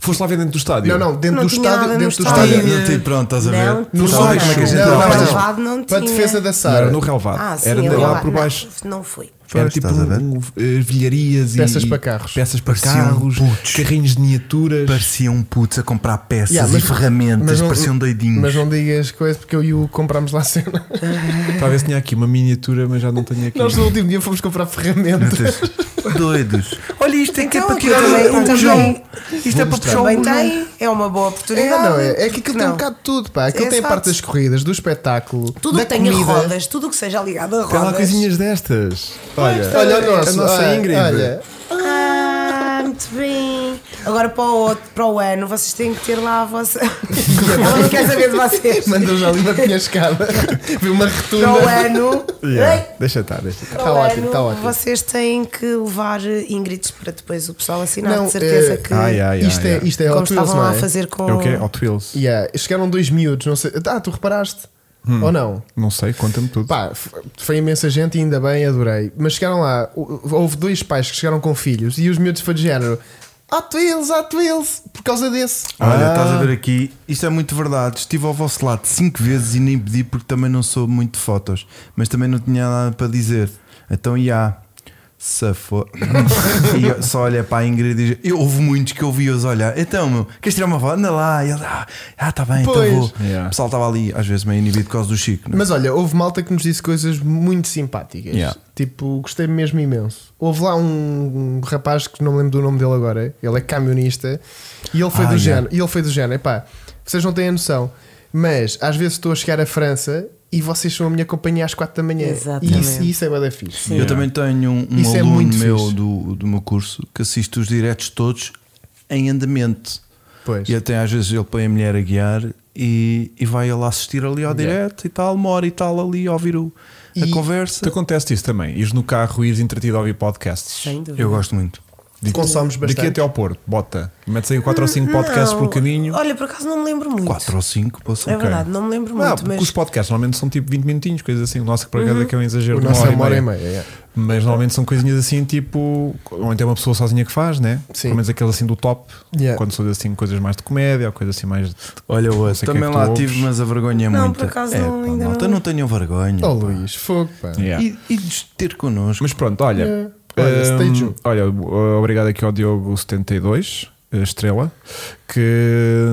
S1: Foste lá ver dentro do estádio.
S3: Não, não, dentro
S4: Não
S3: do
S4: tinha
S3: estádio.
S4: nada no
S3: Dentro do
S4: estádio.
S3: estádio.
S2: Não, tipo, pronto, estás a ver?
S4: Não,
S2: não
S4: não,
S2: sabes como é que a gente
S3: não,
S2: prova.
S3: não, não.
S4: Relvado não
S3: Para a
S4: tinha.
S3: defesa da
S1: Não era
S3: Sara.
S1: no relvado.
S4: Ah, sim,
S1: era
S4: eu
S1: lá
S4: lá-
S1: por baixo.
S4: Não, não fui.
S1: Era
S2: Pois,
S1: tipo
S2: estás a ver?
S1: um, eh, vilharias e-
S3: Peças
S1: e
S3: para carros.
S1: peças para
S2: Pareciam
S1: carros,
S2: putos.
S1: carrinhos de miniaturas.
S2: Pareciam putos um a comprar peças
S3: Yeah, mas-
S2: e ferramentas,
S3: mas não-
S2: pareciam doidinhos.
S3: Mas não digas coisa porque eu e o comprámos lá a cena.
S1: <laughs> Talvez tenha aqui uma miniatura, mas já não tenho aqui.
S3: Nós no último dia fomos comprar ferramentas. <laughs>
S2: Doidos. Olha, isto é que é
S4: Então,
S2: para tirar
S4: também-
S2: o
S4: também-
S2: bujão. Isto é para puxar o
S4: Também
S2: bujão.
S4: tem, é uma boa
S3: É,
S4: oportunidade.
S3: não, é, é que aquilo tem um
S4: Não.
S3: bocado de tudo, pá. Aquilo tem a
S4: Exato.
S3: parte das corridas, do espetáculo,
S4: Tudo
S3: da
S4: que tenha
S3: comida.
S4: rodas, tudo o que seja ligado a
S1: Tem lá
S4: rodas.
S1: coisinhas destas. Olha,
S3: Olha o nosso,
S1: a nossa
S3: olha,
S1: Ingrid.
S3: Olha,
S4: Ah, muito bem. Agora para o, outro, para o ano, vocês têm que ter lá a vossa. <laughs> Ela não quer saber de vocês.
S3: mandou já ali uma minha
S4: <laughs>
S3: escada. Viu uma retunda.
S4: Para o ano.
S1: Yeah,
S4: Ei,
S1: Deixa estar, deixa estar.
S4: para
S3: Tá
S4: o
S3: ótimo,
S4: ano,
S3: tá ótimo.
S4: Vocês têm que levar eh, Ingrids para depois o pessoal assinar,
S3: Não,
S4: de certeza
S3: eh,
S4: que.
S1: Ai, ai, ai,
S3: Isto é,
S1: ai.
S3: isto é
S4: como
S3: Hot Wheels,
S4: estavam
S3: não
S4: lá a
S3: é?
S4: fazer com.
S1: Ah, É o quê? Hot Wheels?
S3: Yeah, Chegaram dois miúdos, não sei. Ah, tu reparaste?
S1: Hum.
S3: Ou não?
S1: Não sei, conta-me tudo.
S3: Pá, f- foi imensa gente e ainda bem, adorei. Mas chegaram lá, o- houve dois pais que chegaram com filhos e os miúdos foi de género. "Ah, Hot Wheels, Hot Wheels, por causa desse.
S1: Ah.
S2: Olha, estás a ver aqui, isto é muito verdade. Estive ao vosso lado cinco vezes e nem pedi porque também não sou muito de fotos, mas também não tinha nada para dizer. Então, já,
S3: <laughs>
S2: safou. e eu só olha para a Ingrid e diz: Eu houve muitos que eu vi-os olhar. Então, meu, queres tirar uma foto? Anda lá. E ele, ah, ah, tá bem,
S3: Pois.
S2: então vou.
S1: Yeah.
S2: O pessoal estava ali, às vezes, meio inibido por causa do Chico. não é?
S3: Mas olha, houve malta que nos disse coisas muito simpáticas.
S1: Yeah.
S3: Tipo, gostei mesmo imenso. Houve lá um, um rapaz que não me lembro do nome dele agora, ele é camionista, e ele foi
S2: Ah,
S3: do
S2: yeah.
S3: género, e ele foi do género, epá, vocês não têm a noção, mas às vezes estou a chegar à França e vocês são a minha companhia às 4 da manhã. E
S4: Exatamente.
S3: isso, e isso é bada fixe.
S2: Eu também tenho um, um
S3: Isso é
S2: aluno
S3: muito
S2: meu
S3: fixe.
S2: do, do meu curso que assiste os diretos todos em andamento.
S3: Pois.
S2: E até às vezes ele põe a mulher a guiar e, e vai ele assistir ali ao direto e tal, uma hora e tal ali a ouvir o- a
S3: E-
S1: Te
S2: conversa.
S1: acontece isso também. Ires no carro, ires entretido a ouvir podcasts.
S4: Sem dúvida.
S2: Eu gosto muito.
S3: Consomes
S1: Daqui
S3: bastante.
S1: até ao Porto, bota. Metes aí 4 ou 5 podcasts
S4: Não,
S1: por um caminho.
S4: Olha, por acaso não me lembro muito.
S2: quatro ou cinco um posso.
S4: É verdade, não me lembro
S1: Ah,
S4: muito,
S1: porque
S4: mas Uhum.
S1: os podcasts normalmente são tipo 20 minutinhos, coisas assim. O nosso que para cada que é um exagero.
S3: O
S1: de
S3: nosso é uma hora e
S1: meia.
S3: meia. yeah.
S1: Mas normalmente são coisinhas assim, tipo. Ou então é uma pessoa sozinha que faz, né?
S3: Sim.
S1: Pelo menos aquele assim do top.
S3: Yeah.
S1: Quando são assim coisas mais de comédia ou coisas assim mais.
S2: Olha, o
S1: Não
S2: outro
S1: sei o que
S2: também
S1: é que tu
S2: lá
S1: ouves.
S2: tive, mas a vergonha é
S4: Não,
S2: muita.
S4: por acaso
S2: é,
S4: não,
S2: pá,
S4: ainda
S2: malta,
S4: não.
S2: não tenham vergonha.
S3: Oh, Luís, fogo, pá.
S1: Yeah.
S2: E, e de ter connosco.
S1: Mas pronto, olha.
S3: Yeah. É. Olha, stage
S1: hum,
S3: um.
S1: olha, o- obrigado aqui ao Diogo72, eh, estrela, que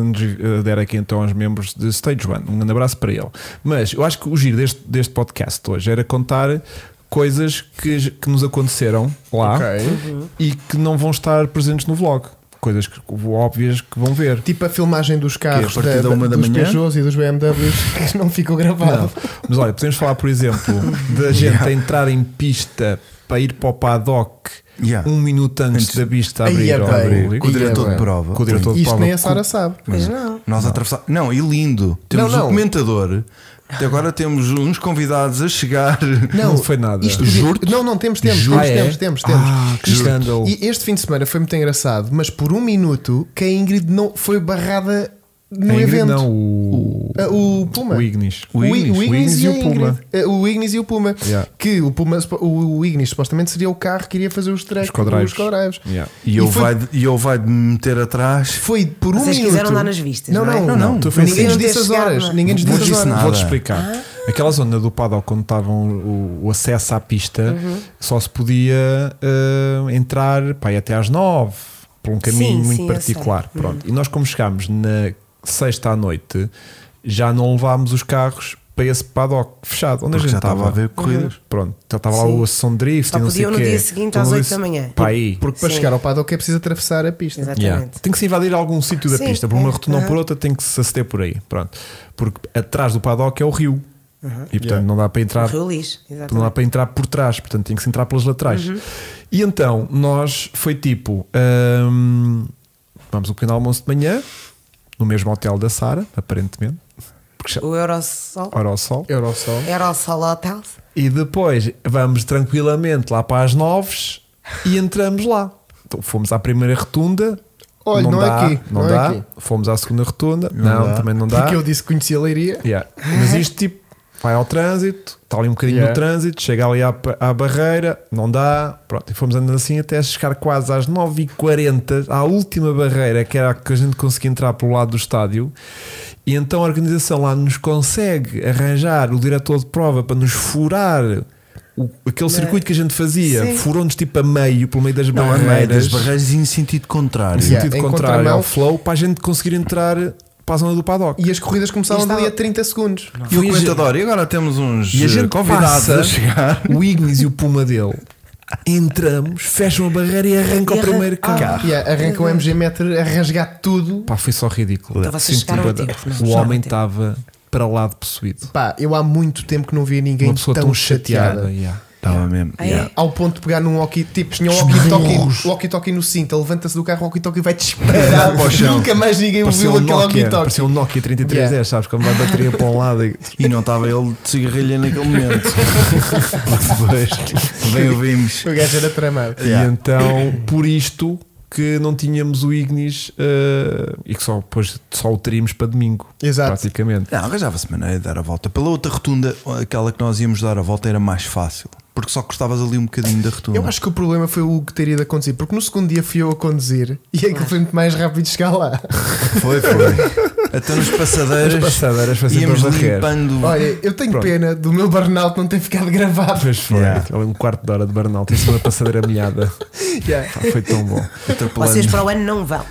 S1: nos eh, dera aqui então aos membros de Stage One. Um grande abraço para ele. Mas eu acho que o giro deste, deste podcast hoje era contar coisas que, que nos aconteceram lá
S3: Ok.
S1: e que não vão estar presentes no vlog. Coisas que, óbvias que vão ver.
S3: Tipo a filmagem dos carros
S2: Que é a partir da uma da
S3: dos
S2: manhã?
S3: Peugeots e dos BMWs <laughs> que não ficou gravado.
S1: Não. <laughs> Mas olha, podemos falar, por exemplo, da gente a entrar em pista para ir para o paddock
S2: Yeah.
S1: um minuto antes,
S2: Antes-
S1: da pista abrir.
S3: Aí é
S1: ao
S3: bem.
S1: público.
S2: Com o diretor
S3: E é,
S2: de prova.
S1: Com o diretor de
S3: Isto
S1: prova.
S3: nem a Sara sabe.
S4: Pois não.
S2: Nós atravessámos. Não, e lindo. Temos
S3: Não,
S2: o
S3: não.
S2: comentador. Até agora temos uns convidados a chegar.
S1: Não foi nada.
S3: isto-
S2: Juro-te.
S3: Não, não, temos, temos,
S1: Juro.
S3: temos,
S1: Ah, é?
S3: temos, temos, temos.
S1: Ah, que
S3: Isto-
S1: escândalo.
S3: E este fim de semana foi muito engraçado, mas por um minuto que a Ingrid não foi barrada
S1: A
S3: no
S1: Ingrid
S3: evento.
S1: Não, o,
S3: Ah, o Puma.
S1: o Ignis.
S3: O, I- o Ignis, e,
S1: e
S3: a
S1: o Puma.
S3: Ingrid. Ah, O Ignis e o Puma.
S1: Yeah.
S3: Que o, Puma, o o Ignis supostamente seria o carro que iria fazer os track,
S1: Os co-drives.
S3: os co-drives.
S1: Yeah.
S2: E eu
S3: foi-
S2: vai de- e eu vai de me meter atrás.
S3: Foi por um
S4: Vocês
S3: minuto.
S4: quiseram dar nas vistas,
S3: Não,
S4: não é?
S3: não,
S4: Não,
S1: não, tu foi
S3: Ninguém
S1: assim.
S3: nos disse as horas.
S4: Não
S3: Ninguém nos
S2: disse
S3: disse as horas.
S2: nada.
S1: Vou-te explicar.
S4: Ah.
S1: Aquela zona do Paddock quando estavam o, o acesso à pista
S4: Uhum.
S1: só se podia eh, entrar pá, aí até às nove por um caminho
S4: Sim,
S1: muito
S4: sim, eu
S1: particular.
S4: sei. Uhum.
S1: Pronto. E nós, como chegámos na sexta à noite, já não levámos os carros para esse paddock fechado, onde a
S2: Porque
S1: gente Uhum.
S2: já estava a ver corridas.
S1: Pronto, já estava lá
S4: Sim.
S1: o Sessão Drift
S4: Só
S1: e não sei
S4: podiam
S1: o
S4: no
S1: quê.
S4: dia seguinte
S1: Então,
S4: às
S1: não
S4: oito
S1: disse-
S4: da manhã.
S1: Pá, aí.
S3: Porque para
S4: Sim.
S3: chegar ao paddock é preciso atravessar a pista.
S1: Yeah.
S4: Exatamente.
S1: Tem que se invadir algum sítio da
S4: Sim,
S1: pista. Por uma
S4: é.
S1: rota não
S4: Aham.
S1: por outra, tem que se aceder por aí. Pronto. Porque atrás do paddock é o rio. E portanto
S3: Yeah.
S1: não dá para entrar.
S4: Correu lixo.
S1: Não dá
S4: Exatamente.
S1: para entrar por trás, portanto tem que se entrar pelas laterais.
S4: Uhum.
S1: E então nós foi tipo: hum, vamos um pequeno almoço de manhã, no mesmo hotel da Sara, aparentemente, porque já
S4: O Eurosol.
S1: ora ao sol.
S3: Eurosol.
S4: Eurosol Hotels.
S1: E depois vamos tranquilamente lá para as noves e entramos lá. Então, fomos à primeira rotunda.
S3: Olha, não é
S1: dá,
S3: aqui,
S1: Não,
S3: não é
S1: dá.
S3: aqui.
S1: Fomos à segunda rotunda. Não,
S2: dá.
S1: também não dá.
S3: Porque eu disse que conhecia Leiria.
S1: Yeah. Mas isto tipo vai ao trânsito, está ali um bocadinho
S3: Yeah.
S1: no trânsito, chega ali à, à barreira, não dá, pronto, e fomos andando assim até chegar quase às 9h40, à última barreira, que era a que a gente conseguia entrar pelo lado do estádio, e então a organização lá nos consegue arranjar o diretor de prova para nos furar. o- aquele circuito que a gente fazia
S4: Sim.
S1: furou-nos tipo a meio, pelo meio das
S2: Né? Não, a meio É,
S1: barreiras,
S2: das barreiras em sentido contrário.
S1: no
S3: Yeah.
S1: sentido
S3: em
S1: contrário
S3: contramão.
S1: ao flow, para a gente conseguir entrar para a zona do paddock.
S3: E as corridas começavam
S4: E estava-
S3: ali a 30
S2: E
S3: segundos.
S2: o
S1: Foi a gente-
S2: comentador, e agora temos uns
S1: E a gente
S2: eh, convidados
S1: passa,
S2: a chegar.
S1: O Ignis e o Puma dele. Entramos, fecham a barreira e arrancam
S4: E
S1: o
S4: arran-
S1: primeiro
S4: Ah.
S1: carro.
S3: Yeah, arranca o MG Metro a rasgar tudo.
S1: Pá, foi só ridículo.
S4: Estava a chegar ao
S1: Simplesmente,
S4: tempo, não, é?
S1: O homem
S4: já ao tempo.
S1: estava para lá de possuído.
S3: Pá, eu há muito tempo que não via ninguém
S1: Uma pessoa
S3: tão,
S1: tão, chateada.
S3: chateada.
S1: yeah.
S2: Estava mesmo.
S4: Aí-
S2: yeah.
S3: Ao ponto de pegar num walkie tipo, tinha um walkie-talkie walkie no cinto, ele levanta-se do carro, o walkie-talkie vai
S1: <laughs>
S3: disparar.
S2: Para o chão.
S3: Nunca mais ninguém
S1: Parecia
S3: ouviu
S1: um,
S3: aquele
S1: Nokia,
S3: walkie-talkie.
S1: parecia um Nokia 3310,
S3: Yeah.
S1: sabes? Como vai a bateria para um lado. e-
S2: E não estava ele de cigarrilha naquele momento. Depois, bem
S1: um-
S2: ouvimos.
S3: O gajo era tramado.
S1: E
S2: Yeah.
S1: então, por isto que não tínhamos o Ignis eh, e que só, depois, só o teríamos para domingo,
S3: Exato.
S1: praticamente.
S2: Não, arranjava-se maneira de dar a volta. Pela outra rotunda, aquela que nós íamos dar a volta era mais fácil. Porque só gostavas ali um bocadinho da rotunda.
S3: Eu acho que o problema foi o que ter ido a conduzir, porque no segundo dia fui eu a conduzir e aquilo foi muito mais rápido de chegar lá.
S2: Foi, foi. Até nos passadeiras.
S1: As passadeiras foi sempre
S2: Íamos
S1: a varrer.
S2: limpando.
S3: Olha, eu tenho
S1: Hum. Pronto.
S3: pena do meu burnout não ter ficado gravado.
S1: Pois foi,
S2: Yeah.
S1: aquele um quarto de hora de burnout, isso uma passadeira molhada.
S3: <laughs> Yeah.
S1: Pá, Foi tão bom.
S2: atropelando.
S4: Vocês para o ano não vão.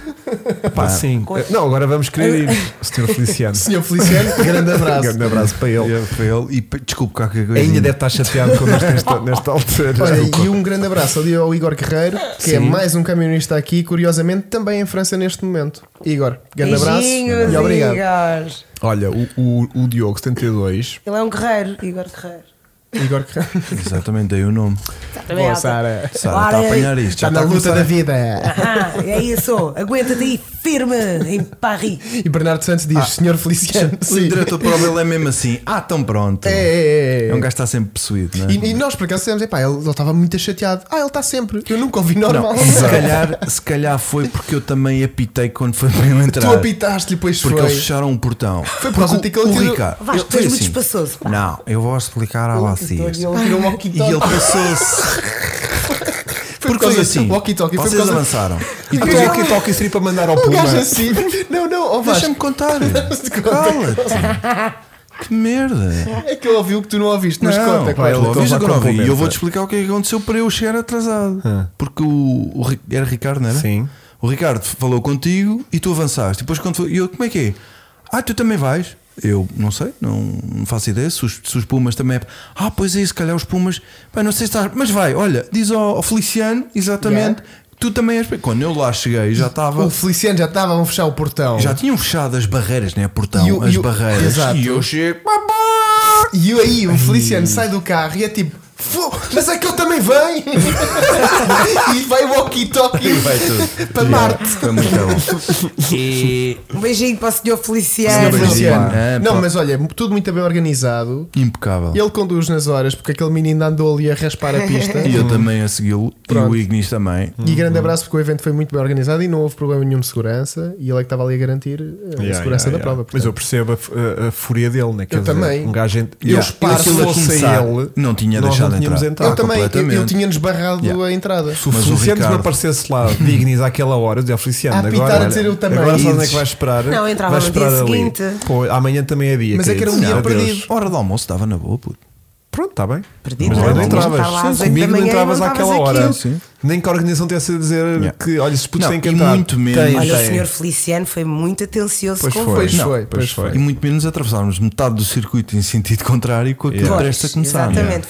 S1: Pá, sim.
S4: Coisa.
S1: Não, agora vamos querer ir, Sr.
S3: <laughs>
S1: Feliciano.
S3: Senhor Feliciano,
S1: <laughs>
S3: grande abraço.
S1: grande abraço para
S2: E
S1: ele.
S2: eu- foi ele. E pe- desculpe qualquer coisa.
S1: Ainda deve estar chateado connosco <laughs> nesta, nesta altura.
S3: Olha, e um grande abraço ali ao Igor Guerreiro, que é
S1: Sim.
S3: mais um camionista aqui, curiosamente também em França neste momento. Igor, grande abraço
S4: Beijinhos,
S3: e obrigado.
S4: Igor.
S1: Olha, o, o, o Diogo 72
S4: Ele é um guerreiro, Igor Guerreiro.
S3: Igor Guerreiro.
S2: Exatamente, dei o nome.
S4: Também
S3: Boa,
S4: alta.
S3: Sara.
S2: Sara está a apanhar isto.
S3: Está
S2: Já está
S3: na
S2: a
S3: luta
S2: começar.
S3: da vida.
S4: Ah, é isso. Aguenta-te aí. enferma em Paris.
S3: E Bernardo Santos diz: Senhor Feliciano.
S2: O
S3: Sim.
S2: diretor prova ele é mesmo assim. Ah, tão pronto.
S3: É, é, é, é.
S2: É um gajo que está sempre possuído, não é?
S3: E, e nós por acaso dissemos: epá, ele ele estava muito chateado. Ah, ele está sempre. Eu nunca ouvi normal.
S2: Não,
S3: <laughs>
S2: se calhar, se calhar foi porque eu também apitei quando foi para eu entrar.
S3: tu apitaste-lhe, pois
S2: Porque
S3: foi.
S2: eles fecharam o portão. Foi
S3: por causa de que ele tirou-
S4: Vasco, tu és muito espaçoso, pá.
S2: é assim. Não, eu vou explicar a vocês.
S3: Ele tirou um walkie
S2: Então, E ele passou-se.
S3: por
S2: Porque
S3: causa
S2: foi
S3: desse
S2: assim.
S3: walkie-talkie, foi por
S2: Vocês
S3: causa-
S2: avançaram.
S1: E depois o que toca seria para mandar ao
S3: Um
S1: Puma.
S3: gajo assim. Não, não, ó Vasco.
S2: é Deixa-me
S3: <laughs>
S2: contar.
S3: Conta.
S2: Cala-te. Que merda.
S3: É que ele ouviu o que tu não ouviste, mas
S2: Não,
S3: conta.
S2: tu
S3: claro.
S2: ouvis
S1: Então vá
S2: agora
S1: com
S2: ouvi. E eu
S1: Roberto.
S2: vou-te explicar o que é que aconteceu para eu chegar atrasado. Porque o, o Ri- era Ricardo, não era?
S1: Sim.
S2: O Ricardo falou contigo e tu avançaste. Depois quando foi- e eu, como é que é? Ah, tu também vais? Eu não sei, não, não faço ideia se os, se os Pumas também é. Ah, pois é, se calhar os Pumas. Bem, não sei se estás. Mas vai, olha, diz ao, ao Feliciano, exatamente, tu também és. Quando eu lá cheguei, já estava.
S3: O Feliciano já estava a fechar o portão.
S2: Já tinham fechado as barreiras, né? Portão,
S3: E o-
S2: as
S3: e o-
S2: barreiras.
S3: Exato.
S2: E eu chego. tá-
S3: E eu aí o Feliciano sai do carro e é tipo. "Fo- Mas é que eu também
S2: <laughs>
S3: venho! e vai o walkie-talkie
S2: Vai tudo. é.
S3: para Marte.
S2: Foi muito bom. E-
S4: Um beijinho para o
S2: Senhor
S4: senhor Feliciano.
S2: Feliciano.
S3: Feliciano.
S2: É,
S3: não,
S2: pá.
S3: mas olha, tudo muito bem organizado.
S2: Impecável.
S3: Ele conduz nas horas porque aquele menino andou ali a raspar a pista.
S2: <laughs> E eu também a segui-lo. E
S3: é um- Pronto. Hum.
S2: o Ignis também.
S3: E grande abraço porque o evento foi muito bem organizado e não houve problema nenhum de segurança. E ele é que estava ali a garantir eh, a
S1: Yeah, yeah,
S3: segurança da
S1: yeah.
S3: prova.
S1: Mas eu
S3: portanto.
S1: percebo a f- a, a fúria dele, né? Quer
S3: Eu
S1: dizer,
S3: também.
S1: Um gajo ent-
S3: Eu
S1: Yeah.
S3: espero
S1: se
S3: que ele
S1: fosse
S2: começar,
S1: ele,
S2: não tinha
S1: nós
S2: deixado
S1: não tínhamos
S2: entrar.
S1: entrar.
S3: eu também, eu, eu
S2: Então, completamente.
S3: tinha-nos barrado
S2: Yeah.
S3: a entrada.
S1: Se o
S2: Mas o
S1: Feliciano me
S2: Ricardo-
S1: aparecesse lá, <laughs> dignis àquela hora, eu dizia "Oh, Feliciano,
S3: A
S4: Ah,
S3: apitar
S1: agora,
S3: a dizer eu também.
S1: agora sabes onde é
S2: Isso.
S1: que vais esperar?
S4: Não, eu entrava
S1: vais
S4: no
S1: esperar
S4: dia
S1: ali.
S4: seguinte.
S1: Pô, amanhã também é dia.
S3: Mas é que era um
S1: querido.
S3: dia
S1: Adeus.
S3: perdido.
S2: Hora do almoço estava na boa, puto.
S1: Pronto, está bem.
S4: Perdido,
S1: Mas
S4: não
S1: não
S4: é? Está lá
S1: entravas.
S4: às
S1: Sim,
S4: oito da
S1: Comigo não
S4: manhã e
S1: entravas
S4: não
S1: àquela
S4: entravas
S1: hora.
S4: àquilo.
S2: Sim.
S1: Nem que a organização tivesse a dizer
S2: Yeah.
S1: que, olha, esses putos
S2: Não,
S1: têm que
S2: e
S1: entrar.
S2: muito menos.
S1: Tens,
S4: Olha, o
S1: tens.
S4: senhor Feliciano foi muito atencioso
S1: Pois
S4: com
S1: foi.
S4: foi.
S3: Pois
S1: Não,
S3: foi, pois
S1: pois
S3: foi.
S1: foi.
S2: E muito menos atravessarmos metade do circuito em sentido contrário com aquilo
S1: Yeah.
S2: que resta a começar. não é?
S4: Exatamente.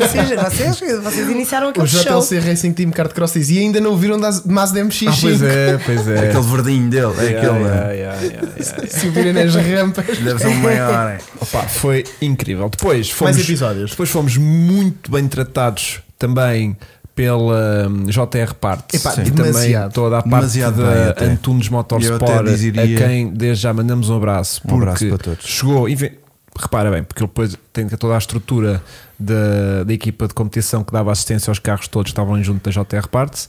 S4: Vocês, vocês, vocês iniciaram
S3: O
S4: aquele show.
S3: JLC Racing Team Cardcross diz e ainda não ouviram das Mazda MX5.
S1: Ah, pois
S3: <laughs>
S1: é, pois é.
S2: Aquele verdinho dele, é aquele.
S1: Yeah,
S2: né?
S1: yeah, yeah, yeah, yeah.
S3: Se
S2: <laughs>
S3: virem nas rampas.
S2: Deve ser o maior. né?
S3: <laughs>
S2: hein?
S1: Opa, foi incrível. Depois fomos,
S3: Mais episódios.
S1: Depois fomos muito bem tratados também pela hum, JR Parts
S3: Epá,
S1: e também
S3: demasiado.
S1: toda a parte
S2: Demasiado bem
S1: da
S2: até.
S1: Antunes
S2: Eu até
S1: Motorsport,
S2: dizeria-
S1: a quem desde já mandamos um abraço.
S2: Um abraço
S1: porque
S2: para todos.
S1: Chegou, inve- repara bem, porque ele depois tem toda a estrutura da, da equipa de competição que dava assistência aos carros todos, que estavam junto da JR Parts,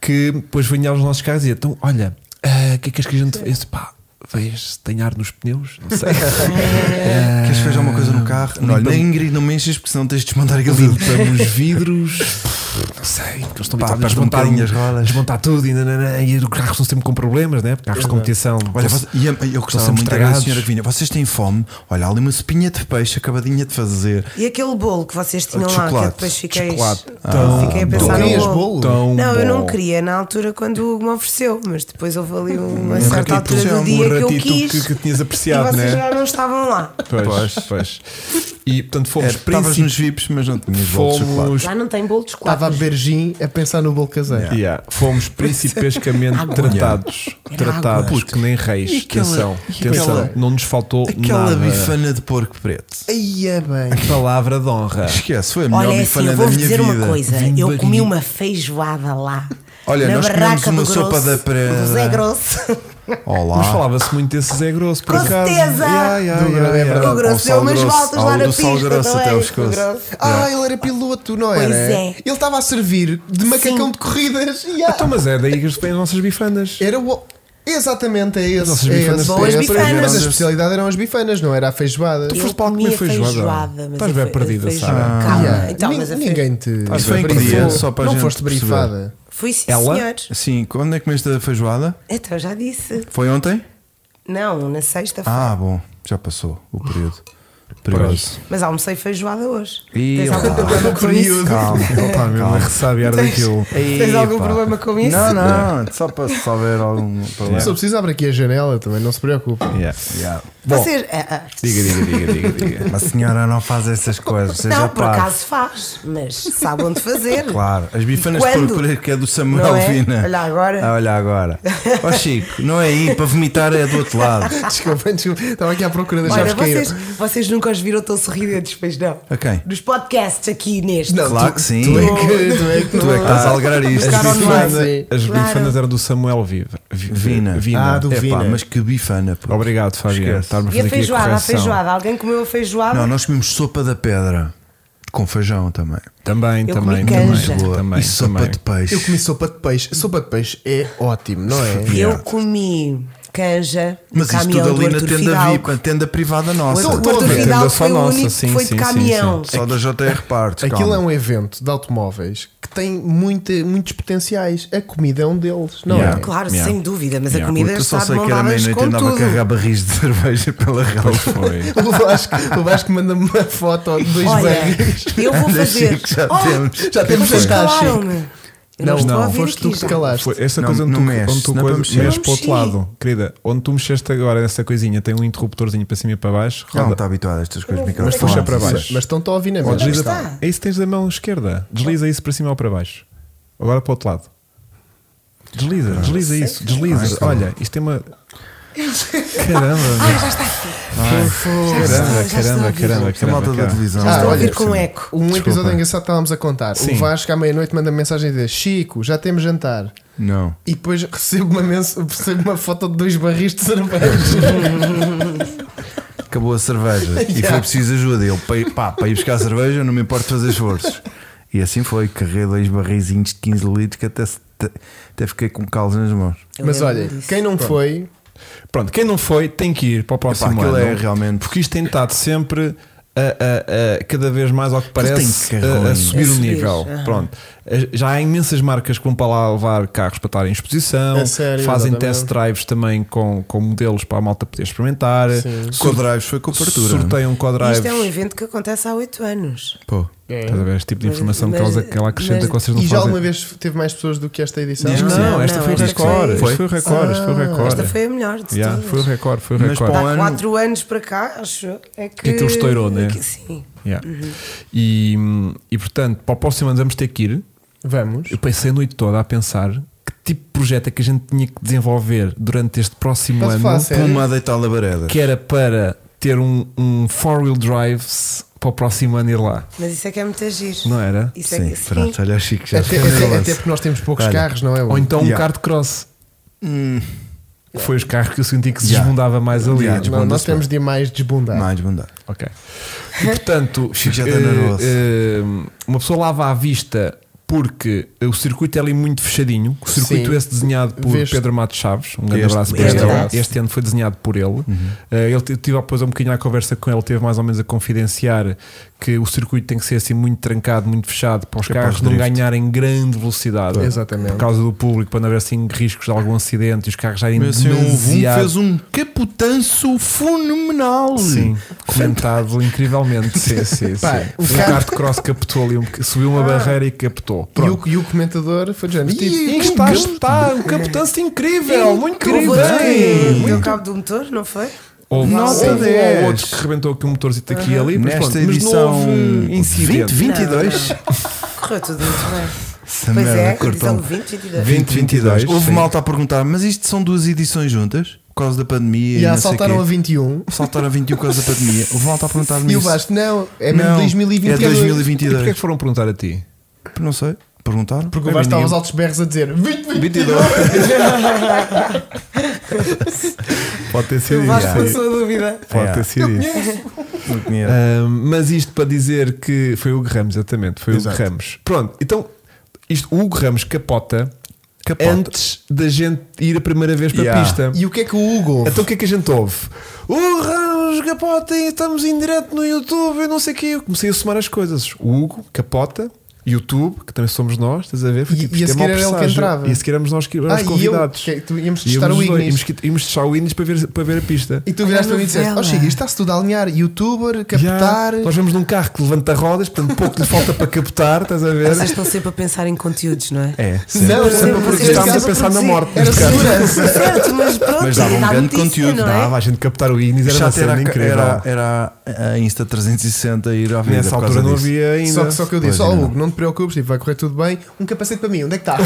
S1: que depois vinha aos nossos carros e dizia: então, olha, ah, o que é que és que a gente. Eu disse, pá, vês, tem ar nos pneus? Não
S4: <laughs>
S1: sei. Eh,
S2: Queres que veja alguma coisa no carro? Não, olha,
S1: limpa-
S2: nem Ingrid, não mexas porque senão tens de desmontar aquilo. tudo.
S1: limpamos vidros, não sei, eles estão
S2: Pá,
S1: habituados a
S2: mas um
S1: desmontar,
S2: bocadinho as rodas.
S1: desmontar tudo e, nananã, e os carros estão sempre com problemas, né? Carros de competição.
S2: Olha,
S1: estão-
S2: você- e eu, eu gostava
S1: sempre
S2: muito era da
S1: estragados.
S2: senhora que vinha. Vocês têm fome? Olha, há ali uma sopinha de peixe acabadinha de fazer.
S4: E aquele bolo que vocês tinham
S2: De
S4: lá, que eu
S2: chocolate, Ah.
S4: depois
S2: de
S4: fiquei, Então,
S1: chocolate.
S4: fiquei a
S1: bom.
S4: pensar
S3: Tu querias
S4: no
S3: bolo?
S1: tão
S4: Não, eu não
S1: bom.
S4: queria na altura quando o Hugo me ofereceu, mas depois houve ali uma
S1: Um
S2: tipo
S4: certa altura
S1: ratito,
S4: do
S1: um
S4: dia que eu
S1: ratito
S4: quis
S1: que, que tinhas
S4: e
S1: apreciado,
S4: vocês
S1: né?
S4: já não estavam lá.
S1: Pois, pois. E portanto
S2: Era,
S1: fomos
S2: Estavas
S1: princip-
S2: nos VIPs, mas não tinhas bolo de chocolate.
S1: fomos
S4: Já não tem bolo de chocolate.
S3: Estava a beber gin a pensar no bolo caseiro.
S1: Yeah. Fomos principescamente tratados, tratados
S2: água.
S1: que nem reis.
S2: E aquela-
S1: atenção,
S2: e
S1: atenção,
S2: aquela-
S1: não nos faltou
S2: Aquela
S1: nada.
S2: bifana de porco preto.
S3: Aí é bem.
S1: Palavra de honra.
S2: Esquece, foi a Tá, melhor
S4: Olha, é assim,
S2: bifana
S4: eu
S2: da
S4: vou-vos
S2: minha
S4: dizer
S2: vida.
S4: uma coisa:
S1: Vim
S4: eu
S1: barriguinha.
S4: comi uma feijoada lá.
S2: Olha,
S4: na
S2: nós comemos
S4: barraca
S2: uma
S4: do
S2: sopa
S4: grosso,
S2: da Preda.
S4: do Zé Grosso.
S1: Mas
S2: Olá.
S1: falava-se muito desse Zé Grosso, por
S4: Com
S1: acaso.
S4: certeza!
S1: Yeah, yeah,
S3: Do-
S1: yeah,
S3: é
S1: yeah.
S4: o Grosso deu
S2: sal
S4: umas
S2: grosso,
S4: voltas lá
S2: ao
S4: na
S2: do sal
S4: pista.
S2: grosso até
S4: também,
S2: ao pescoço.
S4: do grosso.
S3: Ah, ele era piloto, não
S4: Pois
S3: era?
S4: é.
S3: Ele estava a servir de macacão de corridas. <laughs> Yeah.
S1: Então, mas é daí que vêm as nossas bifanas.
S3: Era o. Exatamente, é
S1: As
S3: esse.
S1: nossas
S3: é
S1: bifanas
S3: esse.
S1: têm
S4: Boas
S1: essa
S4: bifanas.
S3: Mas a
S1: diferença.
S3: especialidade eram as bifanas, não era a feijoada.
S1: Tu
S4: Eu
S1: foste para lá
S4: comi
S1: comer
S4: a
S1: feijoada.
S4: mas
S1: Estás
S4: a
S1: bem
S4: fe-
S1: perdida,
S4: a feijoada-
S1: Sara.
S4: Calma,
S3: Yeah.
S4: então,
S3: Ni-
S4: mas a fe-
S3: ninguém te.
S2: Mas
S1: foi em que
S3: brifou.
S2: dia? Só para a
S3: não
S2: gente
S3: foste
S2: perceber.
S3: brifada.
S4: Fui sim,
S1: Ela?
S4: senhor.
S2: Sim, quando é que comeste a feijoada?
S4: Então já disse.
S2: Foi ontem?
S4: Não, na sexta feira
S2: Ah, bom, já passou o período. Perigoso.
S4: Mas almocei feijoada hoje.
S2: Ih,
S4: Tens algum
S2: lá.
S4: problema com isso?
S2: Calma.
S1: Opa, meu, a ressabiar daquilo.
S4: Tens algum problema com isso?
S2: Não, não, só para se houver algum problema.
S3: Só precisa abrir aqui a janela também, não se preocupe.
S2: É.
S1: Yeah.
S2: Yeah.
S4: Vocês. ah, ah.
S2: Diga, diga, diga, diga, diga. A senhora não faz essas coisas. Seja
S4: Não, por
S2: pá.
S4: acaso faz, mas sabe onde fazer.
S2: tá. <laughs> Claro, as bifanas
S4: Quando?
S2: de porco que é do Samuel
S4: Não é?
S2: Vina.
S4: Olha agora.
S2: Ah, olha agora. Ó Chico, não é aí, para vomitar é do outro lado.
S3: <laughs> Desculpa, desculpa. Estava aqui à procura das
S4: Olha,
S3: chaves que
S4: vocês,
S3: caíram.
S4: vocês no nunca os viram tão sorridentes, pois não.
S2: A quem?
S4: Dos podcasts aqui neste.
S3: Não,
S2: Claro
S3: tu-
S2: que sim.
S3: Tu é que, tu é que,
S2: Tu é que estás a alegrar isto.
S4: Buscar
S1: As
S4: online.
S1: bifanas-
S3: Sim.
S1: As
S4: Claro.
S1: bifanas eram do Samuel Viva. Vi-
S2: Vina.
S1: Vina.
S3: Ah, do
S2: Epá,
S3: Vina.
S2: Mas que bifana. pô.
S1: Obrigado, Fabiano.
S2: Esquece.
S1: Estar-me a
S4: E
S1: fazer
S4: a
S1: aqui a
S4: feijoada, a
S1: correção.
S4: feijoada. Alguém comeu a feijoada?
S2: Não, nós comemos sopa da pedra com feijão também.
S1: Também,
S4: Eu
S1: também,
S4: comi
S1: também,
S4: canja.
S1: também, também.
S2: e sopa de peixe.
S3: Eu comi sopa de peixe. Sopa de peixe é ótimo, não é?
S4: Eu
S2: Yeah.
S4: comi canja, no
S2: Mas isto
S4: caminhão
S2: tudo ali
S4: do
S2: na
S4: Arthur
S2: tenda
S4: Fidalgo.
S2: VIP, a tenda privada
S4: O
S2: nossa.
S4: Arthur
S3: Toda.
S4: Arthur
S1: Tenda só
S4: Fidalgo foi o
S1: nossa,
S4: único
S1: sim,
S4: que foi de
S1: sim, sim,
S4: caminhão.
S2: Só da JR Partes.
S3: Aquilo
S2: calma.
S3: é um evento de automóveis que tem muita, muitos potenciais. A comida é um deles, não
S1: Yeah.
S3: é?
S4: Claro,
S1: Yeah.
S4: sem dúvida, mas a
S1: Yeah.
S4: comida
S2: Eu
S4: está
S2: só
S4: de
S2: sei
S4: mão
S2: que era
S4: dadas
S2: meia-noite e
S4: com
S2: andava a
S4: tudo.
S2: carregar barris de <laughs> cerveja pela relva.
S1: Pois foi.
S3: é? O Vasco, o Vasco manda-me uma foto de dois
S4: Olha,
S3: barris.
S4: eu <laughs> vou
S2: Das
S4: fazer.
S2: cinco já
S4: Oh,
S2: temos.
S3: Já temos
S4: Vocês
S3: a taxa.
S4: calaram-me. um Eu
S3: Não,
S4: estou a
S3: não,
S4: ouvir
S3: foste tu
S4: aqui
S3: que
S4: já.
S3: te calaste.
S1: Foi essa
S2: Não,
S1: coisa onde
S2: não
S1: tu,
S2: mexe,
S1: onde tu
S2: não é
S1: coisa-
S2: para mexer.
S1: mexes
S4: Não
S1: para o outro
S4: mexi.
S1: lado, querida. Onde tu mexeste agora nessa coisinha, tem um interruptorzinho para cima e para baixo,
S2: Ela não tá.
S1: roda,
S2: está habituada a estas coisas,
S4: Mas
S2: Miquel.
S4: puxa
S2: Fala.
S1: para baixo.
S3: Mas estão-te a ouvir na
S1: ou
S3: mesma.
S1: desliza.
S4: está.
S1: É isso que tens da mão esquerda. Desliza isso para cima ou para baixo. Agora para o outro lado. Desliza,
S2: Ah.
S1: desliza isso, desliza. Olha, isto tem
S4: <laughs>
S1: uma. Caramba,
S4: Ah, já está aqui. Já está, já
S1: caramba,
S4: está a
S1: caramba,
S4: ouvir.
S1: caramba,
S2: Essa
S1: caramba.
S2: malta da
S1: caramba.
S2: televisão.
S4: Já estou a
S3: Ah,
S4: ouvir é.
S3: olha,
S4: com eco.
S3: Um
S2: Desculpa.
S3: episódio engraçado que estávamos a contar.
S1: Sim.
S3: O Vasco à meia-noite manda mensagem a dizer Chico, já temos jantar.
S2: Não.
S3: E depois recebo uma, mens- recebo uma foto de dois barris de cerveja.
S2: Acabou a cerveja e foi preciso ajuda. Ele, para ir- pá, para ir buscar a cerveja, não me importo fazer esforços. E assim foi, carreguei dois barrizinhos de 15 litros que até, se- até fiquei com calos nas mãos.
S4: <laughs> Eu
S3: Mas
S4: lembro-me
S3: olha,
S4: disso.
S3: quem não foi,
S1: Pronto, quem não foi tem que ir para o próximo
S2: Epá, aquilo
S1: ano.
S2: é realmente-
S1: Porque isto tem estado sempre a, a- a- cada vez mais, ao que parece,
S2: tem
S1: a, a
S2: carrões.
S1: subir
S4: A
S1: o
S4: subir,
S1: nível.
S4: aham.
S1: Pronto. Eh, Já há imensas marcas que vão para lá levar carros para estar em exposição,
S3: A sério,
S1: fazem
S3: exatamente.
S1: test drives também com, com modelos para a malta poder experimentar.
S3: Sim.
S1: Sur-
S2: Quadrais foi com a partura.
S1: Sorteiam co-drives.
S4: Isto é um evento que acontece há oito anos.
S2: Pô,
S1: Estás a ver? Este tipo de
S4: Mas-
S1: informação que,
S4: mas-
S1: elas- que ela acrescenta
S4: mas-
S1: que vocês não
S3: e já
S1: fazem.
S3: alguma vez teve mais pessoas do que esta edição?
S1: Não,
S4: Não, não, é
S1: esta foi o
S4: esta
S1: recorde.
S4: foi-
S1: Isto foi o recorde. Isto foi o recorde.
S4: Esta foi a melhor de
S1: Yeah,
S4: todas.
S1: foi o recorde. Foi o
S2: Mas
S1: recorde.
S2: para o
S4: Há
S2: ano-
S4: quatro anos para cá, acho. É que.
S1: Aquilo estourou, né?
S4: é que- Sim.
S1: Yeah.
S2: Uhum.
S1: E, e portanto, para o próximo ano vamos ter que ir.
S3: Vamos.
S1: Eu passei a noite toda a pensar que tipo de projeto é que a gente tinha que desenvolver durante este próximo
S3: Posso
S1: ano
S3: falar sério?
S2: uma a Ah. deitar labareda.
S1: que era para ter um, um four-wheel drive se- para o próximo ano ir lá.
S4: Mas isso é que é muito agir.
S1: Não era?
S4: Isso é
S2: Sim,
S4: que sim.
S2: pronto, olha o Chico já
S3: Até,
S2: está
S3: até-
S2: nervoso.
S3: até porque nós temos poucos
S2: Olha.
S3: carros, não é?
S1: Ou então um
S2: Yeah.
S1: kart cross.
S2: Hum,
S1: que Foi os carros que eu senti que se
S2: Yeah.
S1: desbundava mais ali.
S2: Yeah.
S3: não, nós
S2: desbunda-se
S3: temos de ir mais desbundar.
S2: mais bondade.
S1: Ok. E,
S2: <laughs>
S1: portanto,
S2: Chico já
S1: eh,
S2: está nervoso.
S1: eh, uma pessoa lava à vista porque o circuito é ali muito fechadinho. O circuito
S3: Sim.
S1: esse desenhado por
S3: Veste-
S1: Pedro Matos Chaves. Um grande
S2: Este- é Uhum.
S1: abraço para
S4: este
S1: ele.
S4: abraço.
S1: Este ano foi desenhado por ele. Eh, ele t- tive depois um bocadinho à conversa com ele, teve mais ou menos a confidenciar que o circuito tem que ser assim muito trancado, muito fechado para os
S2: Que é para
S1: carros
S2: os
S1: não
S2: drift.
S1: ganharem grande velocidade.
S3: Exatamente.
S1: Por causa do público, para não haver assim riscos de algum acidente e os carros já irem
S2: Mas assim, um vum
S1: demasiado
S2: fez um caputanço fenomenal.
S1: Sim, comentado incrivelmente. Sim, sim, sim.
S3: Pá,
S1: O
S3: o
S1: kart cross captou ali, um boc- subiu uma barreira e captou.
S3: E
S1: Pronto.
S3: o, e o comentador foi de género. tipo,
S1: Ih, está, está, o captance incrível, muito
S4: Tu levou
S1: bem.
S4: o teu cabo do motor, não foi?
S1: Houve,
S2: Nota
S1: houve, houve
S2: 10.
S1: outro que rebentou aqui um motorzito aqui e ali, mas,
S2: Nesta
S1: pronto, mas não
S2: edição
S1: houve incidente.
S2: 2022,
S3: Ah,
S4: Correu tudo muito bem.
S2: <laughs> essa
S4: Pois
S2: merda
S4: é,
S2: cortou-me.
S4: edição 20, 22.
S2: 2022. Houve
S1: Sim.
S2: malta a perguntar, mas isto são duas edições juntas? Por causa da pandemia.
S3: E
S2: não
S3: já
S2: sei
S3: saltaram
S2: quê.
S3: a 21.
S2: Saltaram a 21 por causa da pandemia. Houve malta a perguntar-me
S3: <laughs> E o
S2: isso.
S3: Vasco, não, é mesmo
S2: Não,
S3: 2022.
S2: É
S1: E porquê é que
S2: 2022.
S1: foram perguntar a ti?
S2: Não sei. Perguntaram?
S3: Porque o Vasco estava aos altos berros a dizer 2022.
S1: 22. <laughs> Pode ter sido
S4: O Vasco
S1: isso.
S4: passou Então a dúvida.
S1: Pode ter
S2: Yeah.
S1: sido isso.
S2: Não conheço.
S1: Ah, mas isto para dizer que foi o Hugo Ramos, exatamente. Foi o Hugo
S2: Exato.
S1: Ramos. Pronto, então isto, o Hugo Ramos capota,
S2: Capota.
S1: antes da gente ir a primeira vez para
S2: Yeah.
S1: a pista.
S3: E o que é que o Hugo?
S1: Então o que é que a gente ouve? O Hugo Ramos capota e estamos em direto no YouTube, eu não sei o que. Eu comecei a somar as coisas. O Hugo capota. YouTube, que também somos nós, estás a ver? Foi
S3: E-
S1: tipo,
S3: e
S1: isto
S3: a
S1: é
S3: seguir
S1: mau
S3: era ele que
S1: presságio.
S3: entrava.
S1: E a seguir éramos nós que
S3: Ah,
S1: éramos
S3: e eu?
S1: convidados.
S3: Que- tu- íamos
S1: Íamos
S3: testar o
S1: os dois,
S3: Ignis.
S1: íamos que- íamos testar o Ignis para ver, para ver a pista.
S3: E tu viraste para mim e disseste:
S4: Novela.
S3: Ó Chico, isto está-se tudo a alinhar, youtuber, captar.
S1: Yeah. Nós vamos num carro que levanta rodas, portanto pouco lhe falta para captar, estás a ver?
S4: Vocês estão sempre a pensar em conteúdos, não é?
S2: É, sim.
S3: Não,
S1: Sempre
S3: não,
S1: porque
S3: vocês
S1: estávamos a
S3: estavam-
S1: pensar na
S4: produzir.
S1: morte.
S3: Era
S1: neste caso.
S3: segurança.
S4: Certo, mas pronto,
S2: Mas dava um
S4: dá
S2: grande
S4: notícia,
S2: conteúdo,
S4: não é?
S1: Dava a gente captar o Ignis, era uma
S2: Chato
S1: cena
S2: era,
S1: incrível.
S2: era, era a Insta 360 ir à vida
S1: Nessa
S2: por causa
S1: altura não
S2: disso.
S1: havia ainda.
S3: Só que, só que eu
S2: Pois
S3: disse: Ó
S2: não.
S3: Hugo, não te preocupes, tipo, vai correr tudo bem. Um capacete para mim, onde é
S1: <laughs>
S3: que está?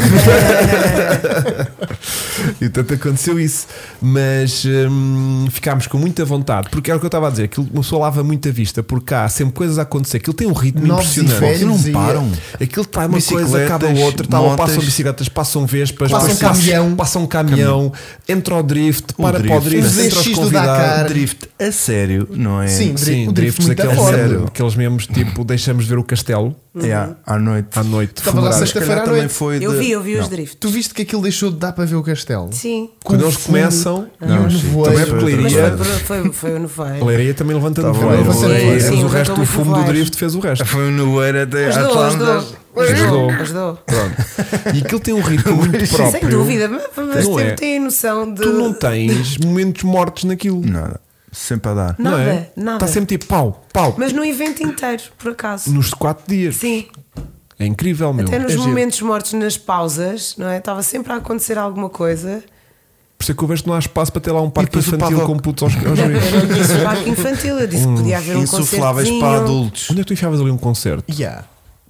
S1: E tanto aconteceu isso. Mas hum, ficámos com muita vontade, porque era o que eu estava a dizer, aquilo, uma pessoa lava muito a vista, porque há sempre coisas a acontecer, aquilo tem um ritmo
S3: Novos e
S1: impressionante.
S3: velhos
S2: Não
S3: e-
S2: param.
S1: Aquilo traz é uma coisa,
S2: Bicicletas,
S1: acaba outra, tal,
S2: motas.
S1: passam bicicletas, passam vespas,
S3: Passa um
S1: depois passa-
S3: caminhão.
S1: passa um caminhão, entra o drift, para para o
S2: drift.
S1: drift,
S3: Os
S1: entra os
S3: ZX do
S1: convidados.
S3: Dakar.
S2: Cara. Drift a sério, não é?
S3: Sim. Dri-
S1: Sim,
S3: o drift
S1: drifts
S3: muito da
S1: daqueles,
S2: forma.
S1: sério, aqueles mesmos tipo deixamos de ver o castelo
S2: Yeah, É, à noite.
S1: à noite.
S3: Estava Uhum. lá
S1: funerário.
S2: Se calhar
S3: Sexta-feira à
S2: também
S3: noite.
S2: foi
S4: Eu
S2: de-
S4: vi, eu vi os
S2: Não.
S4: drifts.
S3: tu viste que aquilo deixou de dar para ver o castelo?
S4: Sim.
S1: Quando eles
S3: Confundo.
S1: começam,
S3: E o
S2: sim,
S3: nevoeiro.
S1: também é
S2: foi
S1: porque
S2: outra
S4: Mas
S1: Leiria,
S2: coisa.
S4: foi, foi, foi o
S1: a
S4: nevoeiro.
S1: Leiria também levanta
S2: Tá
S1: de
S2: bom.
S1: voeiro.
S3: Levanta de voeiro.
S1: Mas
S3: Sim,
S1: o resto,
S4: levantou
S1: o
S4: muito
S1: fumo do
S4: voeiro.
S1: drift fez o resto.
S2: <laughs> Foi um nevoeiro até
S4: As duas, as duas.
S2: Atlanta.
S1: Ajudou.
S4: As duas.
S1: E aquilo tem um ritmo muito próprio.
S4: Sem dúvida, mas, mas
S1: Não
S4: tem-
S1: é.
S4: tem noção de.
S1: Tu não tens momentos mortos naquilo.
S2: Nada. Sempre a dar.
S4: Não.
S1: não é?
S4: Nada, nada.
S1: Está sempre tipo pau, pau.
S4: Mas no evento inteiro, por acaso.
S1: Nos quatro dias.
S4: Sim.
S1: É incrível, meu.
S4: Até
S1: Por
S4: nos
S3: é giro.
S4: momentos mortos, nas pausas, não é? Estava sempre a acontecer alguma coisa.
S1: isso é que eu vejo que não há espaço para ter lá um parque
S2: depois o
S1: infantil
S2: paddock.
S1: com putos aos,
S2: <laughs>
S1: aos
S4: Não,
S1: gritos.
S4: eu não disse parque infantil, eu disse que podia haver um
S2: Insufláveis
S4: concertozinho.
S2: para adultos.
S1: Onde é que tu enfiavas ali um concerto?
S3: Yeah.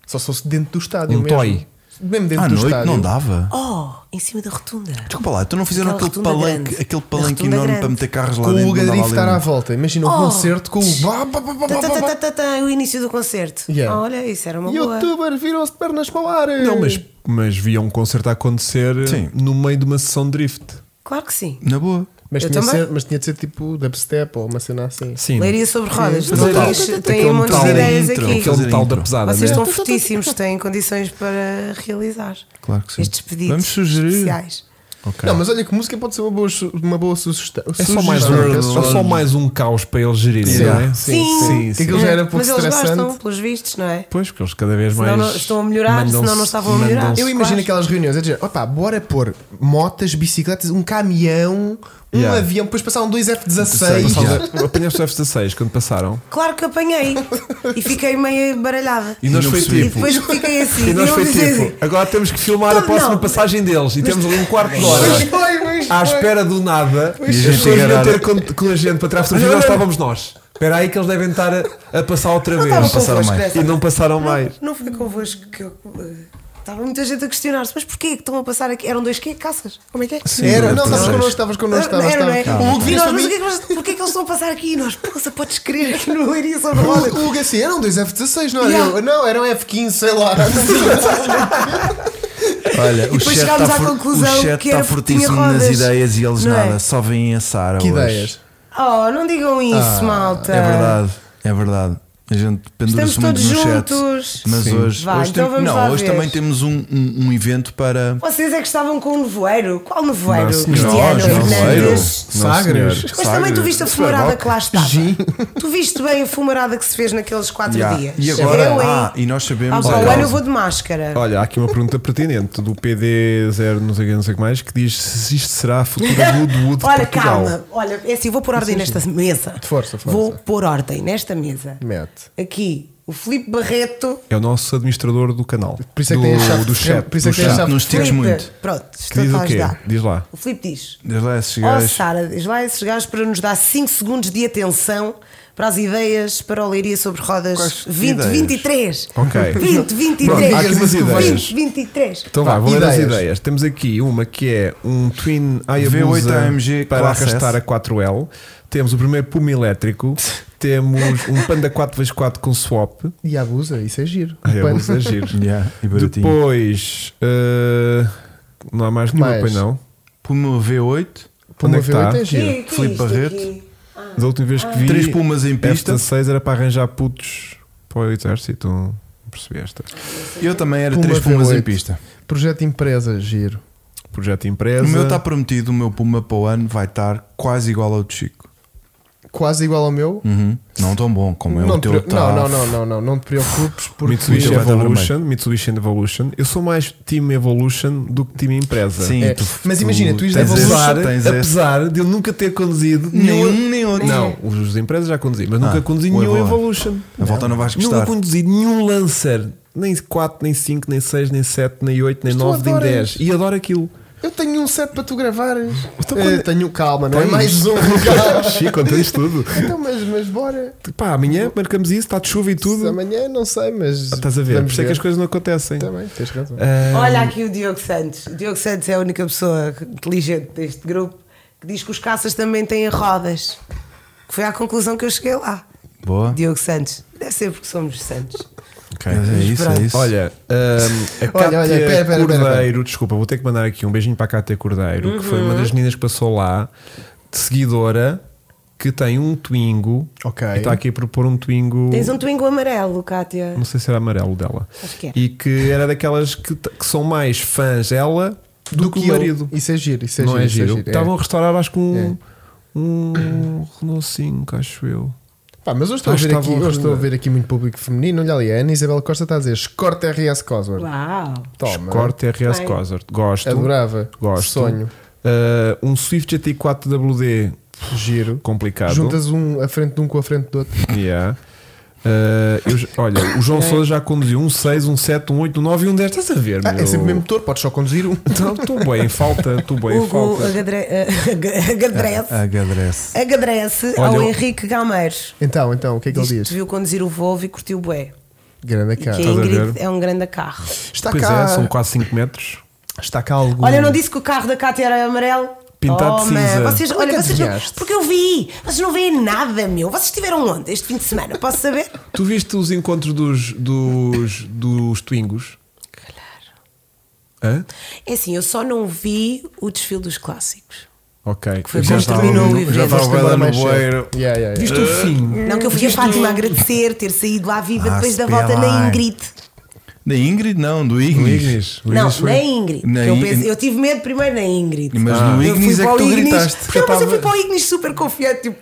S3: Só se fosse dentro do estádio.
S1: Um
S3: mesmo.
S1: toy.
S3: Mesmo dentro
S2: À
S3: do
S2: noite
S3: estádio.
S2: não dava.
S4: Oh, em cima da rotunda.
S2: Desculpa lá, tu não fizeram
S4: Aquela
S2: aquele
S4: rotunda
S2: palanque,
S4: grande.
S2: aquele
S4: A
S2: palanque
S4: rotunda
S2: enorme
S4: grande.
S2: para meter carros lá
S3: Com
S2: dentro?
S3: o
S2: não dava
S3: Gadrift estar
S2: ali
S3: à
S2: um-
S3: volta. Imagina um
S4: Oh. Tá
S3: concerto com o. Bá, bá, bá, bá, bá, bá, bá.
S4: Tatatatata, O início do concerto.
S3: Yeah.
S4: Olha, isso era uma boa.
S3: Youtuber virou-se de pernas para o ar.
S1: Não, mas, mas via um concerto a acontecer eh,
S2: Sim.
S1: no meio de uma sessão de drift.
S4: Claro que sim.
S2: Na boa.
S3: Mas
S4: Eu
S3: tinha, de
S4: também.
S3: ser, mas tinha de ser tipo dubstep ou uma cena assim.
S1: Sim.
S4: Leiria sobre rodas.
S1: Fazer
S4: Não
S1: tal.
S4: tens-
S1: Aquele
S4: Tem um monte de
S1: tal
S4: ideias
S2: intro,
S4: aqui.
S1: Aquele
S2: Fazer
S1: metal da
S2: intro.
S1: pesada.
S4: Vocês
S1: né?
S4: estão fortíssimos, têm condições para realizar
S2: Claro que sim.
S4: estes pedidos
S2: Vamos sugerir.
S4: especiais.
S2: Ok.
S3: Não, mas olha que música pode ser uma boa, su- uma boa sugestão.
S1: É só, mais um, é só mais um caos para eles gerirem,
S2: Yeah.
S1: não é?
S4: Sim.
S1: Sim, sim.
S3: Aquilo já era pouco
S4: Mas eles gostam,
S3: estressante.
S4: pelos vistos, não é?
S1: Pois, porque eles cada vez mais.
S4: Senão não- estão a melhorar,
S1: mandam-se-
S4: senão não estavam a melhorar.
S1: mandam-se-
S3: Eu
S4: Claro.
S3: imagino aquelas reuniões, é dizer, opá, bora pôr motas, bicicletas, um caminhão, um
S1: Yeah.
S3: avião, depois passaram dois
S1: Sei,
S3: F-16.
S1: passaram- Apanhaste o F-16 quando passaram.
S4: Claro que apanhei e fiquei meio baralhada.
S1: E nós
S2: não
S1: foi
S2: percebi,
S1: tipo.
S4: Depois fiquei assim.
S1: E nós
S4: eu
S1: foi
S4: pensei
S1: tipo.
S4: assim,
S1: Agora temos que filmar a
S4: Não,
S1: próxima
S4: Então, não.
S1: passagem deles. E temos ali um quarto
S4: assim,
S1: de hora.
S3: Pois foi, pois
S1: À
S3: foi.
S1: espera do nada. E
S2: a
S1: as
S2: gente
S1: pessoas iam
S2: enganada.
S1: ter con- com a gente para trás do vídeo. Nós estávamos nós. Espera aí que eles devem estar a, a passar outra vez.
S4: estava
S2: passaram
S4: convosco,
S2: mais.
S4: essa.
S1: E não passaram
S4: Não,
S1: mais.
S4: não foi convosco que eu. eh, Estava muita gente a questionar-se, mas porquê é que estão a passar aqui? Eram dois quê? Caças? Como é que é?
S1: Sim,
S3: Era,
S1: F-16.
S3: não, estavas connosco, estavas connosco,
S4: Era,
S3: estavas.
S4: não é?
S3: estavas. O Hugo
S4: E
S3: vira
S4: nós,
S3: para
S4: mas o que é
S3: mim.
S4: que eles- porquê é que eles estão a passar aqui? E nós, poça, podes crer que não iria sobre rodas.
S3: O Hugo assim, eram dois F-16, não era
S4: Yeah.
S3: eu? Não, eram F-15, sei lá.
S2: Olha, o
S4: depois
S2: chat
S4: chegámos
S2: está
S3: tá
S4: à
S2: for-
S4: conclusão
S2: o chat
S4: que
S2: está
S4: era porque tinha
S2: fortíssimo nas
S4: rodas.
S2: ideias e eles
S4: Não é?
S2: nada, só vêm a Sara
S3: Que
S2: hoje.
S3: ideias?
S4: Oh, não digam isso, malta.
S2: É verdade, é verdade. A gente pendura-se
S4: Tá.
S2: muito
S4: Estamos todos
S2: no
S4: juntos.
S2: chat. Mas
S1: Sim.
S2: hoje,
S4: Vá,
S2: hoje
S4: então
S2: tem-
S4: vamos
S2: não,
S4: lá
S2: hoje
S4: ver.
S2: também temos um, um, um evento para
S4: Vocês é que estavam com o nevoeiro. Qual nevoeiro?
S1: Não, senhor.
S4: Cristiano
S2: Nós, não, nevoeiro. é
S4: Hernandes.
S3: Sagres.
S1: senhor.
S4: Mas também tu viste a fumarada que lá estava. Tu viste bem a fumarada que se fez naqueles quatro
S2: Ya.
S4: dias.
S2: E agora,
S4: Eu, hein?
S2: ah, e nós sabemos.
S4: Ah, pá,
S2: olha,
S4: o ano eu vou de máscara.
S1: Olha, há aqui uma pergunta pertinente do PD0, não sei, o que, não sei o que mais, que diz se isto será a futura Woodwood de
S4: Olha,
S1: Portugal.
S4: calma. Olha, é assim, vou pôr ordem nesta mesa.
S3: Força, força.
S4: Vou pôr ordem nesta mesa.
S3: Mete.
S4: Aqui, o Filipe Barreto.
S1: É o nosso administrador do canal.
S3: Por isso é que
S1: do,
S3: tem a chave
S1: do
S3: de ferro,
S1: chat.
S3: por isso é
S1: do
S3: que tem a
S1: chat.
S3: chave-
S2: nos tiros
S4: Filipe,
S2: muito.
S4: Pronto,
S1: Que
S4: estou
S1: diz
S4: a
S1: o quê?
S4: ajudar.
S1: Diz lá.
S4: O Filipe diz:
S2: Diz lá esses
S4: Ó
S2: gajos.
S4: Sara, diz lá esses gajos para nos dar 5 segundos de atenção para as ideias para o Leiria sobre Rodas
S2: Quais
S4: 2023.
S1: Ok.
S4: 2023.
S1: Pronto, há aqui umas ideias.
S4: 2023.
S1: Então vá,
S3: Vá,
S1: vou ler as
S3: ideias.
S1: ideias. Temos aqui uma que é um Twin
S2: V8
S1: Hayabusa
S2: AMG
S1: para
S2: classe
S1: arrastar
S2: S.
S1: a 4L. Temos o primeiro Puma
S2: <laughs>
S1: elétrico. Temos um Panda 4x4 com swap.
S3: E abusa, isso é giro.
S1: Hayabusa, Ah, giro.
S2: Yeah, e baratinho.
S1: Depois, eh, não há mais nenhuma,
S3: Mais.
S1: pois não.
S2: Puma V8,
S1: Onde
S3: Puma
S1: é que tá?
S3: V8 é
S4: Que-
S3: giro.
S4: que é
S2: Filipe
S4: isto
S2: Barreto.
S4: aqui?
S1: Da última vez que vi,
S2: três Pumas em pista.
S1: F16 era para arranjar putos para o exército. Não percebi esta.
S2: Eu também era
S3: Puma
S2: três Pumas em
S3: V8.
S2: pista.
S3: Projeto empresa, giro.
S1: Projeto empresa.
S2: O meu está prometido, o meu Puma para o ano vai estar quase igual ao do Chico.
S3: Quase igual ao meu.
S2: Uhum. Não tão bom como é
S3: Não,
S2: o
S3: te
S2: teu.
S3: pre-
S2: Tá.
S3: não, não, não, não, não, não te preocupes porque
S1: Mitsubishi é
S2: Muito bem, tá
S1: Evolution, Mitsubishi é Evolution. Eu sou mais time Evolution do que time empresa.
S2: Sim,
S3: É,
S2: tu-
S3: mas
S2: tu
S3: imagina, tu ires
S2: tens
S3: da
S2: esse-
S1: Apesar,
S2: tens esse-
S1: apesar de eu nunca ter conduzido
S2: Nenhum nem outro.
S1: Não, os de empresa já conduzi, mas nunca
S2: Ah,
S1: conduzi
S2: o
S1: nenhum
S2: Evolution.
S1: Evolution.
S2: A volta não vais
S1: Nunca
S2: gostar.
S1: conduzi nenhum Lancer. Nem 4, nem 5, nem 6, nem 7, nem 8, nem
S3: Mas tu
S1: 9, nem
S3: adoras.
S1: 10. E adoro aquilo.
S3: Eu tenho um set para tu gravares.
S1: Então,
S3: Eh,
S1: quando-
S3: tenho calma, não é
S1: Tens?
S3: mais
S1: <laughs>
S3: um. calma.
S1: Chico, conta isto tudo.
S3: então, mas, mas bora.
S1: Pá, amanhã marcamos isso, está de chuva e
S2: é
S3: Tudo.
S1: tudo.
S3: Amanhã não sei, mas.
S1: Ah, Estás a ver? Por
S3: vamos
S1: isso é que as coisas não acontecem.
S3: Também, tens razão.
S1: Ah,
S4: Olha aqui o Diogo Santos. O Diogo Santos é a única pessoa inteligente deste grupo que diz que os caças também têm rodas. Que foi à conclusão que eu cheguei lá.
S2: Boa.
S4: Diogo Santos. Deve ser porque somos Santos.
S2: Ok, É isso, é isso.
S1: Olha, ahm, a Cátia
S3: Olha, olha, pera, pera, pera,
S1: Cordeiro,
S3: pera.
S1: desculpa, vou ter que mandar aqui um beijinho para a Cátia Cordeiro, que foi
S4: Uhum.
S1: uma das meninas que passou lá, de seguidora, que tem um Twingo.
S3: Ok.
S1: E está aqui a propor um Twingo.
S4: Tens um twingo amarelo, Kátia.
S1: Não sei se era amarelo dela.
S4: Acho que é.
S1: E que era daquelas que, t- que são mais fãs dela do, que o
S3: eu-
S1: marido.
S3: Isso é giro, isso é
S1: não
S3: giro.
S1: é
S3: isso
S1: giro.
S3: é
S1: Estavam a restaurar, acho que um, um Renault 5, acho eu.
S3: Pá, mas hoje estou, a
S1: Acho
S3: ver,
S1: que tá
S3: aqui,
S1: estavam-
S3: hoje estou a ver aqui muito público feminino. Olha ali, a Ana Isabel Costa está a dizer: escorta RS Cosworth.
S4: Uau!
S1: Então,
S3: Toma.
S1: Corte RS
S4: Bem.
S1: Cosworth. Gosto.
S3: Adorava.
S1: Gosto.
S3: Sonho.
S1: Uh, um Swift GT4 WD
S3: Giro.
S1: complicado.
S3: Juntas um à frente de um com a frente do outro.
S1: <laughs> Yeah. Uh, eu j- olha, o
S3: <laughs>
S1: João Souza já conduziu um 6, um 7, um 8, um 9 e um 10. Estás a ver,
S3: Ah,
S1: meu?
S3: é sempre o mesmo motor, podes só conduzir um. <laughs>
S1: Então, Estou bem em falta, estou bem em
S4: Hugo
S1: falta. Ah,
S4: agadre- eh, <laughs> agadrece.
S2: Agadrece.
S4: Agadrece
S1: Olha,
S4: ao
S1: eu-
S4: Henrique Gameiros.
S3: Então, então, o que é que
S4: Diz
S3: ele
S4: que
S3: diz?
S4: te viu conduzir o Volvo e curtiu o bué.
S3: Grande
S4: E que a
S3: cara.
S1: Estás a
S4: Ingrid
S1: ver?
S4: é um grande carro.
S3: Está
S1: Pois
S3: tá cá.
S1: é, são quase 5 metros.
S3: Está cá algum.
S4: Olha, eu não disse que o carro da Cátia era amarelo.
S1: Hum. Pintado de
S4: Toma,
S1: cinza.
S4: Vocês,
S3: Como é
S4: olha,
S3: que
S4: vocês não,
S3: adivinhaste?
S4: porque eu vi. Vocês não veem nada, meu. Vocês estiveram onde este fim de semana? Posso saber?
S1: Tu viste os encontros dos, dos, dos Twingos? Hã?
S4: É assim, eu só não vi o desfile dos clássicos.
S1: Ok.
S4: foi
S1: Já
S4: quando
S1: estava-
S4: terminou
S2: Já
S4: o evento.
S2: estava
S3: Agora
S2: bem no
S3: mais cedo.
S2: boeiro.
S3: Yeah, yeah, yeah.
S1: Viste o fim?
S4: Não que eu fui a Fátima agradecer ter saído lá viva
S2: Ah,
S4: depois da
S2: se
S4: volta
S2: bem.
S4: na Ingrid.
S2: Da Ingrid, não, do
S1: O
S2: Ignis.
S1: Ignis. O
S4: Não,
S1: Ignis foi-
S4: na Ingrid.
S2: Na
S4: Que eu,
S2: In-
S4: pensei- eu tive medo primeiro na Ingrid. Ah.
S2: Mas no
S4: Eu fui
S2: Ignis é que
S4: para o
S2: tu
S4: Ignis-
S2: gritaste.
S4: Não, mas eu fui para o Ignis super confiante.
S2: <laughs>
S4: Tipo,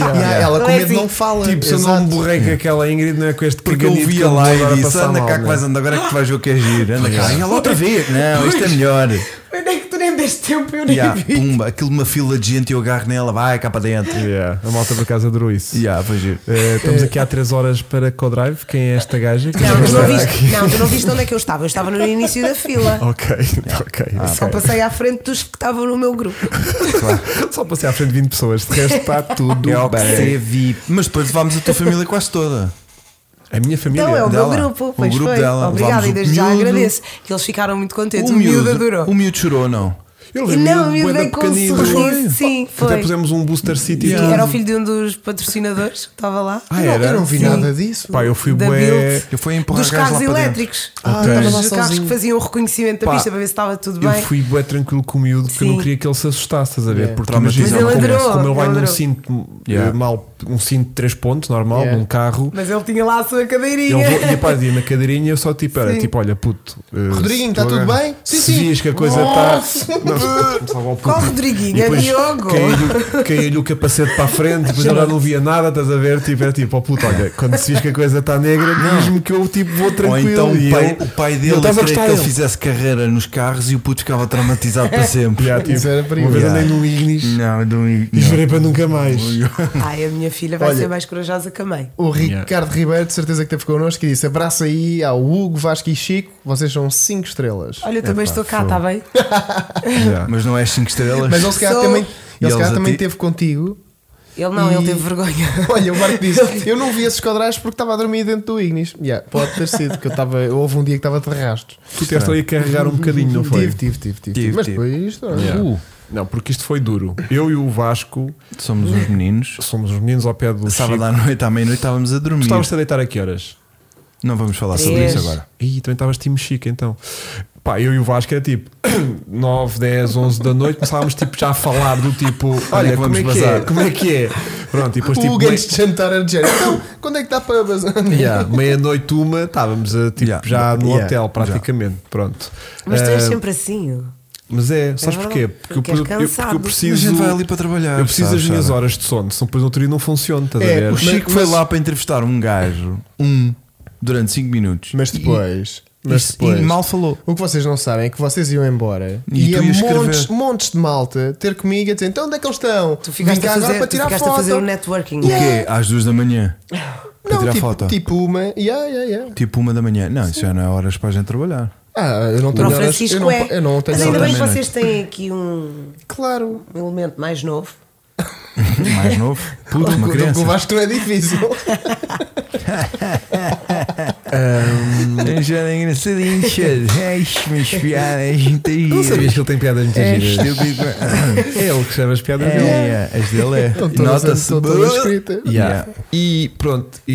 S4: <laughs>
S2: Ah,
S3: Yeah, Ela
S4: Não
S3: com
S4: é
S3: medo
S4: assim.
S3: não fala.
S1: Tipo, se eu não
S3: Exato.
S1: me borrei com aquela Ingrid, não é com este
S2: Porque eu
S1: caganito que
S2: via lá
S1: vou
S2: e
S1: agora
S2: disse:
S1: passar
S2: anda cá
S1: mal,
S2: que
S1: né?
S2: vais andar, agora é que tu vais ver o que é giro. Anda cá. E ela outra vez. Não, isto é <laughs> melhor.
S4: onde é que tu nem deste tempo? Eu
S2: <laughs>
S4: nem
S2: Yeah,
S4: vi.
S2: pumba, aquilo uma fila de gente e eu agarro nela, vai cá para dentro.
S1: Yeah, a malta por acaso adorou isso.
S2: Yeah, é. foi giro.
S1: Eh, estamos aqui há 3 horas para Codrive. Quem é esta gaja? Quem
S4: Não,
S1: é
S4: tu
S1: esta
S4: não,
S1: gaja?
S4: viste, não, tu não viste onde é que eu estava. Eu estava no início da fila.
S1: Ok, <laughs> Ah, ok.
S2: Ah,
S4: Só passei à frente dos que estavam no
S2: <laughs>
S4: meu grupo.
S1: Só passei à frente de 20 pessoas, de resto
S4: <laughs>
S1: está tudo
S2: É o que
S1: bem.
S2: você vi. Mas depois levámos a tua família quase toda.
S1: A minha família.
S4: Então é o meu
S2: dela.
S4: grupo.
S2: O
S4: Pois
S2: grupo
S4: foi.
S2: dela. Levámos
S4: Obrigada e
S2: o
S4: desde já
S2: miúdo.
S4: agradeço. Que eles ficaram muito contentes.
S2: o,
S4: O miúdo
S2: miúdo,
S4: adorou.
S2: o miúdo chorou, não?
S1: Eu
S4: E
S1: lembro
S4: não, e o
S1: bué da
S4: bem com um
S1: pequenino.
S4: sorriso. Sim,
S1: Até
S4: foi.
S1: pusemos um Booster City.
S4: E Era o filho de um dos patrocinadores que estava lá.
S1: Ah,
S3: Eu não-
S1: era?
S3: Eu não vi
S1: Sim.
S3: nada disso.
S1: Pá, eu fui
S4: Da
S1: bué.
S4: Build.
S2: Eu fui empurrar
S4: Dos
S2: gás lá
S4: carros
S2: para dentro.
S4: elétricos.
S3: Ah,
S1: Ok.
S3: estava lá
S4: Dos carros que
S3: sozinho.
S4: faziam o reconhecimento da
S1: Pá,
S4: pista para ver se estava tudo
S1: Eu
S4: bem.
S1: fui bué tranquilo com o miúdo porque eu não
S4: Sim.
S1: queria que ele se assustasse, estás a ver?
S3: Yeah.
S1: Porque imagina
S2: Traumatizado.
S1: como,
S4: Mas ele adorou,
S1: como ele vai
S4: ele
S1: num
S4: adorou.
S1: cinto
S2: Yeah.
S1: eh, mal, um cinto de 3 pontos, normal,
S3: Yeah.
S1: num carro.
S4: Mas ele tinha lá a sua
S1: Eu
S4: cadeirinha.
S1: vou, e é pá, ia na cadeirinha eu só tipo, era
S4: é. Sim.
S1: tipo, olha, puto. eh,
S3: Rodriguinho,
S1: se
S3: está
S1: tu
S3: tudo
S1: agarra-
S3: bem?
S1: Se
S3: Sim, sim.
S1: vias que a coisa tá-" está.
S4: Qual Rodriguinho? É Diogo?
S1: Caiu-lhe caiu o capacete para a frente, depois eu já não via nada, estás a ver? Tipo, era tipo, ó puto, olha, quando se diz que a coisa está negra, diz-me que eu tipo, vou
S2: Ou
S1: tranquilo.
S2: então
S1: e
S2: o pai,
S1: eu-
S2: o pai
S1: não
S2: dele
S1: estás a
S2: queria que
S1: gostar
S2: ele
S1: dele.
S2: fizesse carreira nos carros e o puto ficava traumatizado
S4: <laughs>
S2: para sempre.
S1: Já, tipo,
S3: Isso era perigo.
S1: uma vez
S2: Yeah.
S1: andei num Ignis
S2: Não, não,
S1: e jurei
S2: não.
S1: para nunca mais.
S4: <laughs> Ai, a minha filha vai
S3: Olha.
S4: ser mais corajosa que a mãe.
S3: O Ricardo Ribeiro, de certeza que teve connosco, e disse: abraço aí ao Hugo, Vasco e Chico, vocês são 5 estrelas.
S4: Olha, eu também estou cá,
S2: fogo.
S4: está bem?
S1: Yeah.
S2: Mas não é 5 estrelas.
S3: Mas ele se calhar
S4: Sou-
S3: também,
S2: E
S3: ele se
S2: eles
S3: calhar
S2: a
S3: também
S2: ti?
S3: teve contigo. <laughs>
S4: Ele não, ele
S3: E-
S4: teve vergonha. <laughs>
S3: Olha, o Marco disse: Eu não vi esses quadrais porque estava a dormir dentro do Ignis. Yeah, pode ter sido, porque eu estava. Houve um dia que estava de rastro.
S1: Tu tens ali a carregar um bocadinho, não foi?
S3: Tive, tive, tive, tive.
S2: Tive,
S3: Mas
S2: tive.
S3: depois isto. olha.
S1: Yeah.
S2: Uh.
S1: Não, porque isto foi duro. Eu e o Vasco
S2: Somos uns meninos.
S1: somos os meninos ao pé do Chico.
S2: Sábado à noite, à meia-noite, estávamos a dormir.
S1: Estavas a deitar a que horas?
S2: Não vamos falar sobre
S4: Três.
S2: isso agora.
S1: Ih, também estavas time chique então. Pá, eu e o Vasco era tipo <coughs> 9, 10, 11 da noite, começávamos tipo já a falar do tipo, olha,
S2: que
S1: como
S2: vamos
S1: é que é?
S2: bazar. é
S1: Como é que é? Pronto, e depois
S3: o
S1: tipo
S3: Hugo
S1: meia-
S3: antes de jantar a dizer: Então, quando é que dá para bazar?
S1: yeah, meia-noite uma, estávamos a, tipo,
S2: Yeah.
S1: já no
S2: Yeah.
S1: hotel
S2: Já.
S1: praticamente. Pronto.
S4: Mas tu és
S3: Eh,
S1: Ah,
S4: sempre assim. Hugo.
S1: mas é, sabes
S4: É
S1: porquê?
S4: verdade,
S1: Porque, eu-
S4: porque és
S1: eu, eu- porque
S4: cansado.
S1: eu
S4: Mas
S2: a
S1: preciso.
S2: gente vai ali para trabalhar.
S1: eu preciso das
S2: sabes,
S1: minhas
S2: sabe?
S1: horas de sono, senão depois no outro dia não funciona, estás
S3: É,
S1: a ver?
S2: O Chico foi
S3: mas-
S2: lá para entrevistar um gajo, um, durante 5 minutos.
S3: Mas
S2: E-
S3: depois.
S2: e-
S3: mas
S2: e
S3: depois.
S2: mal falou.
S3: O que vocês não sabem é que vocês iam embora
S2: E
S3: e,
S2: tu
S3: ia
S2: ias escrever.
S3: montes, montes de malta ter comigo a dizer então onde é que eles estão?
S4: Tu ficaste,
S3: Vim
S4: a
S3: cá agora
S4: fazer,
S3: para
S4: tu
S3: tirar
S4: ficaste a
S3: foto.
S4: fazer um o networking.
S2: O quê? Às 2 da manhã. Para
S3: não,
S2: tirar
S3: tipo,
S2: foto.
S3: tipo uma. Yeah, yeah, yeah.
S2: Tipo uma da manhã. Não, isso já não é horas para a gente trabalhar. <laughs>
S3: Ah, eu não
S4: Para
S3: tenho
S4: o
S3: horas-
S4: Francisco
S3: eu não,
S4: é.
S3: eu não tenho
S4: Mas ainda
S3: horas.
S4: bem
S2: também
S4: que
S2: não.
S4: vocês têm aqui um
S3: Claro.
S4: um elemento mais novo.
S2: Mais novo, puto, uma
S3: Com- Com
S2: <laughs>
S3: o
S2: criança.
S3: Vasco é difícil.
S2: Já era engraçadinho,
S1: <laughs>
S2: é Ai, minhas piadas,
S1: Não sabias que ele tem piadas muito
S2: É
S1: giras.
S2: estúpido.
S1: É ele que escreve as piadas
S2: É,
S1: dele.
S2: é, as dele é.
S3: Estão todas-
S2: Nota-se.
S3: estão todas escritas.
S1: Yeah. E pronto, e,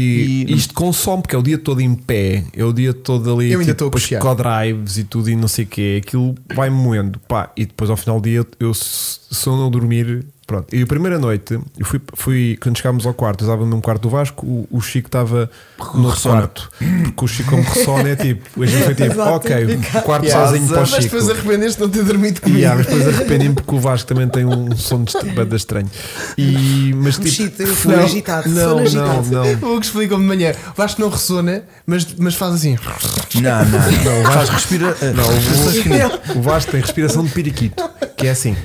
S2: E-
S1: isto consome, porque é o dia todo em pé, é o dia todo ali,
S3: Eu ainda estou a
S1: depois
S3: cochear.
S1: co-drives e tudo e não sei o quê, aquilo vai moendo, pá, e depois ao final do dia eu se se eu não dormir, pronto. E a primeira noite, eu fui, fui quando chegámos ao quarto, eu estava no quarto do Vasco, o, o Chico estava no outro
S2: Ressona.
S1: quarto, porque o Chico como ressona é tipo, a gente foi tipo,
S4: Exato.
S1: ok, quarto
S3: Yeah.
S1: sozinho para o
S3: Mas
S1: Chico.
S3: depois arrependeste de não ter dormido <laughs> comigo.
S1: E ah, mas depois arrependi-me porque o Vasco também tem um som de banda estranho. E, mas tipo,
S4: Mexido, eu fui
S1: não,
S4: agitado,
S1: não,
S4: sono agitado.
S1: não, não.
S3: <laughs> O que explicou-me de manhã. Vasco não ressona, mas, mas faz assim.
S2: Não, não, não. Faz respira. Não,
S1: O, o Vasco tem respiração de periquito, que é assim.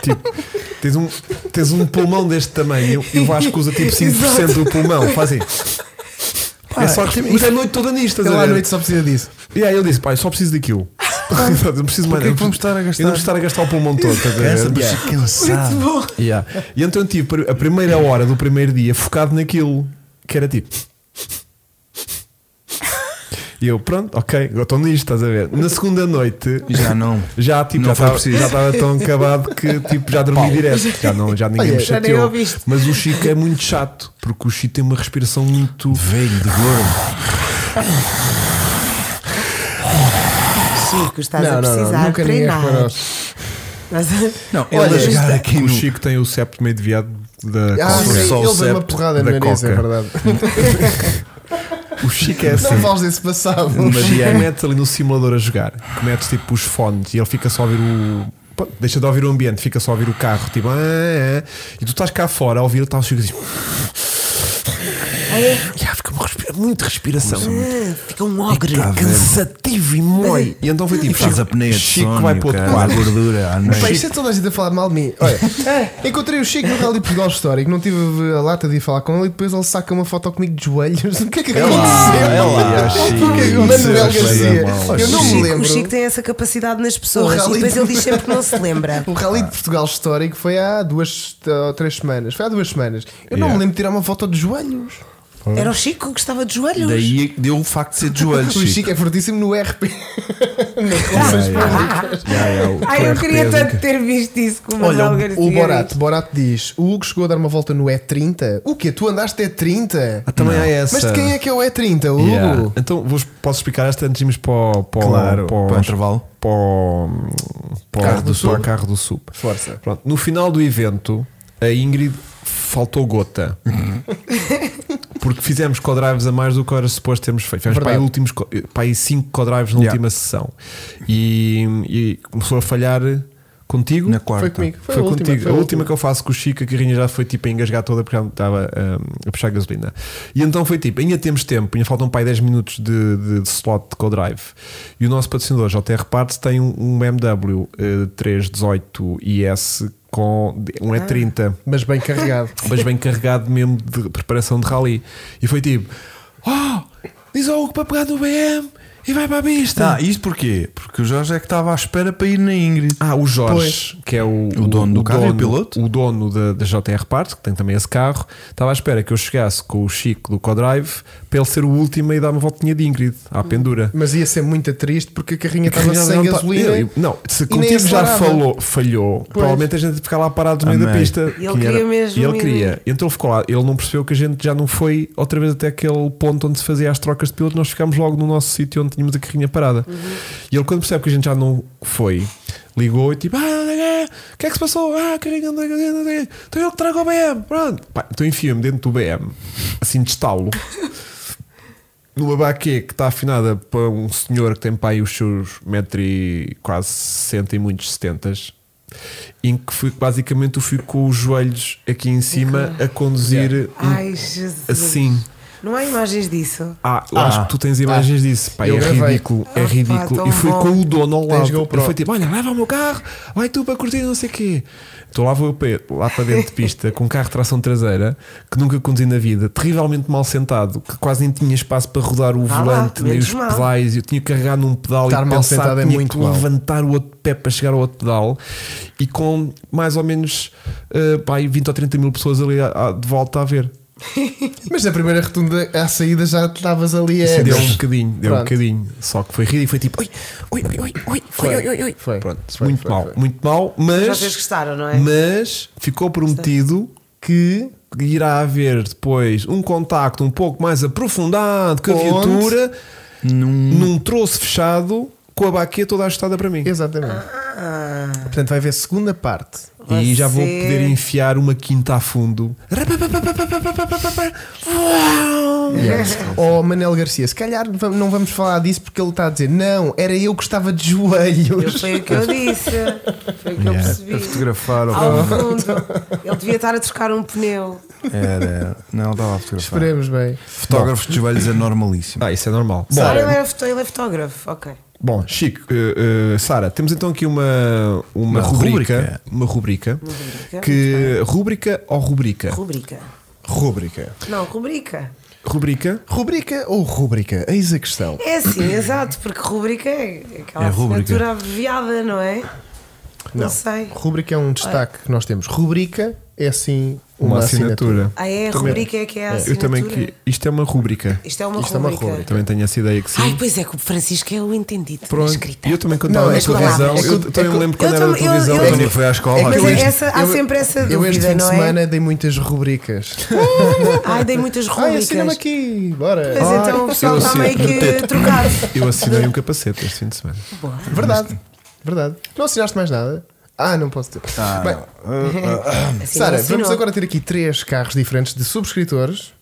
S1: Tipo, tens um, tens um pulmão deste tamanho e o Vasco usa tipo 5% do pulmão, faz assim. é só que mas é a noite toda nisto, estás
S3: Ele
S1: a
S3: à
S1: ver?
S3: noite só precisa disso.
S1: E aí eu disse, pai, só preciso daquilo. não preciso mais
S2: Porquê
S1: nada.
S2: que vamos estar a gastar?
S1: Eu não vou estar a gastar o pulmão todo, estás a ver? Yeah.
S3: Ah.
S2: cansado.
S1: Yeah. E então eu tive a primeira hora do primeiro dia focado naquilo que era tipo. E eu, pronto, ok, eu estou nisto, estás a ver? Na segunda noite.
S2: Já não.
S1: Já, tipo,
S2: Não
S1: já
S2: foi
S1: estava-
S2: preciso.
S1: já estava tão acabado que tipo, já dormi direto. Já, não, já ninguém
S3: Olha,
S1: me
S4: já nem
S1: chateou.
S4: ouviste.
S1: Mas o Chico é muito chato, porque o Chico tem uma respiração muito.
S2: Velho de gordo.
S4: Chico, estás
S3: não,
S4: a
S3: não, não,
S4: precisar
S3: nunca ninguém
S4: treinar.
S3: reparou.
S4: Estás a-
S2: Não,
S4: Olha,
S2: ele a jogar
S1: O
S2: aqui no.
S1: Chico tem o septo meio deviado da
S3: Ah,
S1: Coca.
S3: sim,
S2: Só o
S3: ele deu uma
S2: septo
S3: porrada no
S1: da
S3: nariz, é
S1: coca.
S3: verdade.
S1: O Chico é
S3: Não
S1: assim.
S3: fales desse passado.
S1: Mas metes ali no simulador a jogar, que metes tipo os fones e ele fica só a ouvir o. pá, Deixa de ouvir o ambiente, fica só a ouvir o carro, tipo. "Ah, ah, ah", E tu estás cá fora a ouvir, estás Chico assim. <laughs> "Ya, fica uma respira- muito respiração.
S4: <laughs> Ah, Fica um ogre.
S2: Tá a ver.
S1: Cansativo e mói. E então foi tipo.
S2: Faz
S1: Chico-
S2: apneia de
S1: Chico
S2: sono,
S1: vai para outro
S2: cara,
S1: quarto.
S2: gordura à
S3: Pá,
S2: noite.
S3: isto é toda a gente a falar mal de mim. Olha, eh, encontrei o Chico no Rally Portugal Histórico, não tive a lata de ir falar com ele e depois ele saca uma foto comigo de joelhos. <laughs> O que é que aconteceu?
S2: é lá,
S3: o que é que
S2: Chico.
S3: aconteceu? Manuel
S2: Isso é
S3: Garcia.
S2: mal.
S3: Eu não
S4: o,
S3: me
S4: Chico, o
S3: lembro.
S4: Chico tem essa capacidade nas pessoas.
S3: O
S4: E depois
S3: reality-
S4: ele diz sempre que não se lembra.
S3: O Rally de Portugal Histórico foi há duas ou três semanas. Foi há duas semanas. Eu não
S1: Yeah.
S3: me lembro de tirar uma foto de joelhos.
S4: Era o Chico que estava de joelhos.
S2: Daí é que deu o facto de ser de joelhos.
S3: O Chico é fortíssimo no <laughs> RP.
S4: Ai, eu queria tanto ter visto isso com o
S3: Olha,
S4: Manuel
S3: o,
S4: Garcia.
S3: o Borat, Borat diz: o Hugo chegou a dar uma volta no E30. O quê? Tu andaste E30?
S1: Ah, também há essa.
S3: Mas de quem é que é o E30, Hugo?
S1: Yeah. Então vou- posso explicar esta antes de irmos para, o- para, o-
S2: Claro,
S1: para, o-
S2: para o intervalo.
S1: Para, o- para o-
S3: Carro do
S1: para o
S3: Sul.
S1: carro do Sup.
S3: Força.
S1: Pronto, no final do evento, a Ingrid faltou gota.
S3: <laughs>
S1: Porque fizemos co-drives a mais do que era suposto termos feito. Fizemos para aí,
S3: Verdade.
S1: últimos, co- para aí cinco co-drives na
S2: Yeah.
S1: última sessão. E, e começou a falhar contigo.
S2: Na quarta.
S3: Foi comigo. Foi,
S1: Foi,
S3: a última,
S1: contigo.
S3: foi
S1: a última que eu faço com o Chico, a carrinha já foi tipo a engasgar toda porque já estava hum, a puxar gasolina. E então foi tipo: ainda temos tempo, ainda faltam para aí 10 minutos de, de- de slot de co-drive. E o nosso patrocinador, JR Parts, tem um, um BMW eh, 318IS com um
S3: Ah.
S1: E30
S3: Mas bem carregado.
S1: mas bem carregado mesmo de preparação de rally. E foi tipo: Oh, diz ao Hugo para pegar no BM e vai para a pista.
S2: Ah, isto porquê? Porque o Jorge é que estava à espera para ir na Ingrid.
S1: Ah, o Jorge, que é o,
S2: O dono do carro e o piloto?
S1: o dono da, da JR Parts, que tem também esse carro, estava à espera que eu chegasse com o Chico do Codrive para ele ser o último e dar uma voltinha de Ingrid à pendura.
S3: Mas ia ser muito triste porque a carrinha
S1: Carrinha
S3: estava sem
S1: não tá- Eu-
S3: gasolina.
S1: eu- Não, se
S3: e
S1: contigo
S3: nem
S1: já
S3: acelerava.
S1: falou, falhou, provavelmente a gente ia ficar lá parado no meio da
S2: Amém.
S1: pista.
S4: E ele
S1: que
S4: queria mesmo
S1: E ele
S4: ir.
S1: queria. Então ele ficou lá. Ele não percebeu que a gente já não foi outra vez até aquele ponto onde se fazia as trocas de piloto. Nós ficámos logo no nosso sítio onde tínhamos a carrinha parada. E ele, quando percebe que a gente já não foi, ligou e tipo: Ah, é, o que é que se passou? Ah, a carrinha não Então eu que trago o BM. Pronto. Pá, então enfio-me dentro do BM, assim de estalo numa baquê que está afinada para um senhor que tem pai os seus metro e quase 60 e muitos 70 em que fui, basicamente eu fico com os joelhos aqui em cima a conduzir um
S4: Ai, Jesus.
S1: assim
S4: Não há imagens disso.
S1: Ah, eu
S2: Ah.
S1: acho que tu tens imagens disso. Pá,
S3: Eu
S1: é
S3: gravei.
S1: ridículo, é
S4: Ah, pá,
S1: ridículo.
S4: tão
S1: e fui
S4: bom.
S1: com o dono ao
S3: Tens
S1: lado.
S3: GoPro.
S1: Ele foi tipo: Olha, leva o meu carro, vai tu para curtir, não sei o quê. Então lá vou eu para- lá para dentro de pista com um carro de tração traseira que nunca conduzi na vida, terrivelmente mal sentado, que quase nem tinha espaço para rodar o
S4: Ah lá,
S1: volante, nem
S4: menos
S1: os
S4: mal.
S1: pedais. Eu tinha que carregar num pedal
S3: Estar
S1: e
S3: mal
S1: pensar,
S3: sentado é
S1: tinha
S3: muito
S1: que
S3: mal.
S1: levantar o outro pé para chegar ao outro pedal e com mais ou menos eh, pá, aí 20 ou 30 mil pessoas ali à- à- de volta a ver.
S3: Mas na primeira retunda à saída já estavas ali
S1: Isso
S3: a.
S1: deu um bocadinho, deu um
S3: Pronto.
S1: bocadinho. Só que foi rir e foi tipo, oi, oi, oi, oi, oi,
S3: Foi,
S1: oi, oi, oi, oi.
S3: foi,
S1: Pronto,
S3: foi,
S1: muito
S3: foi,
S1: mal,
S3: foi.
S1: muito mal,
S4: Já vocês
S1: mas,
S4: gostaram, não é?
S1: mas ficou prometido que irá haver depois um contacto um pouco mais aprofundado com a
S3: Onde?
S1: viatura num troço fechado com a baqueta toda ajustada para mim.
S3: Exatamente.
S4: Ah,
S3: Portanto, vai haver segunda parte.
S4: vai
S1: E já vou
S4: ser-
S1: poder enfiar uma quinta a fundo.
S3: Ó Manel Garcia, se calhar vam- não vamos falar disso porque ele está a dizer: não, era eu que estava de
S4: Eu,
S3: joelhos.
S4: foi o que eu disse. Foi o que eu
S1: Yeah.
S2: A
S4: percebi.
S2: fotografar
S4: Ao
S2: ou
S4: fundo, ele devia estar a trocar um pneu.
S2: Era, era. Não, ele estava a fotografar.
S3: Esperemos bem.
S2: Fotógrafos de joelhos é normalíssimo.
S1: Ah, isso é normal. Bom,
S4: Sara, ele, era foto- ele é fotógrafo, ok.
S1: Bom, Chico, eh, eh, Sara, temos então aqui uma, uma,
S2: Uma
S1: rubrica,
S2: rubrica.
S1: Uma rubrica.
S4: rubrica,
S1: Que, rubrica ou rubrica?
S4: Rubrica.
S2: Rúbrica.
S4: Não, rubrica.
S1: Rubrica.
S3: Rubrica ou rúbrica? Eis a questão.
S4: É assim, exato, porque rubrica é aquela
S2: É rubrica.
S4: assinatura abreviada, não é? Não, sei.
S3: Rubrica é um destaque que nós temos. Rubrica é assim uma, assinatura.
S4: Ah, é,
S3: Também-
S4: rubrica é que é a
S1: Eu
S4: assinatura.
S1: também que. Isto é uma rubrica.
S4: Isto é uma
S3: Isto é uma
S4: rubrica.
S1: Eu também tenho essa ideia que sim.
S4: Ai, pois é, que o Francisco é o entendido na
S1: Pronto.
S4: escrita.
S1: E eu também quando estava
S3: Não,
S1: na
S3: é que-
S1: televisão.
S3: é que-
S1: eu
S3: é que-
S1: também me lembro quando
S4: eu
S1: era na
S4: tambem- eu-
S1: televisão.
S4: eu-
S2: O
S3: então,
S2: Tony foi à escola.
S4: Mas
S2: aquilo-
S4: é essa, há sempre essa
S3: Eu este
S4: dúvida,
S3: fim de
S4: não é?
S3: semana dei muitas
S4: <laughs>
S3: rubricas.
S4: Ai, dei muitas
S3: Ai,
S4: rubricas.
S3: assina-me aqui, bora.
S4: Mas
S1: Ai,
S4: então o pessoal
S1: eu
S3: tá
S4: está
S1: sei.
S4: meio que trocado.
S1: Eu assinei um capacete este fim de semana.
S3: Verdade, verdade. Não assinaste mais nada? Ah, não posso ter.
S2: Ah,
S3: Bem,
S4: Assim,
S3: Sara,
S4: não assinou.
S3: vamos agora ter aqui três carros diferentes de subscritores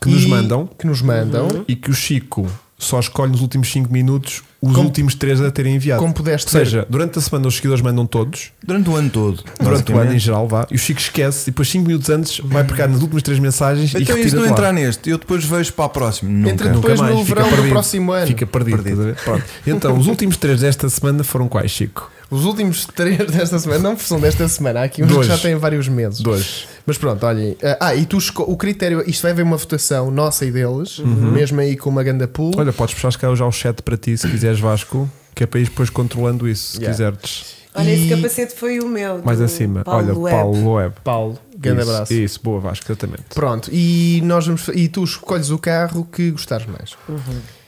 S1: Que nos
S3: e-
S1: mandam.
S3: Que nos mandam.
S1: E que o Chico só escolhe nos últimos 5 minutos os
S3: Como-
S1: últimos 3 a terem enviado.
S3: Como pudeste
S1: Ou seja, durante a semana os seguidores mandam todos.
S2: Durante o ano todo.
S1: Durante o ano em
S2: basicamente.
S1: geral, vá. E o Chico esquece, e depois 5 minutos antes vai pegar nas últimas 3 mensagens e
S2: Então, e
S1: retira
S2: se não
S1: de lá.
S2: entrar neste, eu depois vejo para a próxima. Nunca.
S3: Entra no-
S1: Nunca
S3: Depois
S1: mais,
S3: no
S1: fica
S3: verão do
S1: perdido.
S3: próximo ano.
S1: Fica perdido. estás a ver? Pronto. Então, os últimos 3 desta semana foram quais, Chico?
S3: Os últimos três desta semana, não são desta semana, há aqui uns
S1: Dois.
S3: que já têm vários meses.
S1: Dois.
S3: Mas pronto, olhem. Ah, e tu esco- o critério, isto vai haver uma votação nossa e deles, mesmo aí com uma ganda pool.
S1: Uhum. Olha, podes puxar se calhar já o chat para ti, se quiseres, Vasco, que é para ir depois controlando isso, se
S3: Yeah.
S1: quiseres.
S4: Olha,
S3: E-
S4: esse capacete foi o meu.
S1: Mais
S4: do
S1: acima.
S4: Paulo
S1: Olha,
S4: Web.
S1: Paulo Web.
S3: Paulo, grande
S1: isso,
S3: abraço.
S1: Isso, boa, Vasco, exatamente.
S3: Pronto, e, nós vamos, e tu escolhes o carro que gostares mais.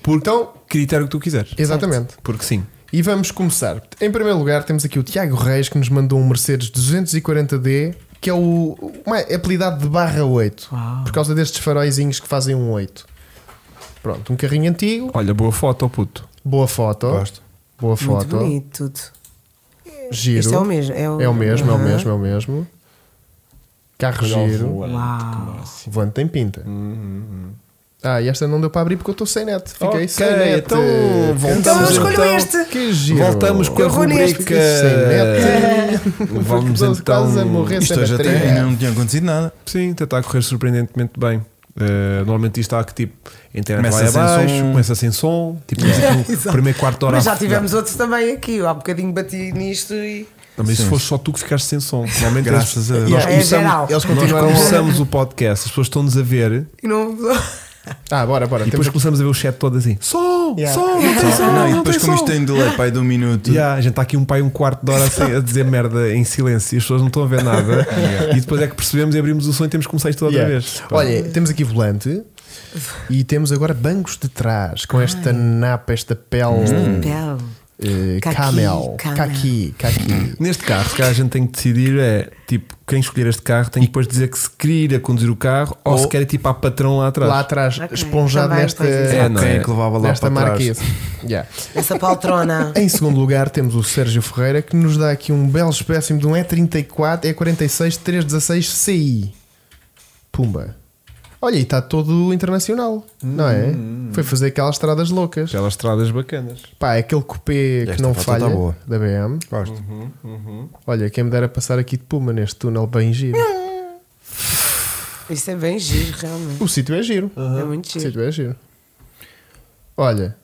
S1: Por
S3: Então,
S1: critério que tu quiseres.
S3: exatamente.
S1: Porque sim.
S3: E vamos começar. Em primeiro lugar, temos aqui o Tiago Reis que nos mandou um Mercedes 240D, que é o uma apelidado de barra 8, por causa destes faróizinhos que fazem um 8. Pronto, um carrinho antigo,
S1: Olha, boa foto, ó puto.
S3: boa foto,
S2: Gosto.
S3: boa
S4: Muito
S3: foto,
S4: bonito tudo.
S3: giro.
S4: Este é o mesmo. É o,
S3: É o mesmo, é o
S4: Aham.
S3: mesmo, é o mesmo. Carro giro.
S4: Uau.
S1: assim.
S3: O volante tem
S1: Hum,
S3: pinta. Ah, e esta não deu para abrir porque eu estou sem net. Fiquei
S1: Ok,
S3: sem net.
S1: então voltamos.
S4: Então eu escolho
S1: Então,
S4: este.
S3: Que giro.
S1: Voltamos com a
S4: Eu vou neste.
S1: rubrica.
S3: Sem
S2: <laughs>
S3: net.
S1: Vamos
S3: é Quase
S1: então.
S3: a morrer.
S2: Isto
S3: Essa
S2: hoje até
S3: bateria.
S2: ainda não tinha acontecido nada.
S1: Sim, até está a correr surpreendentemente bem. Eh, normalmente isto há que tipo, a internet
S2: Começa sem
S1: vai abaixo,
S2: som.
S1: começa sem som, tipo, temos aqui o primeiro quarto de hora.
S4: Mas
S1: a-
S4: já tivemos outro também aqui. Eu há bocadinho bati nisto e.
S1: Não, mas se
S2: Sim.
S1: foste só tu que ficaste sem som, normalmente
S2: Graças a
S1: eles- nós
S2: Deus.
S4: É geral.
S1: começamos, nós
S3: Eles continuaram.
S1: começamos o podcast, as pessoas estão-nos a ver
S4: e não.
S3: Ah, bora, bora.
S1: e
S3: Temos
S1: depois começamos a ver o chat todo assim: som,
S3: Yeah.
S1: som, não tem som,
S2: Não,
S1: não,
S2: e
S1: tem
S2: depois, como
S1: som.
S2: isto tem delay, pai, de um minuto.
S1: Yeah, a gente está aqui um pai um quarto de hora assim, a dizer merda em silêncio e as pessoas não estão a ver nada e depois é que percebemos e abrimos o som e temos que começar isto outra
S3: Yeah.
S1: vez. Pá.
S3: Olha, temos aqui volante e temos agora bancos de trás com esta napa, esta pele
S4: é
S2: Hum.
S4: um Belo.
S3: eh,
S4: Caqui,
S3: camel,
S4: camel.
S3: caqui, caqui.
S1: Neste carro, que a gente tem que decidir é tipo, quem escolher este carro tem que depois dizer que se quer ir a conduzir o carro ou,
S3: Ou-
S1: se quer ir tipo à patrão lá atrás.
S3: Lá atrás,
S4: Ok,
S3: esponjado
S4: também,
S3: nesta,
S4: pois é.
S2: É,
S1: não
S2: quem
S1: é?
S2: é que levava lá
S3: nesta
S2: para trás?
S3: marquise. Yeah.
S4: Essa poltrona.
S3: Em segundo lugar, temos o Sérgio Ferreira que nos dá aqui um belo espécime de um E34 E46 316 CI. Pumba. Olha, e está todo internacional, não é?
S2: Hum.
S3: Foi fazer aquelas estradas loucas.
S1: Aquelas estradas bacanas.
S3: Pá, é aquele cupê que
S2: Esta
S3: não
S2: foto
S3: falha
S2: tá boa.
S3: da BM.
S2: Gosto.
S4: Uhum,
S2: <laughs>
S3: Olha, quem me dera passar aqui de Puma neste túnel bem giro.
S4: Isso é bem giro, realmente.
S3: O sítio é giro.
S4: É muito
S3: O
S4: giro.
S3: sítio é giro. Olha,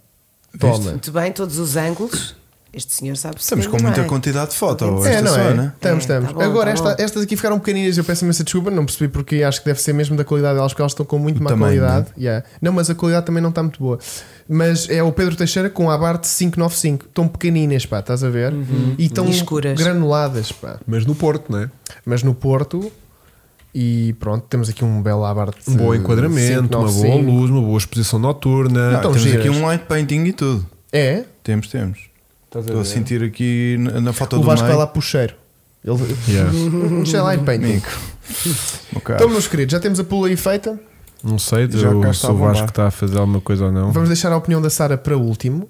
S3: toma.
S4: Muito bem, todos os ângulos. Este senhor sabe
S2: Estamos com muita quantidade de foto.
S1: Então,
S2: ou
S3: É,
S2: esta
S3: não
S2: só,
S3: é?
S2: né?
S4: É,
S3: Estamos, estamos.
S4: tá bom,
S3: Agora,
S4: tá
S3: esta-
S4: bom.
S3: estas aqui ficaram pequeninas, eu peço imensa desculpa, não percebi porque acho que deve ser mesmo da qualidade delas, porque elas estão com muito
S2: Do
S3: má
S2: tamanho,
S1: é?
S3: qualidade. Yeah. Não, mas a qualidade também não está muito boa. Mas é o Pedro Teixeira com a Abarth 595. Estão pequeninas, pá, estás a ver? E estão
S4: Uhum. E escuras.
S3: granuladas, pá.
S1: Mas no Porto, não é?
S3: Mas no Porto, e pronto, temos aqui um belo Abarth.
S1: Um bom enquadramento, uma boa
S3: 595.
S1: luz, uma boa exposição noturna.
S2: Não,
S3: Então,
S2: temos
S3: giras.
S2: aqui um light painting e tudo.
S3: É?
S2: Temos, temos. Estou a sentir aqui na, na foto
S3: o
S2: do
S3: Vasco vai
S2: meio.
S3: lá puxeiro. Ele.
S1: Yeah.
S3: <laughs> Sei lá, e painting.
S2: Nico. Meu caro.
S3: Então, meus queridos, já temos a pula aí feita.
S1: Não sei
S2: Já cá
S1: eu,
S2: está
S1: se
S2: a
S1: o
S2: bombar.
S1: Vasco está a fazer alguma coisa ou não.
S3: Vamos deixar a opinião da Sara para último.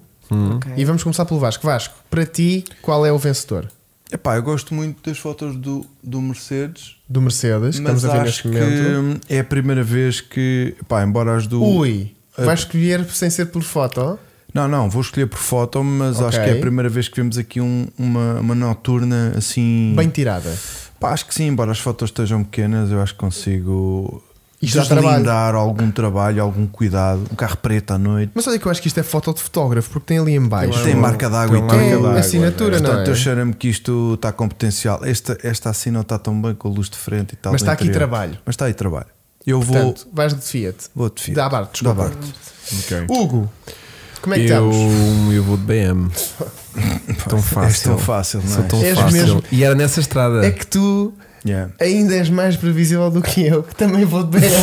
S3: E vamos começar pelo Vasco. Vasco, para ti, qual é o vencedor
S2: Epá, eu gosto muito das fotos do, do Mercedes,
S3: do Mercedes? que
S2: mas
S3: estamos a ver
S2: acho
S3: neste momento.
S2: que é a primeira vez que, epá, embora as do...
S3: Ui,
S2: Ah.
S3: vais escolher sem ser por foto?
S2: Não, não, vou escolher por foto, mas
S3: Ok.
S2: acho que é a primeira vez que vemos aqui um- uma, uma noturna assim...
S3: Bem tirada.
S2: Pá, acho que sim, embora as fotos estejam pequenas, eu acho que consigo
S3: Isto é
S2: deslindar algum trabalho, algum cuidado. Um carro preto à noite.
S3: Mas olha que eu acho que isto é foto de fotógrafo, porque tem ali em baixo.
S2: Tem marca d'água
S1: Tem
S2: e
S1: lá
S2: tudo.
S1: marca d'água,
S3: assinatura, não
S2: Portanto,
S3: é?
S2: eu cheiro-me que isto está com potencial. Esta, esta assim não está tão bem com a luz de frente e tal.
S3: Mas
S2: do
S3: está aqui
S2: interior.
S3: trabalho.
S2: Mas está aí trabalho. Eu vou.
S3: Portanto, vais de Fiat.
S2: Vou te
S3: Da Abarth, desculpa.
S2: Da Abarth.
S1: Ok.
S3: Hugo, como é que
S1: Eu,
S3: estamos?
S1: eu vou de BM. tão
S2: És
S1: fácil.
S2: tão fácil, não
S1: Sou
S2: é?
S1: tão
S3: És
S1: fácil.
S3: mesmo.
S1: E era nessa estrada.
S3: É que tu
S2: Yeah.
S3: ainda és mais previsível do que eu, que também vou de <laughs> BM.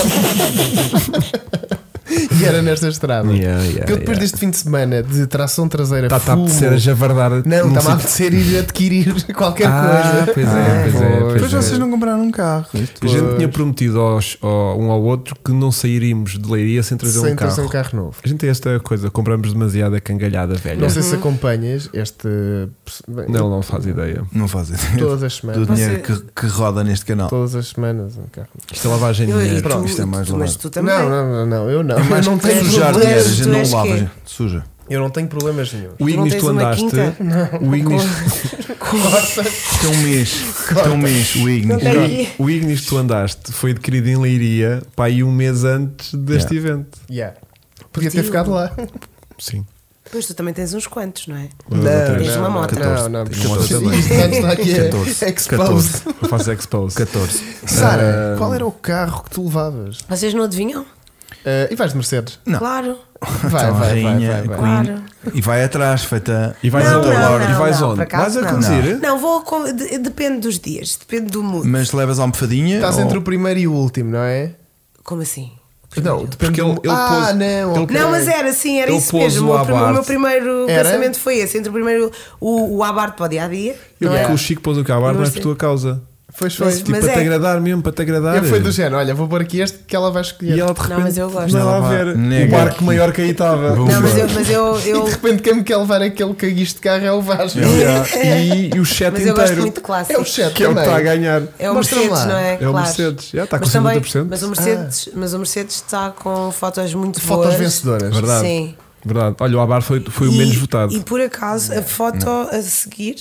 S3: e era nesta estrada.
S1: Yeah, yeah,
S3: Porque eu depois
S1: yeah.
S3: deste fim de semana de tração traseira
S1: Está a
S3: fumo,
S1: apetecer a javardar.
S3: Não, tá
S1: num
S3: está-me a
S1: sítio-
S3: apetecer ir adquirir <laughs> qualquer
S1: Ah,
S3: coisa.
S1: pois é, pois é.
S3: pois.
S1: Pois
S2: Mas
S1: é.
S2: vocês não compraram um carro.
S1: A gente tinha prometido aos, ao- um ao outro que não sairíamos de leiria sem trazer
S3: Sem
S1: um carro.
S3: trazer um carro novo.
S1: A gente tem esta coisa, compramos demasiada cangalhada velha.
S3: Não sei se acompanhas este.
S1: Uhum. Não, não faz ideia.
S2: Não fazem.
S3: Todas as
S2: Do
S3: semanas.
S2: dinheiro que, que roda neste canal.
S3: Todas as semanas um carro. novo.
S1: Isto é lavagem de
S4: Eu, e
S1: dinheiro.
S4: tu,
S2: isto é mais
S4: tu, mas
S2: barato.
S4: tu também.
S3: Não, não, não, não, eu não.
S1: É
S3: eu, não tenho
S2: Sujar dinheiro, a
S3: problemas,
S2: gente
S4: Tu és
S2: não lava,
S4: quê?
S2: gente. suja.
S3: eu não tenho problemas nenhum.
S1: O
S4: Tu não
S1: Ignis,
S4: tens
S1: tu
S4: uma
S1: andaste.
S4: quinta?
S1: O Ignis,
S3: Corta.
S2: Tem um mês, tem um mês, o Ignis.
S4: tem aqui.
S1: Ah, o Ignis, que tu andaste, foi adquirido em Leiria para aí um mês antes deste evento.
S3: Yeah. Podia ter ficado lá.
S1: Sim.
S4: Pois tu também tens uns quantos, não é?
S1: Não,
S4: Tens uma moto.
S3: Não, não,
S1: 14. Também.
S3: Isto está aqui é
S2: 14.
S3: exposed. <laughs>
S1: Eu faço expose.
S2: 14.
S1: Ah.
S3: Sara, qual era o carro que tu levavas?
S4: Vocês não adivinham?
S3: Eh, e vais
S1: <laughs>
S3: de Mercedes?
S2: Não.
S4: Claro.
S1: Tá
S3: Vai,
S2: Então, a
S3: vai, vai,
S2: rainha,
S3: vai,
S2: a
S3: vai.
S4: Claro.
S2: E vai atrás, feita.
S1: E vais
S4: Não,
S1: onde?
S4: não, não,
S1: e vais
S4: não,
S1: onde?
S4: por acaso
S1: vais a
S4: não.
S1: conduzir?
S4: Não, vou. com- de- depende dos dias, depende do mood.
S2: Mas levas a almofadinha?
S3: Estás
S2: ou-
S1: Oh.
S3: entre o primeiro e o último, não é?
S4: Como assim?
S3: Não, depende
S1: Porque
S3: do-
S1: ele- ele
S3: Ah,
S1: pôs-
S3: não,
S1: ele-
S3: ok.
S4: Não, mas era assim, era
S1: Ele
S4: isso
S1: pôs
S4: mesmo.
S1: o
S4: O, meu prim-
S1: Abarth.
S4: o meu primeiro
S3: Era?
S4: pensamento foi esse. Entre o primeiro, o, o abarte para o dia a dia.
S1: Eu
S4: não é?
S1: vi que o Chico pôs o carro, mas
S4: Mas-
S1: por tua causa.
S3: Pois foi.
S4: Mas-
S1: Tipo, para te
S4: é.
S1: agradar mesmo, para te agradar.
S3: Eu fui do género, olha, vou pôr aqui este que ela vai escolher.
S1: E ela de repente.
S4: mas eu gosto.
S1: Não,
S2: Ela
S1: a
S2: vai-
S1: ver.
S2: nega
S1: O barco
S2: aqui.
S1: maior que aí estava.
S2: Bum.
S4: Não, mas eu. Mas eu, eu-
S1: <laughs>
S3: E de repente quem me quer levar aquele caguiste de carro é o Vasco.
S1: Yeah. E, e o chat
S4: mas eu
S1: inteiro.
S4: gosto muito de clássico.
S3: É o chat
S1: que é o que
S3: também.
S1: está a ganhar.
S4: É o
S3: Mostra-me
S4: Mercedes,
S3: lá. Ah.
S4: não é?
S1: É o
S4: Claro.
S1: Mercedes. Já está com
S4: mas também-
S1: 50%.
S4: Mas o Mercedes, mas o Mercedes está com fotos muito
S3: Fotos
S4: boas.
S3: vencedoras.
S1: Verdade.
S4: Sim.
S1: Verdade. Olha, o Abar foi, foi o
S4: E-
S1: menos votado.
S4: E por acaso a foto a seguir,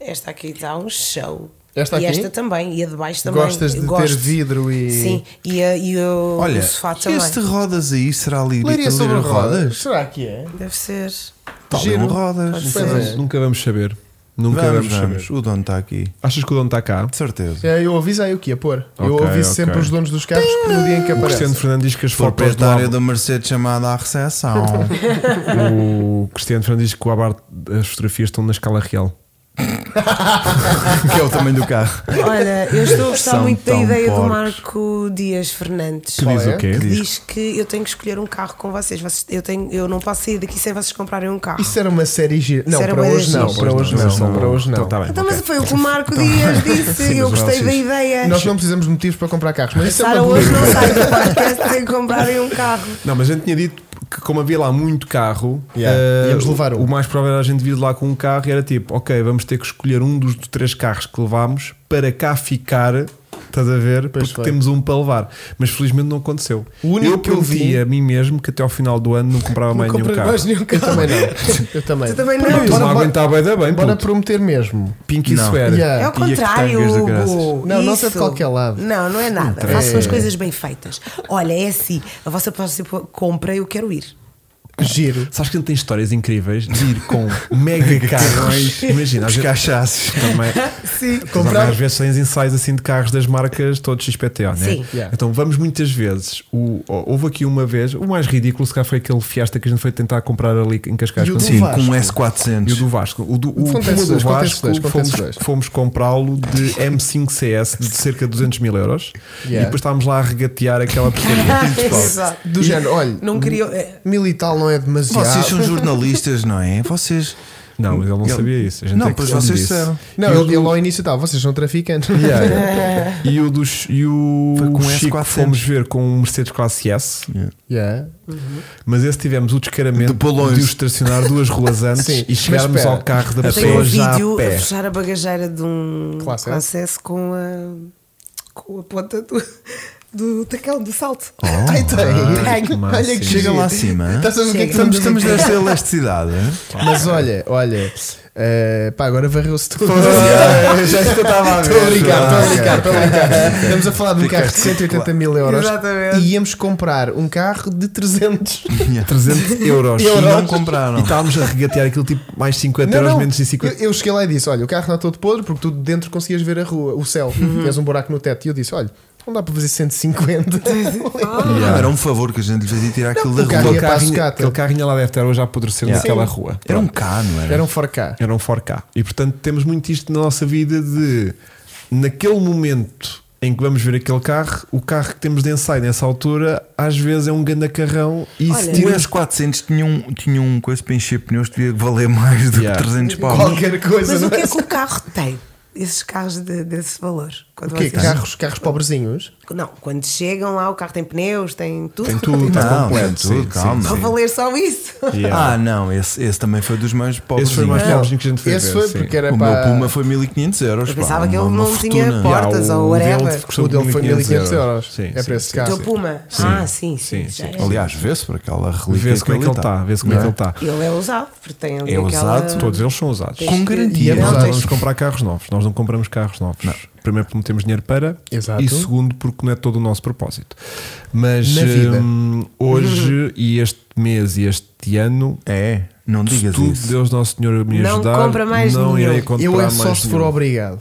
S4: esta aqui está um show.
S3: Esta
S4: E
S3: aqui?
S4: esta também, e a de baixo também.
S3: Gostas de
S4: Eu gosto.
S3: ter vidro e.
S4: Sim, e, a- e o,
S2: Olha,
S4: o sofá também.
S2: este rodas aí será ali.
S3: <laughs> Leiria sobre rodas?
S2: rodas?
S3: Será que é?
S4: Deve ser.
S2: Giro.
S3: Giro.
S2: rodas.
S3: Pois
S2: Vamos,
S3: é.
S1: Nunca vamos saber. Nunca vamos,
S2: vamos,
S1: saber.
S2: O dono está aqui.
S1: Achas que o dono está cá?
S2: De certeza.
S3: É, Eu avisei o que ia pôr. eu
S1: Ok,
S3: aviso
S1: ok.
S3: sempre os donos dos carros que no dia em que
S1: O Cristiano
S3: aparece.
S1: Fernandes diz que as fotos do
S2: Proprietário
S1: Abar,
S2: da Mercedes chamada à recepção. <laughs>
S1: <laughs> o Cristiano Fernandes diz que o Abar, as fotografias estão na escala real.
S2: que é o tamanho do carro.
S4: Olha, eu estou a gostar
S2: São
S4: muito da
S2: tão
S4: ideia do
S2: porcos.
S4: Marco Dias Fernandes.
S1: Que
S3: Qual
S1: diz
S3: é?
S1: o quê?
S4: que diz que eu tenho que escolher um carro com vocês. Vocês- eu, tenho, eu não posso sair daqui sem vocês comprarem um carro.
S3: Isso era uma série gira. Não,
S4: era
S3: para
S4: bué
S3: hoje
S4: de
S3: não,
S4: giro.
S3: para hoje
S1: Pois
S3: não, para hoje não.
S1: Então, tá bem,
S4: Então,
S1: ok.
S4: mas foi o que o Marco Dias disse.
S2: Sim,
S4: eu
S2: mas
S4: gostei da
S2: vocês-
S4: ideia.
S3: Nós não precisamos de motivos para comprar carros, mas isso é
S4: Sara
S3: uma
S4: hoje
S3: boa-
S4: não sai do podcast sem comprarem um carro.
S1: Não, mas a gente tinha dito que, como havia lá muito carro,
S3: Yeah,
S1: eh,
S3: íamos levar um.
S1: o mais provável era a gente vir de lá com um carro e era tipo: ok, vamos ter que escolher um dos três carros que levámos para cá ficar Estás a ver?
S3: Pois
S1: Porque
S3: foi.
S1: temos um para levar. Mas felizmente não aconteceu.
S3: O único
S1: eu
S3: que eu vi-
S1: prometi a mim mesmo que até ao final do ano não comprava mais nenhum
S5: compras
S1: um carro.
S5: mais nenhum
S3: Eu
S5: carro.
S3: também não. Eu também.
S4: Tu também
S1: Não,
S4: não.
S1: isso não
S3: Bora- bora-
S1: aguentava ainda bem,
S3: Bora
S1: puto.
S3: prometer mesmo.
S1: Pinky
S2: Não.
S1: swear.
S3: Yeah.
S4: É o
S2: E a que
S4: contrário,
S2: tangas de
S4: Hugo.
S2: graças.
S3: Não, não sei de qualquer lado.
S4: Não, não é nada.
S3: Contrário.
S4: Façam as
S3: É.
S4: coisas bem feitas. Olha, é assim. A vossa próxima compra, eu quero ir.
S3: Giro.
S1: Sabes que ele tem histórias incríveis de ir
S3: <laughs>
S1: com mega carros. Imagina, às
S2: Os
S1: vezes,
S2: cachaços.
S1: também,
S4: Sim.
S1: comprar... às vezes tens ensaios assim de carros das marcas todos XPTO, né?
S4: Sim.
S3: Yeah.
S1: Então vamos muitas vezes. O, ó, houve aqui uma vez, o mais ridículo se calhar foi aquele fiesta que a gente foi tentar comprar ali em Cascais
S3: E o
S1: quando
S3: do
S2: Sim,
S1: saímos.
S2: com um
S3: Vasco.
S2: S400.
S1: E o do Vasco. O do, o
S3: Acontece
S1: Puma do
S3: dois, acontece
S1: Vasco
S3: dois, acontece
S1: fomos,
S3: dois.
S1: fomos comprá-lo de M5CS de cerca de 200 mil euros
S3: Yeah.
S1: e depois estávamos lá a regatear aquela
S2: <laughs>
S1: porcaria.
S4: Ah, Exato.
S3: Do género, olha,
S4: Não queria. é,
S3: mil e tal não é demasiado.
S1: <laughs>
S2: Vocês são jornalistas, não é? Vocês.
S1: não, mas ele não
S2: Ele-
S1: sabia isso. A gente
S2: Não,
S1: é que
S2: pois
S1: ele me
S2: vocês
S1: disse.
S2: disseram.
S3: Não,
S1: E o
S3: ele,
S1: do-
S3: ele ao início estava, vocês são traficantes.
S1: Yeah, yeah. e o dos e o
S2: Foi com
S1: Chico
S2: S400.
S1: fomos ver com um Mercedes Classe S,
S3: <laughs> Yeah.
S1: mas esse tivemos o descaramento
S2: De Polões.
S1: de os estacionar duas ruas antes
S3: Sim,
S1: e
S3: mas
S1: chegarmos
S3: espera,
S1: ao carro da
S4: Eu tenho
S1: pessoa
S4: um
S1: já a
S4: vídeo a
S1: pé.
S4: fechar a bagageira de um
S3: Classe S.
S4: acesso com a, com a ponta do, do tacão, do salto. Ai, tem.
S1: ai,
S4: Tenho.
S1: que massa.
S4: Olha que
S2: Chega
S4: giro.
S2: lá acima. hein?
S3: Estás a ver o que é que
S2: Estamos,
S3: estamos,
S2: estamos
S3: a
S2: nesta elasticidade. hein?
S3: Mas olha, olha, eh, pá, agora varreu-se tudo. <laughs>
S2: Já estava a
S3: Estou a brincar, estou a brincar, estou a brincar. Estamos a falar de um
S2: Ficaste
S3: carro de 180 mil euros
S4: Exatamente.
S3: e íamos comprar um carro de 300.
S1: 300 euros.
S2: E não
S1: E
S2: compraram.
S1: estávamos a regatear aquilo tipo mais 50 euros, menos de 50.
S3: Eu, eu cheguei lá e disse: Olha, o carro está todo podre porque tu de dentro conseguias ver a rua, o céu, tinhas um buraco no teto. E eu disse: Olha, não dá para fazer 150. <laughs>
S2: Não, Era um favor que a gente lhe fazia tirar aquilo da
S3: o carro
S2: rua.
S1: Aquele
S3: ia para a
S1: carrinho,
S3: sucata.
S1: aquele carrinho lá deve estar hoje a apodrecer
S2: Yeah.
S1: naquela
S3: Sim.
S1: rua.
S2: Era um
S1: Pronto.
S2: cá, não
S4: É.
S2: era?
S3: Era um 4K.
S1: Era um 4K. E portanto temos muito isto na nossa vida de naquele momento em que vamos ver aquele carro, o carro que temos de ensaio nessa altura às vezes é um ganda carrão e
S4: Olha,
S1: se
S2: O
S1: tira
S2: S400 tinha um, tinha um coisa para encher pneus que devia valer mais do
S1: Yeah.
S2: que 300 pau.
S3: Qualquer coisa.
S4: Mas o
S3: não
S4: que
S3: é?
S4: é que o carro tem? Esses carros de- desse valor. Quando
S3: O é quê?
S4: vocês-
S3: Carros, carros pobrezinhos?
S4: Não, quando chegam lá, o carro tem pneus, tem tudo.
S1: tem tudo, está
S2: Não,
S1: completo.
S2: tem tudo, calma.
S4: Para valer <laughs> só isso.
S1: Yeah.
S2: Ah, não, esse, esse também foi dos mais pobres.
S1: Esse foi o
S4: Ah.
S1: mais
S3: Não,
S1: pobrezinho que a gente foi
S3: Esse
S1: ver,
S3: foi
S1: sim.
S3: porque era
S2: O meu
S3: para.
S2: Puma foi 1500 euros.
S4: Eu
S2: pá,
S4: pensava que
S2: uma-
S4: ele
S2: uma
S4: não tinha
S2: fortuna.
S4: porta. portas
S1: um
S4: ou whatever.
S3: O dele foi 1500 euros. É
S1: Sim,
S3: para
S1: sim,
S3: esse
S1: sim.
S3: carro.
S4: Do Puma. Ah, sim, sim.
S1: Sim,
S4: já
S1: sim.
S4: é.
S2: Aliás, vê-se por aquela relíquia.
S1: Vê-se como é que
S2: tá,
S1: ele está, vê-se como é que ele está.
S4: Ele é usado, porque tem ali
S2: É
S4: aquela.
S2: usado,
S1: Todos eles são usados.
S4: Tem-
S2: Com
S3: E é
S2: garantia.
S1: Nós
S3: Exato.
S1: não vamos comprar carros novos, nós não compramos carros novos. Primeiro, porque não temos dinheiro para,
S3: Exato.
S1: e segundo, porque não é todo o nosso propósito. Mas
S3: Na vida.
S1: hum, hoje, e este mês, e este ano,
S2: É, não
S1: se
S2: digas
S1: tudo
S2: isso.
S1: Deus Nosso Senhor me
S4: Não
S1: ajudar,
S4: compra mais
S1: não
S4: nenhum.
S1: irei comprar
S3: Eu é
S1: mais
S3: só se for
S1: nenhum.
S3: obrigado.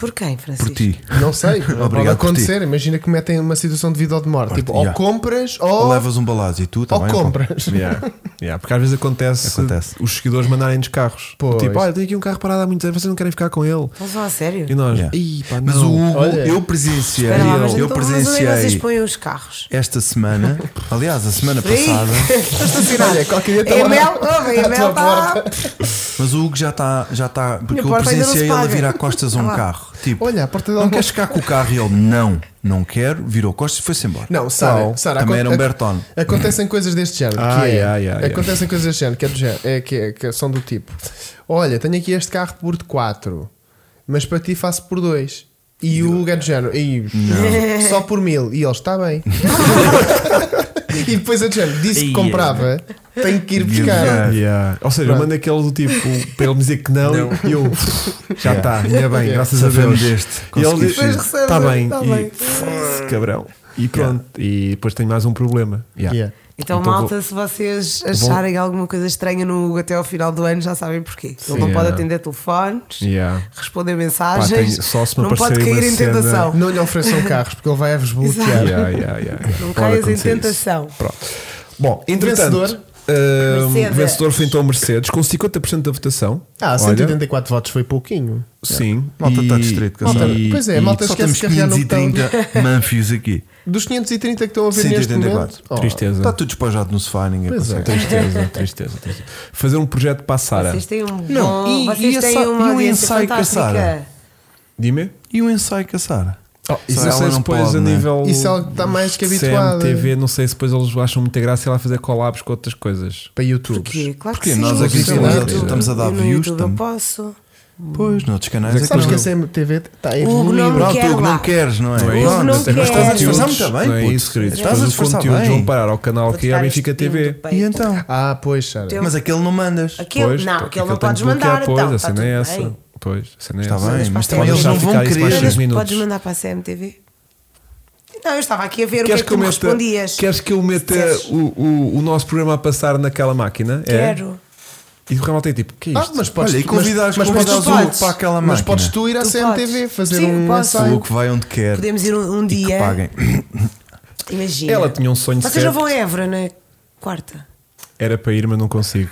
S4: Por quem, Francisco?
S2: Por ti.
S3: Não sei, pode
S2: Obrigado por
S3: acontecer. Imagina que metem uma situação de vida ou de morte. Tipo,
S2: yeah.
S3: ou compras
S2: Ou
S3: ou,
S2: levas um balazo e
S1: Oh,
S2: tu
S3: ou
S2: também.
S3: compras.
S1: <laughs>
S3: <laughs>
S1: Yeah, yeah, porque às vezes acontece,
S2: Acontece.
S1: os seguidores mandarem-nos carros.
S3: Pois.
S1: Tipo, olha, tem aqui um carro parado há muitos anos, vocês não querem ficar com ele.
S4: Eles vão a sério.
S1: E nós,
S2: Yeah.
S1: "Ih, pá,
S2: Mas
S1: não."
S2: o Hugo,
S3: Olha.
S2: eu presenciei.
S4: Espera lá, mas
S2: eu
S4: então, mas onde é que vocês
S2: presenciei
S4: põem os carros?
S2: esta semana. Aliás, a semana
S4: Ei,
S2: passada.
S4: estou estacionado.
S3: Olha, qualquer dia está
S4: É
S3: lá. Tá <laughs>
S4: mel, ouve, é
S3: À
S4: mel
S3: tua
S4: está.
S2: Mas o Hugo já está. Já tá, porque
S4: Minha
S2: eu
S4: porta ainda não se
S2: presenciei ele a
S4: paga.
S2: virar costas a
S3: <laughs>
S2: um
S4: Ah.
S2: carro. Tipo,
S3: Olha, a porta de
S2: não
S3: alguma-
S2: queres ficar com o carro? E ele, não, não quero. Virou costas e foi-se embora.
S3: Não, Sara,
S2: Uau,
S3: Sara
S2: Também
S3: aconte-
S2: era um Bertone.
S3: Acontecem coisas deste género. que
S1: Ah,
S3: é-
S1: yeah, yeah,
S3: acontecem coisas deste género, que, é do género é, que, é- que são do tipo: Olha, tenho aqui este carro por 4, mas para ti faço por 2. E o gajo do género, e, só por mil. E ele
S2: <laughs>
S3: está bem. e depois a do género disse que
S2: Ia.
S3: comprava, tenho que ir buscar.
S2: Yeah.
S1: Yeah. Ou seja, eu mando aquele do tipo para ele me dizer que não, e eu
S3: <laughs>
S1: já está, ainda bem, graças a
S2: Safamos
S1: Deus.
S2: deste,
S1: E ele
S2: conseguiste.
S1: diz:
S4: Depois recebes,
S1: está bem,
S4: tá
S1: e
S4: bem.
S1: "Foda-se, cabrão. E pronto, e depois tenho mais um problema. Yeah.
S3: Yeah.
S4: Então,
S1: Então
S4: malta, se vocês acharem alguma coisa estranha no Hugo até ao final do ano, já sabem porquê. Ele não
S1: Yeah.
S4: pode atender telefones,
S1: Yeah.
S4: responder
S1: Pá,
S4: mensagens,
S1: tenho- só se me
S4: não pode
S1: aparecer aí uma
S4: cair em
S1: cena-
S4: tentação.
S3: Não lhe ofereçam carros, porque ele vai-vos bloquear.
S1: Yeah, yeah, yeah.
S4: Não
S1: Pode
S4: caias em
S1: acontecer isso.
S4: tentação.
S1: Pronto. Bom, entretanto,
S3: Vencedor?
S1: ahm,
S4: Mercedes.
S1: vencedor foi então Mercedes, com 50% da votação.
S3: Ah,
S1: Olha,
S3: 184 votos foi pouquinho.
S1: Sim,
S2: Malta
S1: e-
S2: está distrito, que eu
S3: Malta-
S1: e-
S3: pois é,
S1: e-
S3: malta
S2: Só temos
S3: esquece de carregar no botão.
S2: 530 <laughs> Manfios aqui.
S3: Dos 530 que estão a ver neste
S2: 184.
S3: momento. Oh,
S1: Tristeza.
S2: Está Tá tudo despojado no sofá, ninguém
S3: Pois é.
S2: consegue.
S1: Tristeza, tristeza, tristeza. Fazer um projeto para a Sara.
S4: Vocês têm um bom,
S2: Não, e-
S4: vocês
S2: e
S4: têm
S2: essa- e
S1: um
S4: uma
S2: o
S4: audiência
S2: ensaio que a
S4: fantástica.
S2: Sara?
S1: Dime?
S2: E o ensaio com a Sara?
S1: Oh, isso
S2: Só
S1: não sei
S2: ela
S1: se
S2: não
S1: depois
S2: pode,
S1: a
S2: né?
S1: nível.
S3: Isso é algo que está mais que habituado.
S1: CMTV, não sei se depois eles acham muita graça ela fazer collabs com outras coisas.
S3: Para YouTube.
S4: Porquê? Claro
S2: Porque
S4: que
S2: nós
S4: sim.
S2: aqui
S4: eu
S3: estamos
S4: no
S3: a-
S4: YouTube-
S2: estamos a dar
S4: eu no
S2: views,
S4: YouTube Eu
S2: estamos-
S4: posso.
S2: Pois, noutros canais é que
S3: Sabes
S2: não.
S3: que a CMTV está a
S4: O
S3: evoluir.
S4: Gnome-
S2: Pronto,
S4: quer
S2: o que não
S4: lá.
S2: queres, não é?
S1: Não é isso,
S4: Não
S1: mas depois
S4: quero.
S1: os conteúdos-
S2: Estás a disfarçar muito bem,
S1: Não é
S2: puto.
S1: isso, querido.
S2: Estás
S1: Depois
S2: a
S1: os
S2: disfarçar
S1: conteúdos
S2: bem.
S1: vão parar ao canal
S4: Vou
S1: que é
S4: dar
S1: a
S4: este
S1: Benfica
S4: pino
S1: TV.
S4: do peito.
S2: E então?
S3: Ah, pois, Sara.
S4: Teu-
S2: Mas aquele não mandas.
S4: Aquele,
S1: Pois,
S4: não,
S1: pá,
S4: aquele não
S1: tem
S4: podes
S1: que bloquear,
S4: mandar.
S1: Pois,
S4: então,
S1: a
S4: tá
S1: cena é
S4: tudo
S1: essa.
S4: bem.
S1: Pois, a cena é
S2: Está
S1: essa.
S2: bem, mas
S1: Podes
S2: também eles
S1: deixar
S2: não vão
S1: ficar isso
S2: querer.
S1: mais
S2: Olha,
S1: seis
S4: Mandas,
S1: minutos.
S4: podes mandar para a CMTV? Não, eu estava aqui a ver
S1: Queres
S4: o que é que, tu me
S1: eu meta-
S4: respondias.
S1: Queres que eu meta
S4: Dizes,
S1: o, o, o nosso programa a passar naquela máquina? É?
S4: Quero.
S1: E o Ramal tem tipo, que é
S3: Ah,
S1: isto?
S3: mas podes,
S2: Olha, e convidas-
S3: mas, mas
S2: convidas
S3: podes tu-
S4: o Hugo
S3: podes-
S2: para aquela
S3: um- Mas
S2: máquina.
S3: podes tu ir à
S4: Tu
S3: CMTV
S4: podes.
S3: fazer
S4: Sim,
S3: um
S4: posso.
S2: O
S3: ensaio.
S2: Luke vai onde
S1: É.
S2: quer.
S4: Podemos ir um, um
S2: E que
S4: dia.
S2: paguem.
S4: Imagina.
S1: Ela tinha um sonho
S4: Vocês
S1: certo.
S4: não vão a Évora, não é? Quarta.
S1: Era para ir, mas não consigo.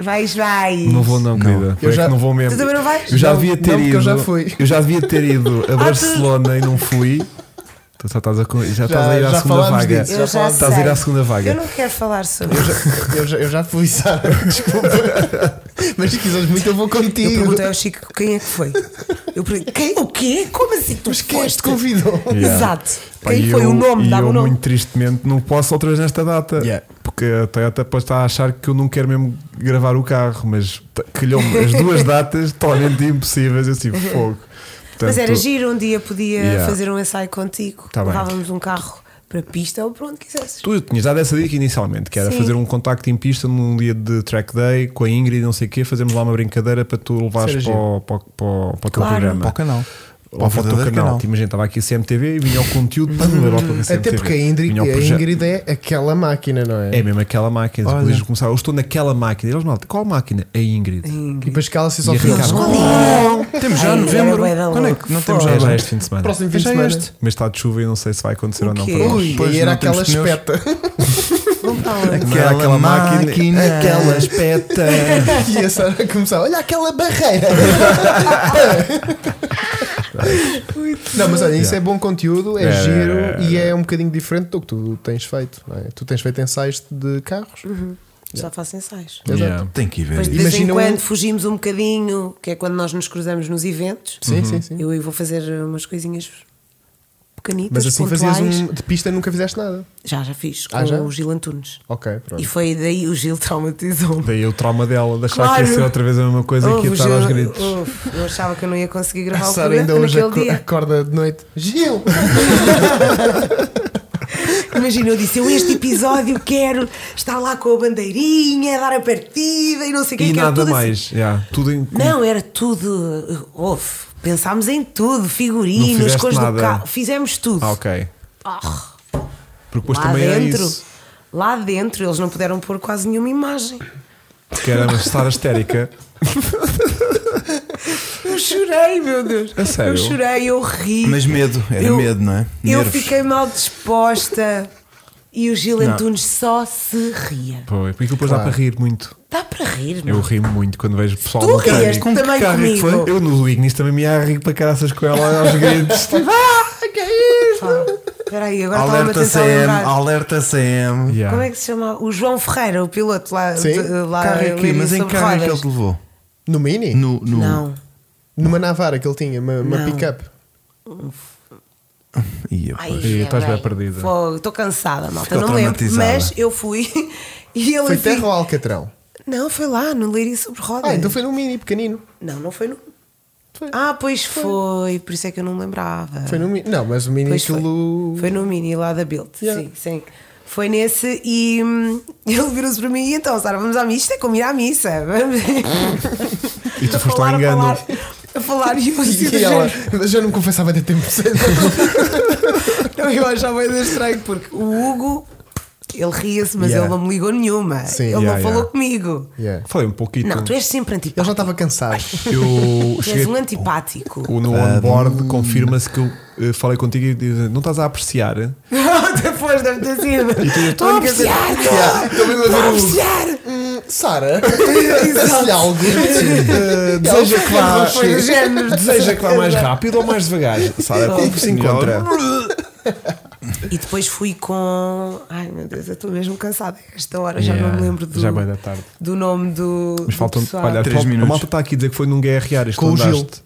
S4: Vais, vais.
S1: Não vou, não, querida. Eu
S3: já-
S1: já... não vou mesmo.
S4: Tu também não vais? Ah,
S1: Eu já
S3: Não,
S1: devia ter
S3: não, porque
S1: ido.
S3: eu já fui.
S1: eu já devia ter
S4: <laughs>
S1: ido a
S4: tu-
S1: Barcelona e não fui. Tu já estás a, co- já estás a ir à
S3: já
S1: segunda
S3: falámos
S1: vaga.
S3: disso,
S4: Eu já
S1: Estás a ir
S4: sei.
S1: à segunda vaga.
S4: Eu não quero falar sobre
S3: Eu já- Eu já, eu já fui, Sara, <laughs> desculpa. Mas se quiseres muito, eu vou
S4: Eu
S3: contigo.
S4: perguntei ao Chico quem é que foi. Eu perguntei, quem? O quê? Como assim tu
S3: Mas quem é que
S4: foste?
S3: te convidou?
S1: Yeah.
S4: Exato.
S1: Pá,
S4: quem
S1: e
S4: foi?
S1: eu-
S4: o nome,
S1: e
S4: dá-me
S1: eu,
S4: o nome.
S1: muito tristemente, não posso outra vez nesta data.
S2: Yeah.
S1: Porque a Toyota pode estar a achar que eu não quero mesmo gravar o carro, mas t- calhou-me as duas <laughs> datas totalmente impossíveis. Eu assim, fogo.
S4: Uhum. Mas era
S1: Portanto,
S4: giro, um dia podia
S1: Yeah.
S4: fazer um ensaio contigo.
S1: Tá bem.
S4: Levávamos um carro para a pista ou para onde quisesses.
S1: Tu tinhas dado essa dica inicialmente, que era
S4: Sim.
S1: fazer um contacto em pista num dia de track day com a Ingrid e não sei o quê, fazermos lá uma brincadeira para tu levares
S3: Isso
S1: para,
S3: era
S1: o- para, o- para o- para o teu
S4: Claro.
S1: programa.
S2: Para o canal.
S1: Ou para o teu
S2: verdadeiro
S1: canal. Te Imagina, estava aqui a CMTV e vinha o conteúdo para levar para a CMTV.
S3: Até porque a Ingrid,
S1: Vinha o
S3: a
S1: projeto.
S3: Ingrid é aquela máquina, não é?
S1: É mesmo aquela máquina.
S2: Olha.
S1: Depois começaram, eu estou naquela máquina. Eles, malta, qual máquina? A Ingrid.
S3: E depois cala-se só
S1: E a
S3: fica.
S1: Ricardo.
S2: Temos já
S4: Ai,
S2: novembro.
S4: era bué da
S2: Quando é
S4: louco.
S2: que não temos já
S1: É já
S2: novembro?
S1: este fim de semana.
S3: Próximo fim de
S2: Já
S3: semana.
S2: este.
S1: Mas está de chuva e não sei se vai acontecer
S4: O
S1: ou não.
S4: quê?
S1: Para nós.
S3: Ui,
S2: Pois,
S3: aí era
S2: não temos
S3: aquela
S2: pneus.
S3: espeta.
S4: Não está onde?
S1: Não era
S2: Aquela máquina.
S1: aquela espeta.
S3: e a Sara começava, olha aquela barreira. não, mas olha, isso é bom conteúdo, é
S1: É,
S3: giro
S1: é, é,
S3: e é um bocadinho diferente do que tu tens feito. não é? Tu tens feito ensaios de carros.
S4: Uhum. Já faço ensaios.
S3: Exato.
S1: Yeah.
S2: Tem que ir ver
S4: Mas de
S2: isso.
S4: vez em
S3: Imagina um-
S4: quando fugimos um bocadinho, que é quando nós nos cruzamos nos eventos.
S3: Sim, sim, sim.
S4: Eu vou fazer umas coisinhas pequenitas,
S3: Mas assim
S4: pontuais.
S3: fazias um. De pista nunca fizeste nada.
S4: Já, já fiz, com
S3: Ah, já?
S4: o Gil Antunes.
S3: Ok,
S4: E
S3: pronto.
S4: foi daí o Gil traumatizou-me.
S1: Daí o trauma dela, de achar
S4: Claro.
S1: que ia ser outra vez a mesma coisa que
S4: Houve
S1: ia
S4: o
S1: estar
S4: Gil-
S1: aos gritos.
S4: houve. eu achava que eu não ia conseguir
S3: A
S4: gravar o
S3: Sara
S4: programa
S3: ainda hoje
S4: naquele
S3: aco-
S4: dia.
S3: acorda de noite. Gil!
S4: Imagina, eu disse: eu este episódio quero estar lá com a bandeirinha, dar a partida e não sei o que.
S1: E
S4: quero
S1: nada
S4: tudo assim.
S1: mais. Yeah. Tudo em.
S4: Não, era tudo. Houve. Pensámos em tudo:
S1: Não
S4: figurinos,
S1: fizeste
S4: cores do
S1: nada.
S4: carro. Fizemos tudo.
S1: Ah, ok.
S4: Ah,
S1: Porque depois
S4: lá
S1: também era
S4: dentro.
S1: isso.
S4: Lá dentro eles não puderam pôr quase nenhuma imagem.
S1: Porque era uma estar
S4: <laughs>
S1: histérica.
S4: Eu chorei, meu Deus.
S1: A sério?
S4: Eu chorei, eu ri.
S2: Mas medo, era
S4: Eu-
S2: medo, não é?
S4: Eu
S2: Nervos.
S4: fiquei mal disposta e o Gil
S2: Não.
S4: Antunes só se ria.
S1: Pô, é porque depois dá
S3: Claro.
S1: para rir muito.
S4: Dá para rir,
S1: Eu
S4: não?
S1: rimo muito quando vejo pessoal
S4: Tu
S1: no pânico.
S4: rieste
S2: Com que
S4: também
S2: carro é que
S4: comigo.
S2: foi?
S1: Eu no Ignis também me ia a rir para caraças com ela
S4: <laughs>
S1: aos gritos. Tipo, ah, que é isto?
S4: Pá, Espera aí, agora estava-me a
S2: Alerta
S4: tentar
S2: CM,
S4: lembrar.
S2: alerta CM.
S1: Yeah.
S4: Como é que se chama? O João Ferreira, o piloto lá.
S3: Sim.
S4: de- lá
S2: Carro é
S4: em
S2: que, mas em
S4: sobre
S2: que carro é que ele
S4: rodas.
S2: te levou?
S3: No Mini?
S2: No, no-
S4: Não,
S3: Numa Navara que ele tinha, uma, uma
S4: Não.
S3: pick-up.
S2: Ih, eu,
S4: Ai, é
S2: pois.
S1: Ih, estás bem
S4: bem.
S1: perdida.
S4: Fogo, Estou cansada, malta.
S2: Ficou
S4: Não me lembro.
S2: traumatizada.
S4: Mas eu fui <laughs> e ele
S3: Foi
S4: fica-
S3: terra ou Alcatrão?
S4: Não, foi lá, no Leiria sobre Rodas.
S3: Ah, então foi num Mini pequenino.
S4: Não, não foi no.
S3: Foi.
S4: Ah, pois foi, por isso é que eu não me lembrava.
S3: Foi no Mini. Não, mas o Mini
S4: Pois foi.
S3: aquilo.
S4: Foi no mini lá da Build.
S3: Yeah.
S4: Sim, sim. Foi nesse e hum, <laughs> ele virou-se para mim e então, Sara, vamos à missa, é como ir à missa. <laughs> Vamos.
S1: E tu
S4: A
S1: foste
S4: falar,
S1: ao
S4: a
S1: engano.
S4: falar, A falar e eu assim, do
S3: E ela,
S4: género.
S3: mas eu não me confessava de tempo <laughs> cedo.
S4: Não, eu achava ainda estranho porque o Hugo, ele ria-se, mas
S3: Yeah.
S4: ele não me ligou nenhuma.
S3: Sim.
S4: ele
S1: Yeah,
S4: não falou
S1: yeah.
S4: comigo.
S3: Yeah.
S1: Falei um pouquinho.
S4: Não, tu és sempre antipático.
S3: Ele já estava cansado.
S1: Eu
S4: Tu és
S1: cheguei
S4: um antipático. <laughs>
S1: o- no
S3: Ah, hum.
S1: onboard, confirma-se que eu eh, falei contigo e disse, não estás a apreciar? E
S4: Depois deve ter sido. Estou a
S3: única coisa-
S4: apreciar!
S3: Yeah. Estou mesmo a ver
S4: Estou a
S3: o-
S4: apreciar!
S3: Sara, disse-lhe algo.
S1: Eh, deseja que vá.
S4: Não foi do género.
S1: Deseja que vá mais rápido ou mais devagar? Sara, como se encontra?
S4: E depois fui com. Ai meu Deus, eu estou mesmo cansada. Esta hora já não me lembro do,
S1: Já bem da tarde.
S4: do nome do.
S1: Mas
S4: do
S1: faltam.
S4: pessoal.
S1: Olha, a
S2: Três
S1: tua- a
S2: minutos.
S1: malta está aqui a dizer que foi num GRR. Isto
S3: Com
S1: não
S3: o Gil.
S1: andaste.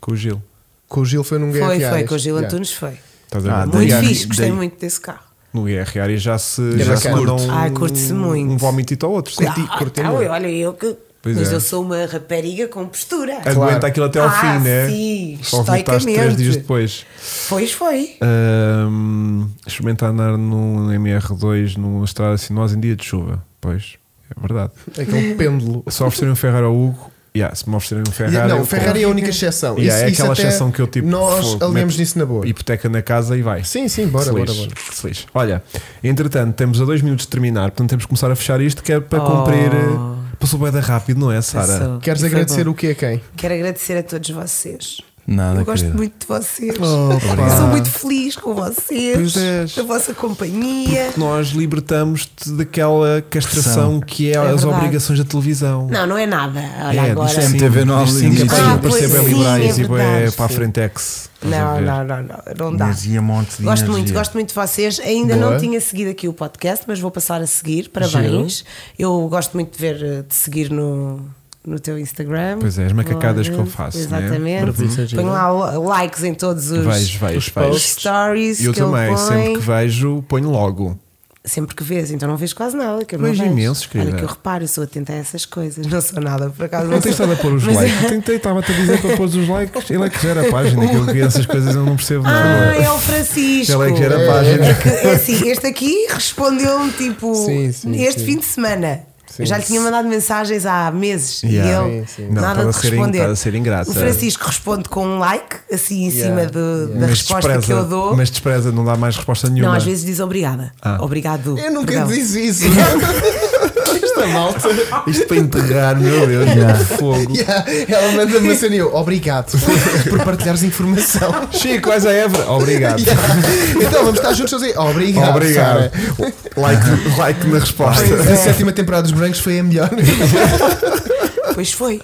S1: Com o Gil.
S3: Com o Gil foi num
S4: foi,
S3: GRA,
S4: foi, com o
S3: este.
S4: Gil
S3: Yeah.
S4: Antunes foi.
S1: Estás a ver?
S2: Ah, daí-
S4: Muito
S2: Obrigado.
S4: fixe, gostei
S2: Daí-
S4: muito desse carro.
S1: No IRR já se,
S3: Era
S1: já se
S3: bacana.
S1: mandam um,
S4: Ai, É Ah, curte-se muito.
S1: um vómito ao outro.
S4: Ah, então, olha, eu que
S1: Pois
S4: mas
S1: é.
S4: eu sou uma rapariga com postura.
S1: Aguenta aquilo até ao
S4: Ah,
S1: fim, né?
S4: sim,
S1: Só voltaste três
S4: estoicamente.
S1: dias depois.
S4: Pois foi.
S1: Ahm, experimenta andar num MR2 numa estrada sinuosa em dia de chuva. Pois, é verdade.
S3: Aquele pêndulo.
S1: Se oferecerem um Ferrari ao Hugo, yeah, se me oferecerem um Ferrari.
S3: não,
S1: eu
S3: o Ferrari é a única exceção.
S1: Yeah,
S3: Isso-
S1: é
S3: isso
S1: aquela
S3: até
S1: exceção que eu, tipo,
S3: Nós
S1: fogo,
S3: alinhamos
S1: meto-
S3: nisso na boa.
S1: compro. Hipoteca na casa e vai.
S3: Sim, sim, bora,
S1: Se
S3: bora,
S1: lixe,
S3: bora.
S1: se lixe. Olha, entretanto, temos a dois minutos de terminar, portanto temos que começar a fechar isto, que é para cumprir.
S4: Oh.
S1: eh, Passou bem rápido, não é, Sara?
S4: Passou.
S3: Queres
S4: E foi
S3: agradecer
S4: bom.
S3: o que a quem?
S4: Quero agradecer a todos vocês.
S2: Nada,
S4: eu gosto
S2: querida.
S4: muito de vocês.
S3: Obrigado.
S4: Sou muito feliz com vocês,
S1: Oh, Pois é.
S4: da vossa companhia.
S1: Porque nós libertamos-te daquela castração que é, as
S4: verdade.
S1: obrigações da televisão.
S4: Não, não é nada. Olha
S1: é,
S4: agora.
S1: diz
S2: é
S1: sim,
S2: MTV não há
S1: diz sim, que é
S2: limites.
S1: para
S4: Ah, pois
S1: parecer bem
S4: sim,
S1: liberais
S4: é
S1: e tipo, é
S4: verdade,
S1: para a
S4: sim.
S1: frente ex. Estás a
S4: Não,
S1: ver?
S4: não, não, não, não dá.
S2: Energia, monte de
S4: Gosto
S2: energia.
S4: muito, gosto muito de vocês. Ainda
S3: Boa.
S4: não tinha seguido aqui o podcast, mas vou passar a seguir. Parabéns. Eu gosto muito de ver, eh, de seguir no, no teu Instagram.
S1: Pois é, as macacadas que eu faço, né?
S4: Exatamente.
S3: Para isso é
S4: Ponho
S3: giro.
S4: lá o- likes em todos os,
S1: Vejo, vejo,
S4: os
S1: vejo.
S4: stories.
S1: Eu
S4: que
S1: também,
S4: eu ponho.
S1: sempre que vejo, ponho logo.
S4: Sempre que vês, então não vês quase nada. Que eu não
S1: Vejo
S4: vejo.
S1: imensos, querida.
S4: Olha que eu reparo, eu sou atenta a essas coisas. <laughs> Não sou nada, por acaso.
S1: Não tens
S4: sou.
S1: estado a pôr os
S4: Mas-
S1: likes. Tentei, estava-te a dizer para pôr os likes. Ele é que gera a página, que eu vi essas coisas eu não percebo
S4: Ah,
S1: nada.
S4: é o Francisco.
S1: Ele é que gera a página.
S4: É que,
S1: <laughs>
S4: é assim, este aqui respondeu-me tipo
S3: Sim, sim,
S4: este
S3: sim.
S4: fim de semana.
S3: Sim.
S4: Eu já lhe tinha mandado mensagens há meses
S1: Yeah.
S4: e ele
S3: Sim, sim.
S1: Não, estás
S4: nada
S1: a
S4: de
S1: ser in-
S4: responder.
S1: estás a ser é. ingrata.
S4: O Francisco responde com um like, assim em
S3: Yeah,
S4: cima do-
S3: yeah.
S4: da
S1: Mas
S4: resposta
S1: despreza,
S4: que eu dou.
S1: Mas despreza, não dá mais resposta nenhuma.
S4: não, às vezes diz obrigada.
S1: Ah.
S4: Obrigado.
S3: Eu nunca
S4: perdão.
S3: disse <laughs> isso. Esta malta.
S1: Isto para enterrar, meu Deus, é fogo.
S3: Yeah, ela manda-me a cena e eu, obrigado por partilhares informação.
S1: Chico, vais à Évora. Obrigado.
S3: Yeah. <laughs> Então vamos estar juntos a dizer obrigado.
S1: Obrigado.
S3: Sara.
S1: Like, like na resposta.
S4: é.
S3: A sétima temporada dos Brancos foi a melhor. <laughs>
S4: Pois foi.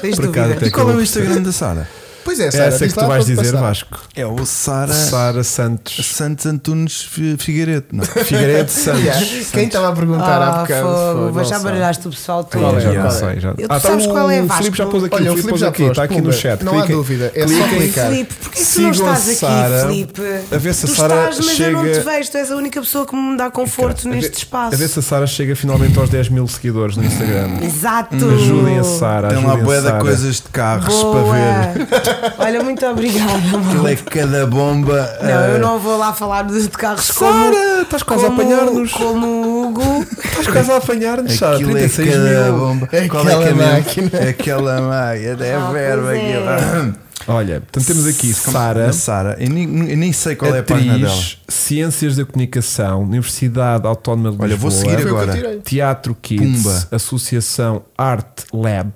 S4: Tens
S1: Por acaso,
S4: dúvida.
S1: até
S2: E qual é o Instagram da Sara?
S3: Pois é,
S1: É
S3: Sara,
S1: essa
S3: diz
S1: que tu
S3: lá
S1: vais
S3: para
S1: dizer,
S3: passar.
S1: Vasco.
S2: É o Sara,
S1: Sara Santos.
S2: Santos Antunes Fi- Figueiredo. Não. é?
S1: <laughs> Figueiredo Santos.
S3: Yeah. Quem estava a perguntar há
S4: Ah,
S3: bocado?
S4: fogo,
S3: Fogo,
S4: mas já
S3: nossa.
S4: baralhaste o pessoal todo.
S3: Qual é?
S1: Já não
S3: Qual é?
S1: sei. Já...
S4: Eu-
S1: Ah,
S4: tu
S1: tá,
S4: sabes
S1: o-
S4: qual é,
S1: O
S4: Vasco?
S1: Filipe já pôs aqui.
S3: Olha, o
S1: pôs
S3: Filipe já
S1: aqui.
S3: pôs,
S1: Está aqui no
S3: pumba.
S1: chat.
S3: Não há
S1: Cliquem-
S3: dúvida, é só
S1: cliquem.
S3: clicar.
S4: Filipe, porquê que tu não
S1: Sigam a
S4: estás aqui,
S1: Sara.
S4: Filipe?
S1: A ver se a
S4: tu
S1: Sara
S4: estás, mas eu não te
S1: chega-
S4: vejo. Tu és a única pessoa que me dá conforto
S1: A ver-
S4: neste espaço.
S1: A ver se a Sara chega finalmente aos 10 mil seguidores no Instagram.
S4: Exato.
S1: Ajudem a Sara.
S2: Tem lá
S1: ajudem a
S2: boia de
S1: Sara.
S2: coisas de carros
S4: Boa.
S2: para ver.
S4: Olha, muito obrigada.
S2: Aquilo
S4: amor.
S2: é cada bomba.
S4: Não,
S2: eh,
S4: eu não vou lá falar de, de carros
S1: Sara, estás
S4: como,
S1: quase a
S3: <laughs>
S1: apanhar-nos.
S4: como o Hugo.
S1: Estás quase a apanhar-nos, Sara.
S2: Aquilo é
S1: 36
S2: cada
S1: mil.
S2: bomba.
S3: É
S2: Qual é que é
S3: aquela
S2: mesmo? É Aquela máquina. É
S4: Ah,
S2: verba
S4: pois é.
S2: aquilo.
S1: Olha, portanto temos aqui Sara.
S2: Sara. Sara. Eu nem, eu nem sei qual é a página dela.
S1: Atriz, Ciências da Comunicação, Universidade Autónoma de
S2: Olha, vou
S1: Lisboa,
S2: seguir
S3: Foi o que eu
S2: Agora.
S3: tirei.
S1: Teatro Kids,
S2: Pumba.
S1: Associação Art
S3: <laughs>
S1: Lab,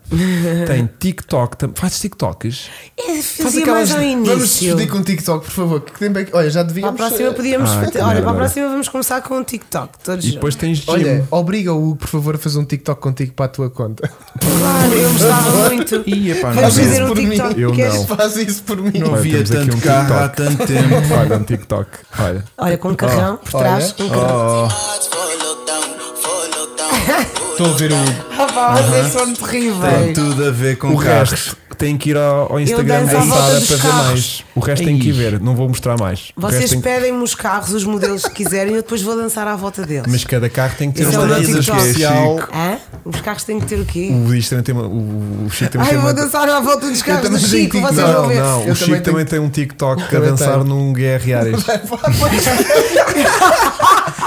S1: tem TikTok, tam- faz TikToks?
S4: É,
S3: Faz
S4: Fazia
S3: aquelas-
S4: mais ao
S3: Vamos
S4: início.
S3: despedir com o TikTok, por favor. Que tempo é que- Olha, já
S4: Para a
S3: devíamos.
S4: próxima
S3: eh,
S4: podíamos.
S1: Ah, que
S4: olha, para
S1: merda.
S4: a próxima vamos começar com o TikTok. Todos
S1: E depois
S4: juntos.
S1: tens Jim.
S3: Olha, obriga o Hugo, por favor, a fazer um TikTok contigo para a tua conta.
S4: Claro, eu
S1: Ah,
S4: gostava muito.
S2: Ih, epá, não
S4: Vamos
S2: vi.
S4: fazer um
S3: por mim.
S4: TikTok.
S1: Eu
S4: Queres-
S1: não.
S3: <laughs> Faz isso por mim.
S2: Não
S1: Olha,
S2: via
S1: temos aqui
S2: tanto
S1: um
S2: carro há
S1: TikTok. <laughs>
S2: tanto <laughs> tempo.
S1: Olha, um TikTok. Olha.
S4: Olha, com um carrão por trás. Um carrão.
S1: Ah.
S3: Estou a ver o.
S4: Ah, pá, vocês são
S2: Tem
S4: terríveis.
S2: tudo a ver com
S1: O
S2: carros.
S1: resto tem que ir ao, ao Instagram
S4: danço
S1: da
S4: à volta
S1: Sara
S4: dos
S1: para ver
S4: carros.
S1: mais. O resto tem que ir ver, não vou mostrar mais. O
S4: Vocês
S1: resto tem que-
S4: pedem-me os carros, os modelos que quiserem, eu depois vou dançar à volta deles.
S1: Mas cada carro tem que ter um
S4: Isso
S1: uma
S4: é o meu
S1: dança
S4: TikTok.
S1: especial.
S4: Hã? Os carros têm que ter o quê?
S1: O Instagram tem uma. O, o Chico também
S4: Ai,
S1: tem
S4: eu
S1: uma.
S4: vou dançar à volta dos carros do
S3: também tenho
S4: Chico,
S3: TikTok.
S4: vocês vão
S1: Não,
S4: ver.
S1: um não,
S3: Eu
S1: o Chico
S3: também
S1: também tem um
S4: <laughs>
S1: TikTok a
S3: Também
S1: dançar
S3: tenho.
S1: num GR Ares.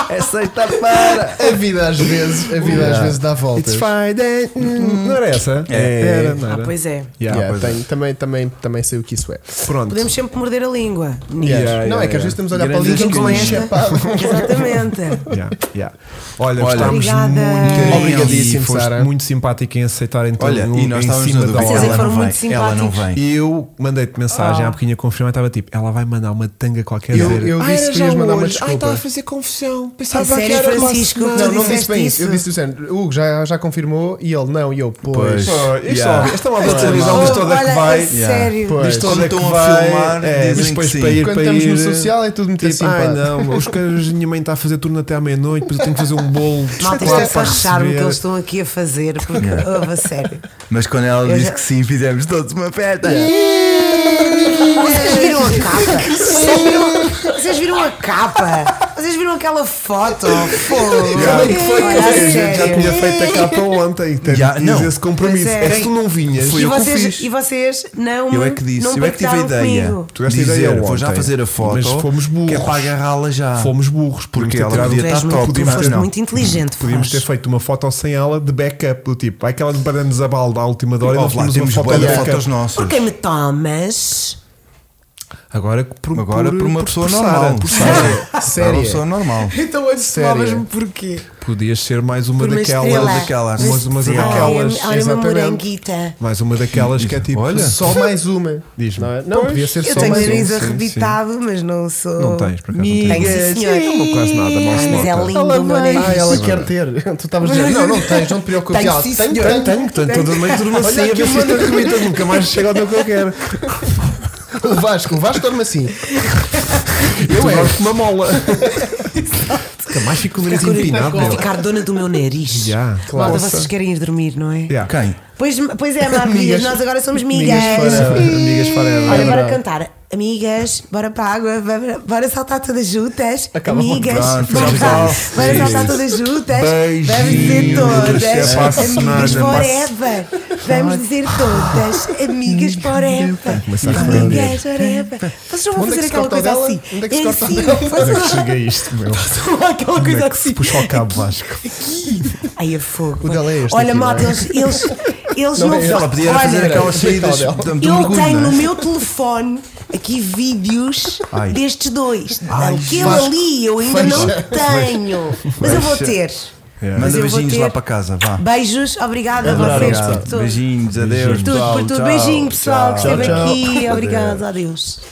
S2: É sexta-feira.
S3: A vida às vezes, a vida às vezes dá voltas.
S1: It's
S4: <laughs>
S1: Friday. Hum, Não era essa?
S2: É.
S1: Era, não
S4: Ah,
S1: era?
S4: pois é.
S1: Yeah,
S3: Yeah,
S1: pois
S3: tenho- também, também, também sei o que isso é.
S1: é. Pronto.
S4: Podemos sempre morder a língua.
S1: Yeah, yeah,
S3: não, é que às
S1: yeah.
S3: vezes estamos a olhar para a
S2: Grandes
S3: língua
S4: Com
S1: é
S3: e
S4: esta. Exatamente.
S1: Yeah, yeah. Olha,
S2: Olha,
S1: estávamos
S4: Obrigada.
S1: muito
S3: Obrigadíssimo,
S1: e foste
S3: Sara.
S1: muito simpática em aceitarem tudo
S2: Olha, e nós
S1: um em
S2: estávamos na
S1: cima da
S2: dúvida.
S4: Vocês é
S1: hora.
S4: que
S2: Ela não
S4: foram
S2: vem.
S4: muito
S2: Ela não
S4: simpáticos.
S2: vem.
S1: Eu mandei-te mensagem à pequinha confirmar, estava tipo, ela vai mandar uma tanga qualquer
S3: Eu-
S1: dizer.
S3: eu
S1: "Ah,
S3: disse
S1: era
S3: que
S1: já
S3: ias mandar uma
S1: hoje.
S3: desculpa."
S1: Ai, estava a fazer confusão.
S4: A
S1: Pensava
S4: sério,
S1: que era para a
S4: Francisco,
S1: semana.
S3: Não,
S4: tu
S3: não disse
S4: disseste
S3: bem
S4: isso?
S3: isso. Eu disse o género. Hugo já, já confirmou e ele não. E eu, pois.
S2: Pois.
S1: Oh, isto
S2: Yeah.
S1: é- Esta é uma obra de
S2: Esta é uma
S1: televisão, mas
S2: obra-
S1: toda que
S4: Oh, Olha, é
S1: vai.
S4: a
S2: Yeah.
S4: sério.
S3: Pois.
S1: Diz toda
S2: Quando
S1: que
S2: estão a
S1: vai,
S2: filmar,
S1: é,
S2: dizem
S1: mas
S2: que
S1: depois
S2: sim.
S1: para ir
S3: Quando
S1: para
S3: estamos
S1: ir,
S3: no social é tudo muito
S1: tipo, ai
S3: simpático."
S1: não, os caras, minha mãe está a fazer turno até à meia-noite, depois eu tenho que fazer um bolo de
S4: Malta, isto é
S1: chocolate
S4: só
S1: para
S4: achar o que
S1: receber.
S4: eles estão aqui a fazer, porque, <laughs> oh, a sério.
S1: <laughs>
S2: Mas quando ela
S4: Eu
S2: disse
S4: já-
S2: que sim, fizemos todos uma festa.
S1: <laughs>
S4: Vocês viram a capa? Vocês viram, vocês viram a capa? Vocês viram aquela foto? Fogo!
S2: Yeah.
S1: Bem é que foi,
S4: Olha,
S1: quer dizer, a
S4: a
S1: gente já
S4: sério.
S1: tinha feito a capa ontem, teve
S2: Já,
S1: yeah,
S2: não.
S1: esse compromisso.
S4: Pois é.
S1: É que tu não vinhas.
S2: Fui
S4: e,
S2: eu que o
S4: vocês,
S2: fiz.
S4: e vocês não
S2: Eu é que disse,
S4: Hum, não
S2: eu é que tive a
S4: pactaram
S2: ideia.
S4: comigo.
S1: Tu tiveste a
S2: Dizer,
S1: ideia
S2: Vou já
S1: ontem.
S2: fazer a foto.
S1: Mas fomos
S2: Que é
S1: burros.
S2: para agarrá-la já.
S1: Fomos burros,
S2: Porque
S1: podíamos ter
S2: ela
S1: tirado-
S4: Tu,
S2: podia
S4: és
S2: estar
S4: muito,
S2: top,
S4: tu
S2: mas
S4: foste
S2: não.
S4: muito inteligente.
S1: Podíamos ter
S4: Faz.
S1: feito uma foto sem ela de backup, do tipo, aquela de nos a balda à última hora e nós
S2: Ouve lá,
S1: fomos uma
S2: temos
S1: foto
S2: boas
S1: de backup.
S2: fotos nossas.
S4: Por quem me tomas?
S1: Agora por,
S2: Agora por uma pessoa
S1: por
S2: normal.
S1: Sara, por Sara.
S3: <laughs>
S2: Era
S3: Séria.
S2: uma pessoa normal.
S4: Então antes
S3: Sério?
S4: tomavas-me porquê?
S1: Podias ser mais uma
S4: Por uma
S1: daquelas.
S4: estrela.
S2: daquelas.
S1: Uma, umas- umas
S2: Uma
S1: daquelas.
S4: Olha, olha uma
S3: exatamente.
S4: moranguita.
S1: Mais uma daquelas que é tipo.
S2: Olha.
S3: Só mais uma.
S1: Diz-me.
S3: Não, é? não
S1: Pois,
S3: podia ser
S4: Eu
S3: só
S4: tenho
S3: mais
S4: nariz
S3: uma.
S2: sim, sim.
S4: arrebitado, mas não sou.
S1: Não tens, por acaso. Não
S4: Tenho
S1: tens.
S4: sim, senhor.
S1: Não, quase nada, mal se
S4: Ai, mas é
S1: nota.
S4: lindo o meu nariz.
S3: Ah, ela quer ter. <laughs> Tu estavas a dizer, não, não tens, não te preocupes.
S4: Tenho
S3: Ela,
S4: sim,
S3: tenho,
S4: senhora,
S3: tenho.
S1: Tenho, portanto, estou meio <laughs> turma assim a
S3: aqui
S1: ver se
S3: uma
S1: isto acredita, nunca mais chega ao que eu quero.
S3: O Vasco, o Vasco dorme <laughs> assim. é.
S1: Eu gosto de uma mola. Nunca mais fico o nariz
S4: Ficar curi-
S1: empinado. meu.
S4: Ficar dona do meu nariz.
S1: Já,
S4: Malta,
S1: claro.
S4: vocês querem ir dormir, não é?
S1: Yeah.
S2: Quem?
S4: Pois, pois é, Marcos,
S3: Amigas.
S4: nós agora somos migas.
S3: Amigas forever.
S1: Amigas forever.
S4: Olha, bora
S3: É verdade.
S4: cantar. Amigas, bora para a água, bora, bora saltar todas juntas.
S3: Acaba
S4: Amigas,
S2: vontade,
S4: bora,
S2: faz
S4: bora,
S2: mal.
S4: bora
S1: Isso.
S4: saltar todas juntas.
S1: Beijinhos,
S4: Vamos
S3: é
S4: dizer todas.
S1: até para a
S4: Amigas
S2: semana,
S4: forever. Vamos dizer todas. Amigas forever.
S1: Começa a
S4: Amigas forever. Vocês não vão
S3: Onde é que
S4: fazer
S3: se
S4: aquela
S3: corta o
S4: coisa
S3: dela?
S4: assim.
S3: Onde é que se
S4: Em
S3: corta o
S4: cima,
S1: Onde
S3: dela?
S1: é que
S4: façam lá-
S1: chega isto, meu? é
S4: façam lá
S3: é
S4: aquela coisa assim.
S1: Puxa o cabo Vasco.
S4: Ai, é fogo.
S3: O dela é este
S4: Olha,
S3: aqui,
S4: malta,
S3: não é?
S4: eles, eles, eles não,
S3: Não, ela
S4: fa-
S2: Ela podia era
S4: Olha,
S2: fazer aquelas
S3: peraí,
S2: saídas
S3: peraí,
S2: de- de
S4: eu
S2: mergulho,
S4: tenho
S2: não
S4: no
S2: é?
S4: meu telefone aqui vídeos
S2: Ai.
S4: destes dois.
S2: Ai,
S4: Aquele
S2: Vasco,
S4: ali eu ainda não
S3: fecha.
S4: tenho. Mas eu vou
S2: Fecha. É.
S4: ter.
S1: Yeah.
S4: Mas
S2: Manda
S4: eu vou
S2: beijinhos
S4: ter.
S2: lá para casa, vá.
S4: Beijos, obrigada a
S3: Adorava.
S4: vocês
S2: Obrigado.
S4: por tudo.
S2: Beijinhos, adeus.
S4: Tudo,
S2: pessoal,
S4: por tudo.
S2: tchau,
S4: Beijinho, pessoal, que
S2: tchau.
S3: Tchau,
S4: esteve
S3: tchau.
S4: aqui. Obrigada, adeus.